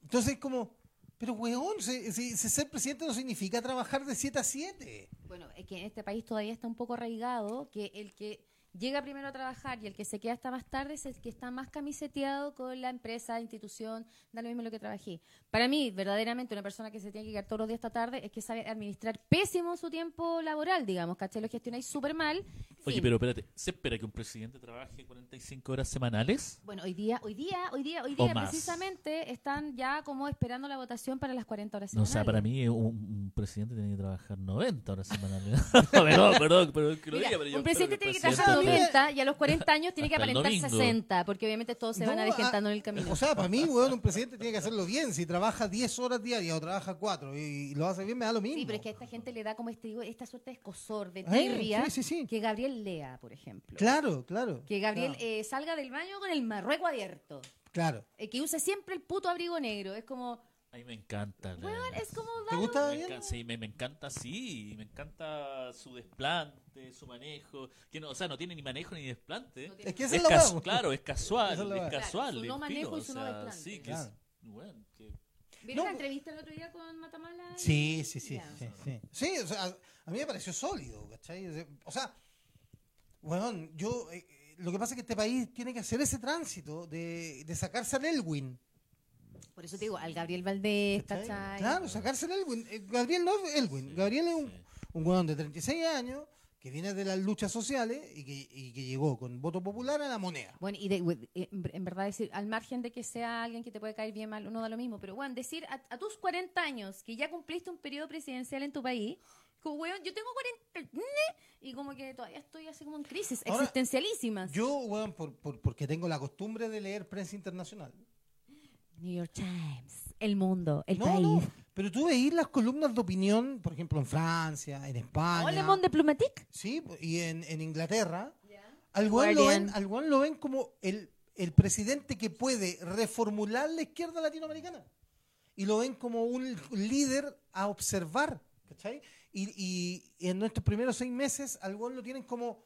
[SPEAKER 1] Entonces como, pero weón, se- se- se- ser presidente no significa trabajar de 7 a 7.
[SPEAKER 2] Bueno, es que en este país todavía está un poco arraigado que el que llega primero a trabajar y el que se queda hasta más tarde es el que está más camiseteado con la empresa, institución, da lo mismo lo que trabajé. Para mí, verdaderamente, una persona que se tiene que quedar todos los días hasta tarde es que sabe administrar pésimo su tiempo laboral, digamos, ¿cachai? Lo gestionáis súper mal.
[SPEAKER 3] Oye,
[SPEAKER 2] Fin.
[SPEAKER 3] pero espérate, ¿se espera que un presidente trabaje 45 horas semanales?
[SPEAKER 2] Bueno, hoy día, hoy día, hoy día, hoy
[SPEAKER 3] O
[SPEAKER 2] día
[SPEAKER 3] más.
[SPEAKER 2] precisamente están ya como esperando la votación para las 40 horas
[SPEAKER 3] No, o sea,
[SPEAKER 2] semanales.
[SPEAKER 3] para mí un, un presidente tiene que trabajar 90 horas semanales. perdón, perdón, perdón que lo
[SPEAKER 2] Mira,
[SPEAKER 3] diga, pero yo
[SPEAKER 2] un
[SPEAKER 3] creo
[SPEAKER 2] presidente
[SPEAKER 3] el
[SPEAKER 2] tiene que
[SPEAKER 3] presidente-
[SPEAKER 2] trabajar 90 y a los 40 años tiene que
[SPEAKER 3] Hasta el
[SPEAKER 2] aparentar
[SPEAKER 3] domingo.
[SPEAKER 2] 60, porque obviamente todos se van
[SPEAKER 1] No,
[SPEAKER 2] a desgentando
[SPEAKER 1] ah,
[SPEAKER 2] en el camino.
[SPEAKER 1] O sea, para mí, weón, un presidente tiene que hacerlo bien. Si trabaja 10 horas diarias o trabaja 4 y, y lo hace bien, me da lo mismo.
[SPEAKER 2] sí, pero es que a esta gente le da como este, digo, esta suerte de escosor, de
[SPEAKER 1] Eh,
[SPEAKER 2] tirria,
[SPEAKER 1] sí, sí, sí.
[SPEAKER 2] que Gabriel lea, por ejemplo.
[SPEAKER 1] Claro, claro.
[SPEAKER 2] Que Gabriel
[SPEAKER 1] Claro.
[SPEAKER 2] eh, salga del baño con el marrueco abierto.
[SPEAKER 1] claro.
[SPEAKER 2] eh, que use siempre el puto abrigo negro. Es como,
[SPEAKER 3] Ay, me encanta. la-
[SPEAKER 2] weón, es como...
[SPEAKER 1] ¿Te
[SPEAKER 2] vamos,
[SPEAKER 1] gusta
[SPEAKER 3] Me
[SPEAKER 1] bien?
[SPEAKER 3] encanta, sí, me, me encanta, sí, me encanta su desplante, su manejo, que no, o sea, no tiene ni manejo ni desplante.
[SPEAKER 2] no tiene-
[SPEAKER 1] Es que esa es la
[SPEAKER 3] cas-
[SPEAKER 1] weá, pues. po.
[SPEAKER 3] Claro, es casual,
[SPEAKER 1] Esa es la
[SPEAKER 3] es,
[SPEAKER 1] weá.
[SPEAKER 3] casual.
[SPEAKER 2] Claro, su no
[SPEAKER 3] es
[SPEAKER 2] manejo
[SPEAKER 3] fino,
[SPEAKER 2] y su
[SPEAKER 3] o
[SPEAKER 2] no
[SPEAKER 3] sea,
[SPEAKER 2] desplante.
[SPEAKER 3] sí, que
[SPEAKER 1] Claro.
[SPEAKER 3] es, bueno, que
[SPEAKER 2] ¿Vieron
[SPEAKER 1] No,
[SPEAKER 2] la
[SPEAKER 1] po-
[SPEAKER 2] entrevista el otro día con Matamala?
[SPEAKER 1] Sí, sí, sí.
[SPEAKER 2] Ya.
[SPEAKER 1] Sí, sí. Sí, o sea, a mí me pareció sólido, ¿cachai? O sea, O sea, weón, yo. eh, eh, lo que pasa es que este país tiene que hacer ese tránsito de, de sacarse al Elwin.
[SPEAKER 2] Por eso te digo, al Gabriel Valdés,
[SPEAKER 1] ¿cachai?
[SPEAKER 2] ¿cachai?
[SPEAKER 1] Claro, sacarse al Elwin. Eh, Gabriel no es Elwin. Gabriel es un, un weón de 36 años que viene de las luchas sociales y que, y que llegó con voto popular a la moneda.
[SPEAKER 2] Bueno, y de- we- eh, en en verdad decir, al margen de que sea alguien que te puede caer bien mal, uno da lo mismo, pero bueno, decir a, a tus 40 años que ya cumpliste un periodo presidencial en tu país, como weón, yo tengo 40 y como que todavía estoy así como en crisis
[SPEAKER 1] Ahora,
[SPEAKER 2] existencialísimas.
[SPEAKER 1] Yo, weón, por- por- porque tengo la costumbre de leer prensa internacional.
[SPEAKER 2] New York Times, el mundo, el
[SPEAKER 1] no,
[SPEAKER 2] país.
[SPEAKER 1] no, pero tú veís las columnas de opinión, por ejemplo, en Francia, en España.
[SPEAKER 2] Hola, Monde Diplomatique.
[SPEAKER 1] Sí, y en, en Inglaterra, al weón lo
[SPEAKER 2] Guardian.
[SPEAKER 1] ven, al weón lo ven como el, el presidente que puede reformular la izquierda latinoamericana. Y lo ven como un líder a observar, ¿cachai? Y, y en nuestros primeros seis meses al gol lo tienen como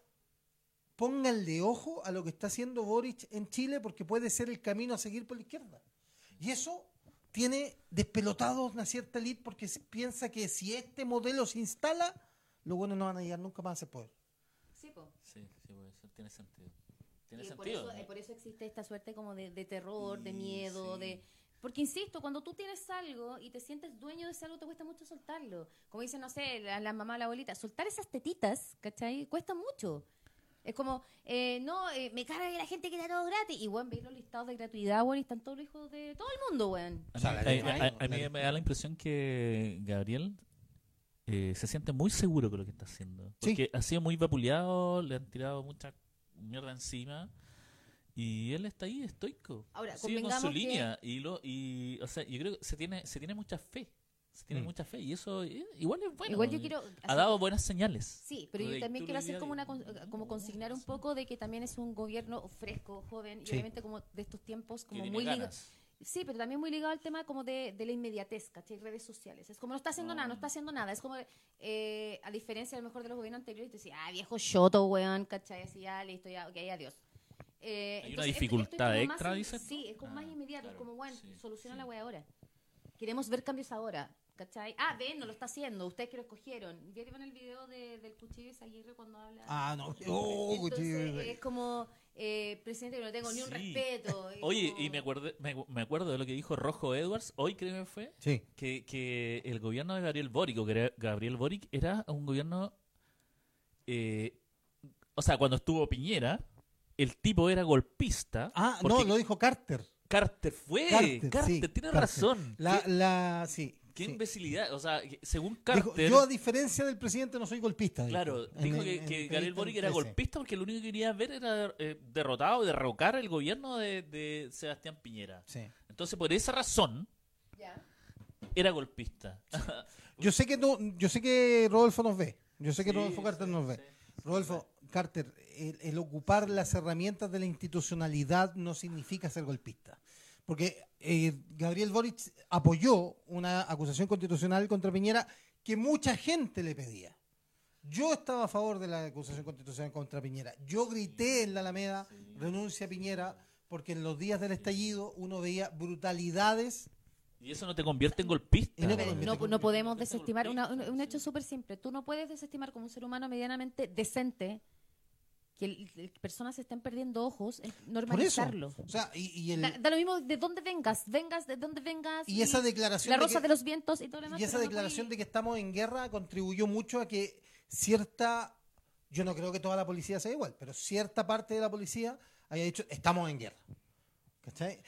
[SPEAKER 1] pónganle ojo a lo que está haciendo Boric en Chile porque puede ser el camino a seguir por la izquierda. Y eso tiene despelotados una cierta elite porque si- piensa que si este modelo se instala, los buenos no van a llegar nunca más a ese poder.
[SPEAKER 2] Sí, po.
[SPEAKER 3] Sí, sí, puede ser, tiene sentido. Tiene
[SPEAKER 2] Y por,
[SPEAKER 3] sentido.
[SPEAKER 2] eso,
[SPEAKER 3] ¿no?
[SPEAKER 2] eh, por eso existe esta suerte como de, de terror, de
[SPEAKER 3] Y
[SPEAKER 2] miedo,
[SPEAKER 3] sí.
[SPEAKER 2] de... Porque insisto, cuando tú tienes algo y te sientes dueño de ese algo, te cuesta mucho soltarlo. Como dicen, no sé, la, la mamá, la abuelita, soltar esas tetitas, ¿cachai? Cuesta mucho. Es como, eh, no, eh, me carga que la gente quiere todo gratis. Y, weón, veis los listados de gratuidad, weón, y están todos los hijos de todo el mundo, weón.
[SPEAKER 3] A
[SPEAKER 1] O sea,
[SPEAKER 3] mí-
[SPEAKER 1] la
[SPEAKER 3] a-
[SPEAKER 1] línea
[SPEAKER 3] a-
[SPEAKER 1] hay,
[SPEAKER 3] a mí
[SPEAKER 1] claro.
[SPEAKER 3] me da la impresión que Gabriel eh, se siente muy seguro con lo que está haciendo.
[SPEAKER 1] Sí.
[SPEAKER 3] Porque ha sido muy vapuleado, le han tirado mucha mierda encima. Y él está ahí estoico.
[SPEAKER 2] Ahora,
[SPEAKER 3] sigue con su
[SPEAKER 2] convengamos que-
[SPEAKER 3] línea. Y, lo, y o sea, yo creo que se tiene, se tiene mucha fe. Se tiene
[SPEAKER 1] Mm.
[SPEAKER 3] mucha fe. Y eso eh, igual es bueno.
[SPEAKER 2] Igual yo quiero...
[SPEAKER 3] Ha
[SPEAKER 2] hacer-
[SPEAKER 3] dado buenas señales.
[SPEAKER 2] Sí, pero yo
[SPEAKER 3] Correcto,
[SPEAKER 2] también quiero
[SPEAKER 3] lo
[SPEAKER 2] hacer
[SPEAKER 3] ideal
[SPEAKER 2] como una
[SPEAKER 3] es-
[SPEAKER 2] con-
[SPEAKER 3] no,
[SPEAKER 2] como
[SPEAKER 3] no,
[SPEAKER 2] consignar un
[SPEAKER 3] sí.
[SPEAKER 2] poco de que también es un gobierno fresco, joven, y
[SPEAKER 1] Sí.
[SPEAKER 2] obviamente como de estos tiempos
[SPEAKER 3] Que
[SPEAKER 2] como
[SPEAKER 3] tiene
[SPEAKER 2] muy lig-
[SPEAKER 3] ganas.
[SPEAKER 2] Sí, pero también muy ligado al tema como de, de la inmediatez, ¿cachai? Redes sociales. Es como no está haciendo
[SPEAKER 1] Ah.
[SPEAKER 3] No.
[SPEAKER 2] nada, no está haciendo nada. Es como, eh, a diferencia a lo mejor de los gobiernos anteriores, te decía, ah, viejo choto, weón, ¿cachai? Así, ya, listo, ya, ok, adiós. Eh,
[SPEAKER 3] Hay
[SPEAKER 2] esto- esto
[SPEAKER 3] una
[SPEAKER 2] es
[SPEAKER 3] dificultad
[SPEAKER 2] como
[SPEAKER 3] extra,
[SPEAKER 2] más in-
[SPEAKER 3] dices tú.
[SPEAKER 2] Sí, es como más
[SPEAKER 3] Ah,
[SPEAKER 2] inmediato,
[SPEAKER 3] claro,
[SPEAKER 2] es como, weón,
[SPEAKER 3] sí,
[SPEAKER 2] soluciona
[SPEAKER 3] sí.
[SPEAKER 2] la weá ahora. Queremos ver cambios ahora, ¿cachai? Ah, ven, no lo está haciendo, ustedes que lo escogieron. ¿Vieron el video de- del cuchillo de Aguirre cuando habla?
[SPEAKER 1] Ah, no. Oh,
[SPEAKER 2] Entonces,
[SPEAKER 1] cuchillo.
[SPEAKER 2] es como, eh, presidente, que no tengo ni un
[SPEAKER 3] Sí.
[SPEAKER 2] respeto. es
[SPEAKER 3] Oye,
[SPEAKER 2] como-
[SPEAKER 3] y me, acuerde- me, me acuerdo de lo que dijo Rojo Edwards, hoy creo que fue,
[SPEAKER 1] Sí.
[SPEAKER 3] que, que el gobierno de Gabriel Boric, o que era- Gabriel Boric era un gobierno, eh, o sea, cuando estuvo Piñera, el tipo era golpista.
[SPEAKER 1] Ah, no,
[SPEAKER 3] porque
[SPEAKER 1] lo dijo Carter.
[SPEAKER 3] Carter fue.
[SPEAKER 1] Carter,
[SPEAKER 3] Carter,
[SPEAKER 1] sí,
[SPEAKER 3] tiene
[SPEAKER 1] Carter.
[SPEAKER 3] razón.
[SPEAKER 1] La,
[SPEAKER 3] qué
[SPEAKER 1] la, sí.
[SPEAKER 3] qué
[SPEAKER 1] sí.
[SPEAKER 3] imbecilidad. O sea, que según
[SPEAKER 1] Dijo,
[SPEAKER 3] Carter,
[SPEAKER 1] yo a diferencia del presidente no soy golpista. dijo.
[SPEAKER 3] claro,
[SPEAKER 1] En
[SPEAKER 3] dijo
[SPEAKER 1] el-
[SPEAKER 3] que,
[SPEAKER 1] en
[SPEAKER 3] que
[SPEAKER 1] el
[SPEAKER 3] Gabriel Boric era
[SPEAKER 1] 13.
[SPEAKER 3] golpista porque lo único que quería ver era eh, derrotado y derrocar el gobierno de, de Sebastián Piñera.
[SPEAKER 1] Sí.
[SPEAKER 3] Entonces, por esa razón,
[SPEAKER 2] Ya.
[SPEAKER 3] era golpista.
[SPEAKER 1] Yo sé que no, yo sé que Rodolfo nos ve. Yo sé que
[SPEAKER 3] Sí,
[SPEAKER 1] Rodolfo Carter
[SPEAKER 3] sí,
[SPEAKER 1] nos ve.
[SPEAKER 3] sí,
[SPEAKER 1] Rodolfo Carter, el, el ocupar las herramientas de la institucionalidad no significa ser golpista. Porque eh, Gabriel Boric apoyó una acusación constitucional contra Piñera que mucha gente le pedía. Yo estaba a favor de la acusación constitucional contra Piñera. Yo grité en la Alameda, renuncia a Piñera, porque en los días del estallido uno veía brutalidades.
[SPEAKER 3] Y eso no te convierte en golpista.
[SPEAKER 1] Y no te
[SPEAKER 2] Pero
[SPEAKER 1] convierte
[SPEAKER 2] no,
[SPEAKER 1] en
[SPEAKER 2] no podemos
[SPEAKER 3] Te
[SPEAKER 2] desestimar una-
[SPEAKER 3] golpea,
[SPEAKER 2] un, un
[SPEAKER 3] sí.
[SPEAKER 2] hecho súper simple. Tú no puedes desestimar como un ser humano medianamente decente que el- el- personas estén perdiendo ojos, el
[SPEAKER 1] Por eso.
[SPEAKER 2] normalizarlo.
[SPEAKER 1] O sea, y, y el-
[SPEAKER 2] Da, da lo mismo de dónde vengas, vengas de dónde vengas.
[SPEAKER 1] y esa declaración.
[SPEAKER 2] la
[SPEAKER 1] de
[SPEAKER 2] rosa
[SPEAKER 1] que-
[SPEAKER 2] de los vientos y todo lo demás.
[SPEAKER 1] Y esa
[SPEAKER 2] pero no
[SPEAKER 1] declaración de
[SPEAKER 2] puedes-
[SPEAKER 1] que estamos en guerra contribuyó mucho a que cierta, yo no creo que toda la policía sea igual, pero cierta parte de la policía haya dicho, estamos en guerra. ¿Cachai?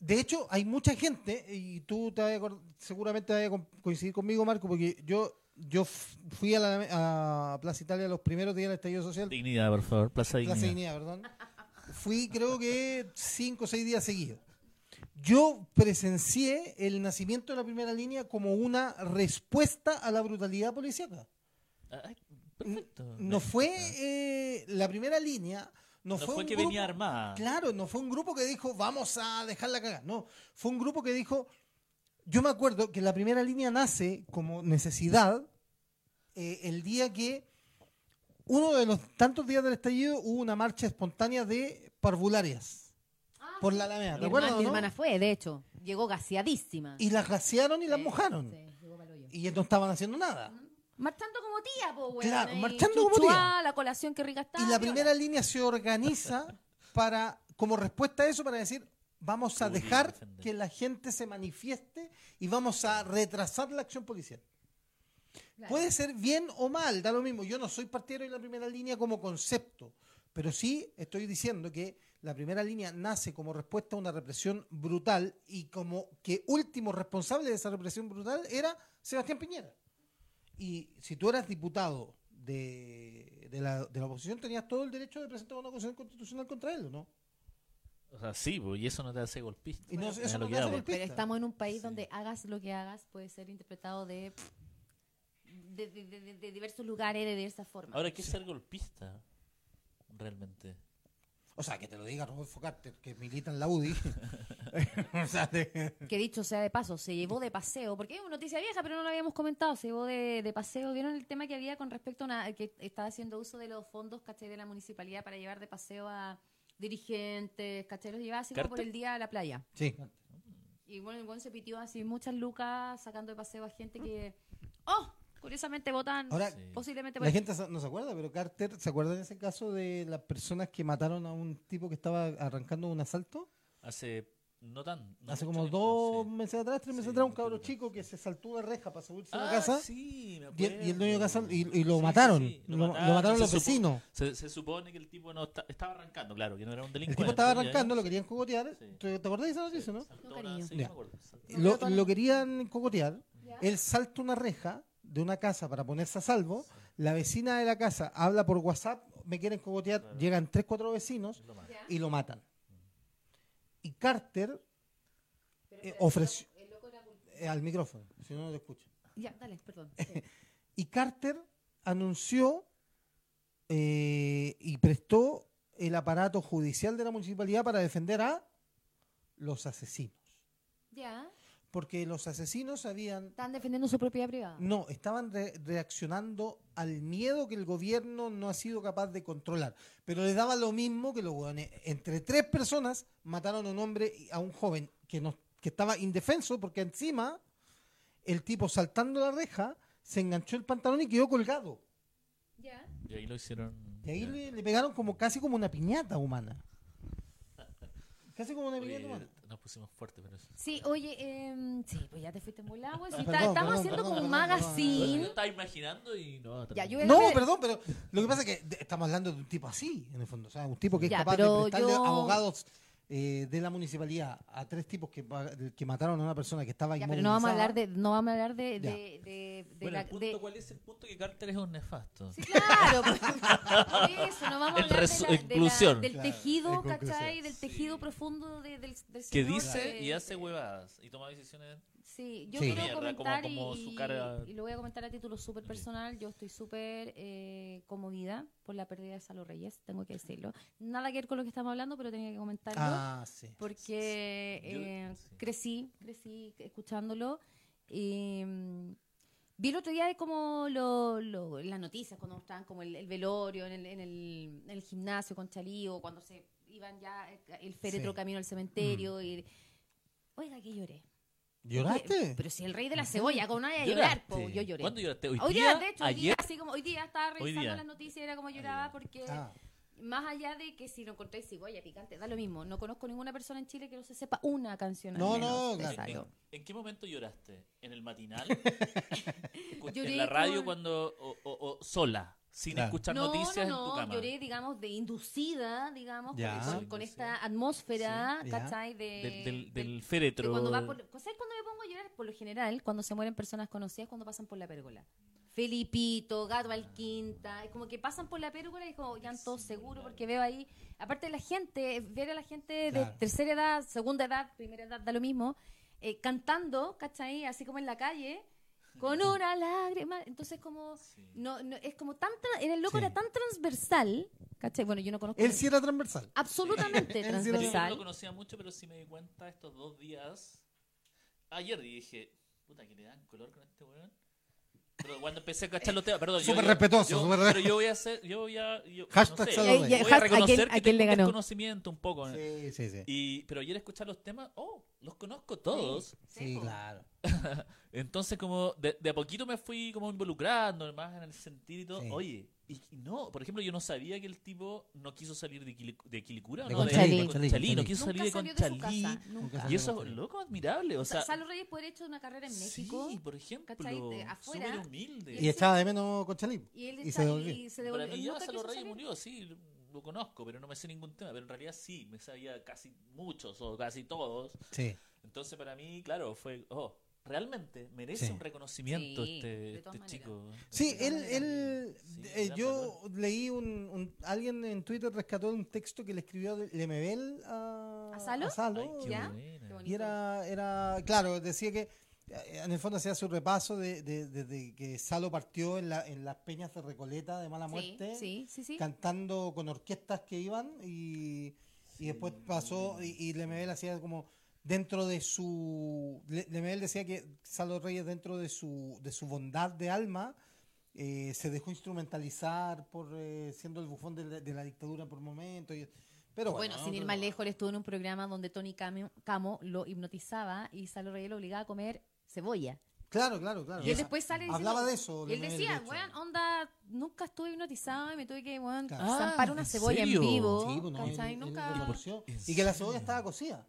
[SPEAKER 1] De hecho, hay mucha gente, y tú te vas a acor- seguramente vas a co- coincidir conmigo, Marco, porque yo yo f- fui a, la, a Plaza Italia los primeros días del estallido social,
[SPEAKER 3] Dignidad, por favor. Plaza Dignidad.
[SPEAKER 1] Plaza Dignidad, perdón. Fui creo que cinco o seis días seguidos. Yo presencié el nacimiento de la primera línea como una respuesta a la brutalidad policíaca.
[SPEAKER 3] Ah, Ay, perfecto.
[SPEAKER 1] No fue eh, la primera línea, no,
[SPEAKER 3] No
[SPEAKER 1] fue, un
[SPEAKER 3] que
[SPEAKER 1] grupo-
[SPEAKER 3] venía armada.
[SPEAKER 1] Claro, no fue un grupo que dijo vamos a dejarla cagar. No, fue un grupo que dijo. Yo me acuerdo que la primera línea nace como necesidad eh, el día que uno de los tantos días del estallido hubo una marcha espontánea de parvularias
[SPEAKER 2] Ah,
[SPEAKER 1] por
[SPEAKER 2] sí.
[SPEAKER 1] la Alameda.
[SPEAKER 2] Mi,
[SPEAKER 1] ¿Te
[SPEAKER 2] herma-
[SPEAKER 1] acuerdas?
[SPEAKER 2] mi
[SPEAKER 1] no?
[SPEAKER 2] hermana fue, de hecho. Llegó gaseadísima.
[SPEAKER 1] Y las gasearon y las
[SPEAKER 2] Sí,
[SPEAKER 1] mojaron.
[SPEAKER 2] sí, llegó pa'l hoyo.
[SPEAKER 1] Y no estaban haciendo nada.
[SPEAKER 2] Marchando como tía, po, weón.
[SPEAKER 1] Claro,
[SPEAKER 2] ahí,
[SPEAKER 1] marchando como
[SPEAKER 2] chuchuá,
[SPEAKER 1] tía.
[SPEAKER 2] La colación que rica está.
[SPEAKER 1] Y la
[SPEAKER 2] viola.
[SPEAKER 1] primera línea se organiza para, como respuesta a eso, para decir, vamos a
[SPEAKER 3] Seguridad,
[SPEAKER 1] dejar
[SPEAKER 3] defender.
[SPEAKER 1] que la gente se manifieste y vamos a retrasar la acción policial.
[SPEAKER 2] Claro.
[SPEAKER 1] Puede ser bien o mal, da lo mismo. Yo no soy partidario de la primera línea como concepto, pero sí estoy diciendo que la primera línea nace como respuesta a una represión brutal y como que último responsable de esa represión brutal era Sebastián Piñera. Y si tú eras diputado de, de la, de la oposición, tenías todo el derecho de presentar una acusación constitucional contra él, ¿o ¿no?
[SPEAKER 3] O sea, sí, po, y eso no te hace golpista.
[SPEAKER 1] Y no,
[SPEAKER 2] Bueno,
[SPEAKER 1] eso
[SPEAKER 3] lo
[SPEAKER 1] no
[SPEAKER 3] que
[SPEAKER 1] te hace
[SPEAKER 3] hago.
[SPEAKER 1] golpista.
[SPEAKER 2] Pero estamos en un país donde hagas lo que hagas puede ser interpretado de, de, de- de- de diversos lugares, de diversas formas.
[SPEAKER 3] Ahora, ¿qué es ser golpista? Realmente.
[SPEAKER 1] O sea, que te lo diga Rodolfo Carter, que milita en la UDI. o sea, te-
[SPEAKER 2] Que dicho sea de paso, se llevó de paseo, porque es una noticia vieja, pero no la habíamos comentado, se llevó de, de paseo. ¿Vieron el tema que había con respecto a una- que estaba haciendo uso de los fondos, ¿cachai? De la municipalidad para llevar de paseo a dirigentes, ¿cachai? Los llevaba así como por
[SPEAKER 3] ¿Carta?
[SPEAKER 2] el día a la playa.
[SPEAKER 1] Sí.
[SPEAKER 2] Y bueno, el buen se pitió así muchas lucas sacando de paseo a gente que, oh, curiosamente votan
[SPEAKER 1] Ahora,
[SPEAKER 2] posiblemente por
[SPEAKER 1] la gente se- no se acuerda, pero Carter, ¿se acuerda de ese caso de las personas que mataron a un tipo que estaba arrancando un asalto?
[SPEAKER 3] Hace no tan. no
[SPEAKER 1] Hace
[SPEAKER 3] mucho
[SPEAKER 1] como
[SPEAKER 3] tiempo,
[SPEAKER 1] dos
[SPEAKER 3] sí.
[SPEAKER 1] meses atrás, tres meses
[SPEAKER 3] Sí,
[SPEAKER 1] atrás, un
[SPEAKER 3] muy
[SPEAKER 1] cabro
[SPEAKER 3] poquito.
[SPEAKER 1] chico que se saltó una reja para subirse a
[SPEAKER 3] Ah,
[SPEAKER 1] una casa
[SPEAKER 3] sí, me
[SPEAKER 1] y, el, y el dueño de casa
[SPEAKER 3] acuerdo.
[SPEAKER 1] y, y lo
[SPEAKER 3] Sí, sí,
[SPEAKER 1] mataron.
[SPEAKER 3] sí,
[SPEAKER 1] Lo, lo mataron
[SPEAKER 3] Se
[SPEAKER 1] los
[SPEAKER 3] supo-
[SPEAKER 1] vecinos.
[SPEAKER 3] Se, se supone que el tipo no esta- estaba arrancando, claro, que no era un
[SPEAKER 1] El
[SPEAKER 3] delincuente.
[SPEAKER 1] tipo estaba
[SPEAKER 3] ya,
[SPEAKER 1] arrancando, lo querían cogotear.
[SPEAKER 3] Sí.
[SPEAKER 1] ¿Te, te acordás de esa
[SPEAKER 3] Sí,
[SPEAKER 1] noticia, no?
[SPEAKER 3] saltó
[SPEAKER 2] No,
[SPEAKER 3] una-
[SPEAKER 2] cariño.
[SPEAKER 3] sí, me
[SPEAKER 1] Ya.
[SPEAKER 3] acuerdo, saltó-
[SPEAKER 2] No
[SPEAKER 1] Lo,
[SPEAKER 2] veo tan-
[SPEAKER 1] lo querían cogotear.
[SPEAKER 2] Ya.
[SPEAKER 1] Él salta una reja de una casa para ponerse a salvo. La vecina de la casa habla por WhatsApp, me quieren cogotear.
[SPEAKER 3] Claro.
[SPEAKER 1] Llegan tres, cuatro vecinos
[SPEAKER 3] lo más.
[SPEAKER 2] Ya.
[SPEAKER 1] y lo matan. Y Carter
[SPEAKER 2] Pero
[SPEAKER 1] eh,
[SPEAKER 2] espera,
[SPEAKER 1] ofreció
[SPEAKER 2] el loco era culpable.
[SPEAKER 1] eh, al micrófono, si no, no lo escucho.
[SPEAKER 2] Ya, dale, perdón. sí.
[SPEAKER 1] Y Carter anunció eh, y prestó el aparato judicial de la municipalidad para defender a los asesinos.
[SPEAKER 2] ya,
[SPEAKER 1] Porque los asesinos habían
[SPEAKER 2] están defendiendo su propiedad
[SPEAKER 3] Ah.
[SPEAKER 2] privada.
[SPEAKER 1] No, estaban re- reaccionando al miedo que el gobierno no ha sido capaz de controlar. Pero les daba lo mismo que los hueones. Entre tres personas mataron a un hombre, y a un joven que, no, que estaba indefenso porque encima el tipo saltando la reja se enganchó el pantalón y quedó colgado.
[SPEAKER 2] Ya.
[SPEAKER 3] Y ahí lo hicieron.
[SPEAKER 1] Y ahí
[SPEAKER 3] ya.
[SPEAKER 1] le, le pegaron como casi como una piñata humana. Casi como una piñata
[SPEAKER 3] Oye,
[SPEAKER 1] humana.
[SPEAKER 3] nos pusimos fuerte, pero eso.
[SPEAKER 2] Sí, oye, em, sí, pues ya te fuiste muy agua. Sí,
[SPEAKER 1] Ah,
[SPEAKER 2] está-
[SPEAKER 1] perdón,
[SPEAKER 2] estamos
[SPEAKER 1] perdón,
[SPEAKER 2] haciendo
[SPEAKER 1] perdón,
[SPEAKER 2] como un
[SPEAKER 1] perdón, perdón,
[SPEAKER 2] magazine.
[SPEAKER 3] Yo estaba imaginando y no.
[SPEAKER 2] Ya, yo
[SPEAKER 1] No,
[SPEAKER 2] Déjame-
[SPEAKER 1] perdón, pero lo que pasa es que de- estamos hablando de un tipo así, en el fondo. O sea, un tipo que es
[SPEAKER 2] Ya,
[SPEAKER 1] capaz de
[SPEAKER 2] pero
[SPEAKER 1] prestarle
[SPEAKER 2] yo-
[SPEAKER 1] abogados eh, de la municipalidad a tres tipos que, pa- que mataron a una persona que estaba
[SPEAKER 2] Ya,
[SPEAKER 1] inmovilizada.
[SPEAKER 2] pero no vamos a hablar de, no vamos a hablar de,
[SPEAKER 1] Ya.
[SPEAKER 2] de, de, de
[SPEAKER 3] Bueno,
[SPEAKER 2] la-
[SPEAKER 3] el punto,
[SPEAKER 2] de-
[SPEAKER 3] ¿cuál es el punto? Que Carter es un nefasto.
[SPEAKER 2] Sí, claro, pues, por eso, no vamos a
[SPEAKER 3] El
[SPEAKER 2] hablar de
[SPEAKER 3] resu-
[SPEAKER 2] la- de la-
[SPEAKER 3] inclusión.
[SPEAKER 2] del
[SPEAKER 1] Claro, en
[SPEAKER 2] tejido,
[SPEAKER 1] conclusión,
[SPEAKER 2] ¿cachai? Del
[SPEAKER 3] sí.
[SPEAKER 2] tejido profundo de- del, del
[SPEAKER 3] que
[SPEAKER 2] señor,
[SPEAKER 3] dice
[SPEAKER 2] de-
[SPEAKER 3] y hace huevadas y toma decisiones.
[SPEAKER 2] Sí, yo
[SPEAKER 1] Sí.
[SPEAKER 2] quiero
[SPEAKER 3] Mierda, como-
[SPEAKER 2] comentar
[SPEAKER 3] como
[SPEAKER 2] y,
[SPEAKER 3] su cara-
[SPEAKER 2] y lo voy a comentar a título súper personal. Yo estoy súper eh, conmovida por la pérdida de Salo Reyes, tengo que decirlo. Nada que ver con lo que estamos hablando, pero tenía que comentarlo
[SPEAKER 1] Ah, sí.
[SPEAKER 2] porque
[SPEAKER 3] sí. Yo-
[SPEAKER 2] eh,
[SPEAKER 3] sí.
[SPEAKER 2] crecí, crecí escuchándolo. Y, mm, vi el otro día de como lo, lo- las noticias, cuando mostraban como el, el velorio en el, en, el, en el gimnasio con Chalío, cuando se iban ya eh, el féretro
[SPEAKER 1] Sí. Mm.
[SPEAKER 2] camino al cementerio. Y, oiga, que lloré.
[SPEAKER 1] ¿Lloraste?
[SPEAKER 2] Eh, Pero si el rey de la cebolla, con nadie a llorar, po, yo lloré.
[SPEAKER 3] ¿Cuándo lloraste? Hoy,
[SPEAKER 2] Hoy
[SPEAKER 3] día,
[SPEAKER 2] día, de hecho, hoy
[SPEAKER 3] ayer.
[SPEAKER 2] día, así como hoy día estaba revisando
[SPEAKER 3] día.
[SPEAKER 2] las noticias, era como lloraba porque
[SPEAKER 1] Ah,
[SPEAKER 2] más allá de que si lo encontráis cebolla picante, da lo mismo. No conozco ninguna persona en Chile que no se sepa una canción. al
[SPEAKER 1] No,
[SPEAKER 2] menos
[SPEAKER 1] no,
[SPEAKER 2] de
[SPEAKER 1] claro.
[SPEAKER 2] Salo.
[SPEAKER 3] ¿En qué momento lloraste? ¿En el matinal?
[SPEAKER 2] Lloré
[SPEAKER 3] ¿En la radio
[SPEAKER 2] con-
[SPEAKER 3] cuando.? O, o- o sola, sin
[SPEAKER 1] Claro.
[SPEAKER 3] escuchar
[SPEAKER 2] No,
[SPEAKER 3] noticias
[SPEAKER 2] no,
[SPEAKER 3] en tu
[SPEAKER 2] no,
[SPEAKER 3] cama.
[SPEAKER 2] lloré, digamos, de inducida, digamos,
[SPEAKER 1] Ya.
[SPEAKER 2] con- con, con esta atmósfera,
[SPEAKER 1] Sí, ya.
[SPEAKER 2] ¿cachai? De,
[SPEAKER 3] Del, del,
[SPEAKER 2] del-
[SPEAKER 3] del
[SPEAKER 2] de
[SPEAKER 3] féretro.
[SPEAKER 2] cuando va por, ¿Sabes cuando me pongo a llorar? Por lo general, cuando se mueren personas conocidas, cuando pasan por la pérgola. Felipito, Gato Alquinta, es como que pasan por la pérgola y es como ya todos seguros porque veo ahí, aparte la gente, ver a la gente
[SPEAKER 1] Claro.
[SPEAKER 2] de tercera edad, segunda edad, primera edad, da lo mismo, eh, cantando, ¿cachai? Así como en la calle, con una lágrima, entonces como, no, no, es como tan, tra- era el loco
[SPEAKER 1] Sí.
[SPEAKER 2] era tan transversal, ¿cachai? Bueno, yo no conozco...
[SPEAKER 1] él sí era transversal.
[SPEAKER 2] Absolutamente
[SPEAKER 1] Él sí era-
[SPEAKER 3] Yo no
[SPEAKER 2] transversal.
[SPEAKER 3] lo conocía mucho, pero sí me di cuenta estos dos días. Ayer y dije, puta, que le dan color con este weón. Pero cuando empecé a cachar los temas, perdón. yo-
[SPEAKER 1] Súper
[SPEAKER 3] yo-
[SPEAKER 1] respetuoso,
[SPEAKER 3] yo-
[SPEAKER 1] súper-
[SPEAKER 3] Pero yo voy a hacer, yo voy a. yo-
[SPEAKER 1] Hashtag
[SPEAKER 3] no sé,
[SPEAKER 1] Salo
[SPEAKER 3] voy
[SPEAKER 1] Reyes.
[SPEAKER 3] a
[SPEAKER 5] Hashtag,
[SPEAKER 3] reconocer
[SPEAKER 5] ¿a quién-
[SPEAKER 3] que
[SPEAKER 5] a quién le
[SPEAKER 3] tengo un
[SPEAKER 5] ganó?
[SPEAKER 3] desconocimiento un poco.
[SPEAKER 1] Sí, sí, sí.
[SPEAKER 3] Y, pero ayer escuchar los temas, oh, los conozco todos.
[SPEAKER 1] Sí, claro.
[SPEAKER 3] Entonces, como de, de a poquito me fui como involucrando más en el sentido y todo.
[SPEAKER 1] Sí.
[SPEAKER 3] Oye, y y no, por ejemplo, yo no sabía que el tipo no quiso salir de, Quili- de Quilicura,
[SPEAKER 1] De
[SPEAKER 3] ¿no? De-
[SPEAKER 5] Conchalí.
[SPEAKER 3] de Conchalí, no quiso
[SPEAKER 2] Nunca
[SPEAKER 3] salir de
[SPEAKER 2] salió de su
[SPEAKER 3] Conchalí.
[SPEAKER 2] casa, nunca.
[SPEAKER 1] Nunca
[SPEAKER 3] Y eso es
[SPEAKER 1] Conchalí.
[SPEAKER 3] loco, admirable. O sea,
[SPEAKER 2] Salo Reyes puede haber hecho una carrera en México.
[SPEAKER 3] Sí, por ejemplo,
[SPEAKER 2] ¿cachai? De afuera.
[SPEAKER 3] súper humilde.
[SPEAKER 1] Y echaba de menos Conchalí.
[SPEAKER 2] Y él
[SPEAKER 1] Y
[SPEAKER 2] está-
[SPEAKER 1] se devolvió.
[SPEAKER 2] y se
[SPEAKER 3] Para
[SPEAKER 2] devolvió.
[SPEAKER 3] mí
[SPEAKER 2] Él
[SPEAKER 3] ya
[SPEAKER 2] nunca
[SPEAKER 3] Salo
[SPEAKER 2] quiso
[SPEAKER 3] Reyes
[SPEAKER 2] salir.
[SPEAKER 3] murió, sí, lo- lo conozco, pero no me sé ningún tema. Pero en realidad sí, me sabía casi muchos o casi todos.
[SPEAKER 1] Sí.
[SPEAKER 3] Entonces, para mí, claro, fue, oh, realmente merece
[SPEAKER 1] Sí.
[SPEAKER 3] un reconocimiento
[SPEAKER 2] Sí,
[SPEAKER 3] este,
[SPEAKER 2] de todas
[SPEAKER 3] este
[SPEAKER 2] maneras.
[SPEAKER 3] chico.
[SPEAKER 1] Sí, él, él
[SPEAKER 3] Sí,
[SPEAKER 1] eh,
[SPEAKER 3] gran
[SPEAKER 1] yo leí un, un- alguien en Twitter rescató un texto que le escribió Lemebel a,
[SPEAKER 2] ¿A Salo?
[SPEAKER 1] a Salo,
[SPEAKER 3] Ay, qué
[SPEAKER 2] ¿Ya?
[SPEAKER 3] buena.
[SPEAKER 2] Qué bonito.
[SPEAKER 1] Y era, era, claro, decía que eh, en el fondo se hace un repaso de, de- desde que Salo partió en, la- en las peñas de Recoleta de Mala Muerte,
[SPEAKER 2] Sí, sí, sí. sí.
[SPEAKER 1] cantando con orquestas que iban y, y después pasó y, y Lemebel hacía como dentro de su... Le- Lemebel decía que Salo Reyes dentro de su, de su bondad de alma eh, se dejó instrumentalizar por eh, siendo el bufón de la, de la dictadura por momentos. y- Pero bueno,
[SPEAKER 5] Bueno, sin ir
[SPEAKER 1] otro-
[SPEAKER 5] más lejos, él estuvo en un programa donde Tony Camo, Camo lo hipnotizaba y Salo Reyes lo obligaba a comer cebolla.
[SPEAKER 1] Claro, claro, claro.
[SPEAKER 5] Y él después sale diciendo,
[SPEAKER 1] Hablaba de eso.
[SPEAKER 5] Y él
[SPEAKER 1] Lemebel, de
[SPEAKER 5] decía,
[SPEAKER 1] hecho.
[SPEAKER 5] weón, onda, nunca estuve hipnotizado y me tuve que, weón,
[SPEAKER 1] Claro.
[SPEAKER 5] zampar
[SPEAKER 3] Ah,
[SPEAKER 5] una
[SPEAKER 3] ¿en
[SPEAKER 5] cebolla en
[SPEAKER 3] serio?
[SPEAKER 2] "Oh,
[SPEAKER 5] vivo.
[SPEAKER 1] Sí, pues, no,
[SPEAKER 5] ¿cachai?
[SPEAKER 1] él- él
[SPEAKER 5] nunca...
[SPEAKER 1] reconoció.
[SPEAKER 3] ¿En
[SPEAKER 1] Y que la
[SPEAKER 3] serio?
[SPEAKER 1] cebolla estaba cocida.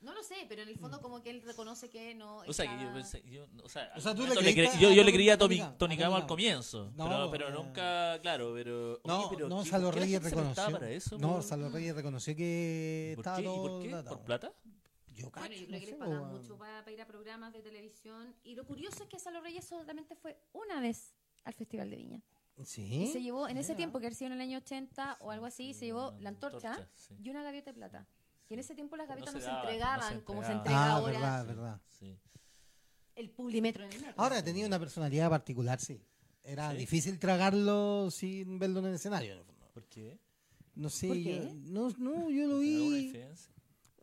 [SPEAKER 5] No lo sé, pero en el
[SPEAKER 1] Mm.
[SPEAKER 5] fondo como que él reconoce que no...
[SPEAKER 3] O sea, que yo
[SPEAKER 5] estaba-
[SPEAKER 3] pensé, yo, o sea,
[SPEAKER 1] O sea, tú
[SPEAKER 3] al
[SPEAKER 1] le
[SPEAKER 3] momento le
[SPEAKER 1] creíste
[SPEAKER 3] cre-
[SPEAKER 1] a
[SPEAKER 3] yo, yo
[SPEAKER 1] Tony-
[SPEAKER 3] le creía a Tony,
[SPEAKER 1] Tony Camo.
[SPEAKER 3] Tony Camo al
[SPEAKER 1] No,
[SPEAKER 3] comienzo,
[SPEAKER 1] no,
[SPEAKER 3] pero, pero
[SPEAKER 1] eh.
[SPEAKER 3] nunca, claro, pero...
[SPEAKER 1] No,
[SPEAKER 3] oye, pero
[SPEAKER 1] no,
[SPEAKER 3] ¿qué-
[SPEAKER 1] Salo
[SPEAKER 3] por qué la
[SPEAKER 1] Reyes
[SPEAKER 3] gente se prestaba
[SPEAKER 1] reconoció.
[SPEAKER 3] para eso,
[SPEAKER 1] no,
[SPEAKER 3] por-
[SPEAKER 1] Salo Reyes reconoció que
[SPEAKER 3] ¿Por
[SPEAKER 1] estaba
[SPEAKER 3] qué? ¿Y
[SPEAKER 1] todo
[SPEAKER 3] por qué?
[SPEAKER 1] datado.
[SPEAKER 3] ¿Por plata?
[SPEAKER 1] Yo
[SPEAKER 2] Bueno, yo
[SPEAKER 1] cacho,
[SPEAKER 2] creo que
[SPEAKER 1] no
[SPEAKER 2] les
[SPEAKER 1] sé,
[SPEAKER 2] pagan
[SPEAKER 1] weón.
[SPEAKER 2] mucho para, para ir a programas de televisión. Y lo curioso es que Salo Reyes solamente fue una vez al Festival de Viña.
[SPEAKER 1] Sí.
[SPEAKER 2] Y se llevó, en ese
[SPEAKER 1] ¿Eh? Mira. Mm,
[SPEAKER 2] tiempo, que ha sido en el año 80 Ah, o algo así, se llevó la antorcha
[SPEAKER 3] sí.
[SPEAKER 2] y una gaviota de plata. Y en ese tiempo las gaviotas
[SPEAKER 3] se
[SPEAKER 2] no, se,
[SPEAKER 3] daban, no se
[SPEAKER 2] entregaban como se
[SPEAKER 3] entregaban.
[SPEAKER 2] entrega
[SPEAKER 1] Ah,
[SPEAKER 2] ahora
[SPEAKER 1] verdad, verdad.
[SPEAKER 3] Sí.
[SPEAKER 2] el Publimetro en el metro.
[SPEAKER 1] Ahora tenía una personalidad particular, sí. Era
[SPEAKER 3] Sí.
[SPEAKER 1] difícil tragarlo sin verlo en el escenario. en el fondo.
[SPEAKER 3] ¿Por qué?
[SPEAKER 1] No sé,
[SPEAKER 2] ¿Por
[SPEAKER 1] yo-
[SPEAKER 2] qué?
[SPEAKER 1] no, no, yo lo
[SPEAKER 3] ¿Alguna
[SPEAKER 1] vi.
[SPEAKER 3] infidencia?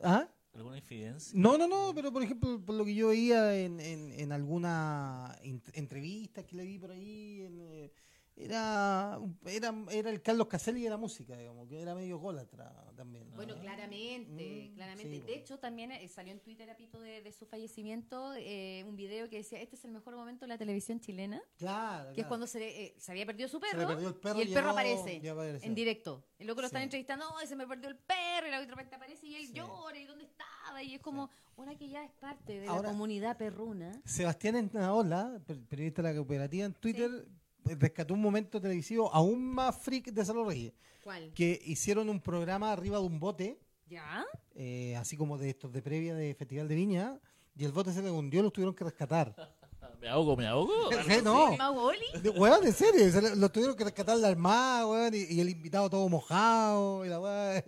[SPEAKER 1] ¿Ah?
[SPEAKER 3] ¿Alguna infidencia?
[SPEAKER 1] No, no, no, pero por ejemplo, por lo que yo veía en, en, en alguna in- entrevista que le vi por ahí, en, eh, era, un- era, era el Carlos Caselli de la música, digamos, que era medio gólatra también.
[SPEAKER 2] Bueno, claramente,
[SPEAKER 1] Mm,
[SPEAKER 2] claramente.
[SPEAKER 1] sí,
[SPEAKER 2] de
[SPEAKER 1] bueno.
[SPEAKER 2] hecho, también eh, salió en Twitter a pito de, de su fallecimiento eh, un video que decía, este es el mejor momento de la televisión chilena,
[SPEAKER 1] Claro,
[SPEAKER 2] que es
[SPEAKER 1] claro.
[SPEAKER 2] cuando se, le- eh, se había perdido su
[SPEAKER 1] Se le
[SPEAKER 2] perro,
[SPEAKER 1] perdió el perro
[SPEAKER 2] y el perro
[SPEAKER 1] llegó-
[SPEAKER 2] aparece
[SPEAKER 1] ya apareció.
[SPEAKER 2] en directo. El loco lo están
[SPEAKER 1] Sí.
[SPEAKER 2] entrevistando, "Ay, se me perdió el perro, y la otra parte aparece y él
[SPEAKER 1] Sí.
[SPEAKER 2] llora, y dónde estaba, y es como una que ya es parte de
[SPEAKER 1] Ahora-
[SPEAKER 2] la comunidad perruna.
[SPEAKER 1] Sebastián Ennaola, per- periodista de la cooperativa en Twitter, eh, rescató un momento televisivo aún más freak de Salo Reyes,
[SPEAKER 2] ¿Cuál?
[SPEAKER 1] que hicieron un programa arriba de un bote.
[SPEAKER 2] ¿Ya?
[SPEAKER 1] eh, así como de estos de previa de Festival de Viña, y el bote se le hundió, los tuvieron que rescatar.
[SPEAKER 3] Ah, ¿Me ahogo, me ahogo?
[SPEAKER 1] Sí, no.
[SPEAKER 2] ¿Mago Oli?
[SPEAKER 1] De- Weón, en serio, se le- los tuvieron que rescatar la armada, weón, y, y el invitado todo mojado, y la weá.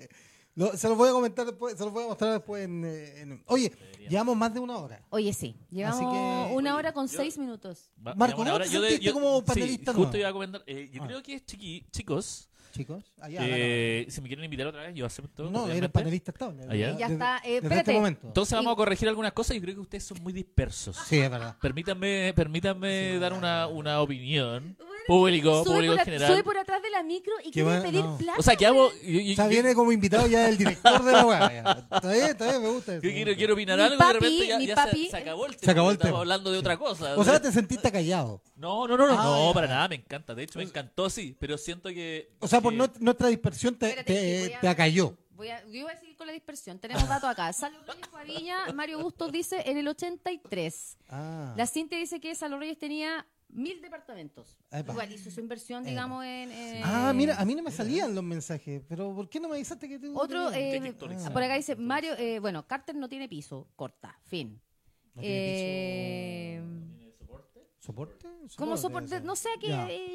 [SPEAKER 1] Lo- se los voy a comentar después, se los voy a mostrar después en, eh, en- Oye, llevamos más de una hora.
[SPEAKER 5] Oye, sí, llevamos
[SPEAKER 1] que-
[SPEAKER 5] una
[SPEAKER 3] Oye,
[SPEAKER 5] hora con
[SPEAKER 3] yo-
[SPEAKER 5] seis minutos.
[SPEAKER 3] Va-
[SPEAKER 1] Marco,
[SPEAKER 3] digamos,
[SPEAKER 1] ¿cómo
[SPEAKER 3] ahora
[SPEAKER 1] te
[SPEAKER 3] yo de-
[SPEAKER 1] sentiste
[SPEAKER 3] yo-
[SPEAKER 1] como
[SPEAKER 3] sí,
[SPEAKER 1] panelista
[SPEAKER 3] justo
[SPEAKER 1] nuevo?
[SPEAKER 3] iba a comentar. eh, yo
[SPEAKER 1] Ah.
[SPEAKER 3] creo que es chiqui, chicos.
[SPEAKER 1] Chicos, allá.
[SPEAKER 3] eh, si me quieren invitar otra vez, yo acepto.
[SPEAKER 1] no, no, eres
[SPEAKER 3] obviamente.
[SPEAKER 1] panelista estable.
[SPEAKER 3] Ah, ya.
[SPEAKER 1] ¿verdad?
[SPEAKER 5] Ya
[SPEAKER 1] Desde-
[SPEAKER 5] está, eh,
[SPEAKER 1] desde este
[SPEAKER 5] espérate.
[SPEAKER 1] momento.
[SPEAKER 3] Entonces vamos
[SPEAKER 5] Sí.
[SPEAKER 3] a corregir algunas cosas y creo que ustedes son muy dispersos.
[SPEAKER 1] Sí, es verdad.
[SPEAKER 3] Permítanme, permítanme
[SPEAKER 1] Sí,
[SPEAKER 3] dar
[SPEAKER 1] ya,
[SPEAKER 3] una,
[SPEAKER 1] ya.
[SPEAKER 3] una opinión. Público,
[SPEAKER 5] Sube por,
[SPEAKER 3] público en
[SPEAKER 5] a- sube
[SPEAKER 3] general.
[SPEAKER 5] por atrás de la micro y quiere
[SPEAKER 1] va-
[SPEAKER 5] pedir
[SPEAKER 1] no.
[SPEAKER 5] plata.
[SPEAKER 3] O sea, que hago. Yo, yo-
[SPEAKER 1] O sea,
[SPEAKER 3] yo-
[SPEAKER 1] viene como invitado ya el director de la weá. ya. Está bien, está bien, me gusta eso.
[SPEAKER 3] yo
[SPEAKER 1] me
[SPEAKER 3] quiero,
[SPEAKER 1] gusta.
[SPEAKER 3] quiero opinar
[SPEAKER 5] Mi
[SPEAKER 3] algo y de
[SPEAKER 5] papi-
[SPEAKER 3] repente ya,
[SPEAKER 5] mi
[SPEAKER 3] ya
[SPEAKER 5] papi-
[SPEAKER 3] se, se acabó el tema.
[SPEAKER 1] Se acabó el
[SPEAKER 3] estamos
[SPEAKER 1] tema.
[SPEAKER 3] hablando de otra cosa.
[SPEAKER 1] O sea, te sentiste callado.
[SPEAKER 3] No, no, no, no.
[SPEAKER 1] Ah,
[SPEAKER 3] no,
[SPEAKER 1] ya.
[SPEAKER 3] para nada, me encanta. De hecho, me encantó, sí. Pero siento que.
[SPEAKER 1] O sea, por
[SPEAKER 3] que-
[SPEAKER 1] no- nuestra dispersión te,
[SPEAKER 2] Espérate, sí,
[SPEAKER 1] te,
[SPEAKER 2] voy a-
[SPEAKER 1] te acalló.
[SPEAKER 2] Voy a, yo voy a seguir con la dispersión. Tenemos datos acá. Salud Reyes fue a Viña, Mario Bustos dice en el 83.
[SPEAKER 1] Ah.
[SPEAKER 2] La Cintia dice que Salud Reyes tenía mil departamentos.
[SPEAKER 1] Epa.
[SPEAKER 2] Igual hizo su inversión,
[SPEAKER 1] Epa.
[SPEAKER 2] digamos, en. eh,
[SPEAKER 1] Ah, mira, a mí no me salían los mensajes, pero ¿por qué no me avisaste que te
[SPEAKER 2] Otro,
[SPEAKER 1] tenía?
[SPEAKER 2] eh,
[SPEAKER 3] que actualizar.
[SPEAKER 2] por acá dice Mario, eh, bueno, Carter no tiene piso, corta, fin.
[SPEAKER 1] ¿No tiene
[SPEAKER 2] Eh,
[SPEAKER 1] piso? ¿Soporte?
[SPEAKER 2] ¿Cómo soporte? No sé a qué.
[SPEAKER 1] Ya.
[SPEAKER 2] eh,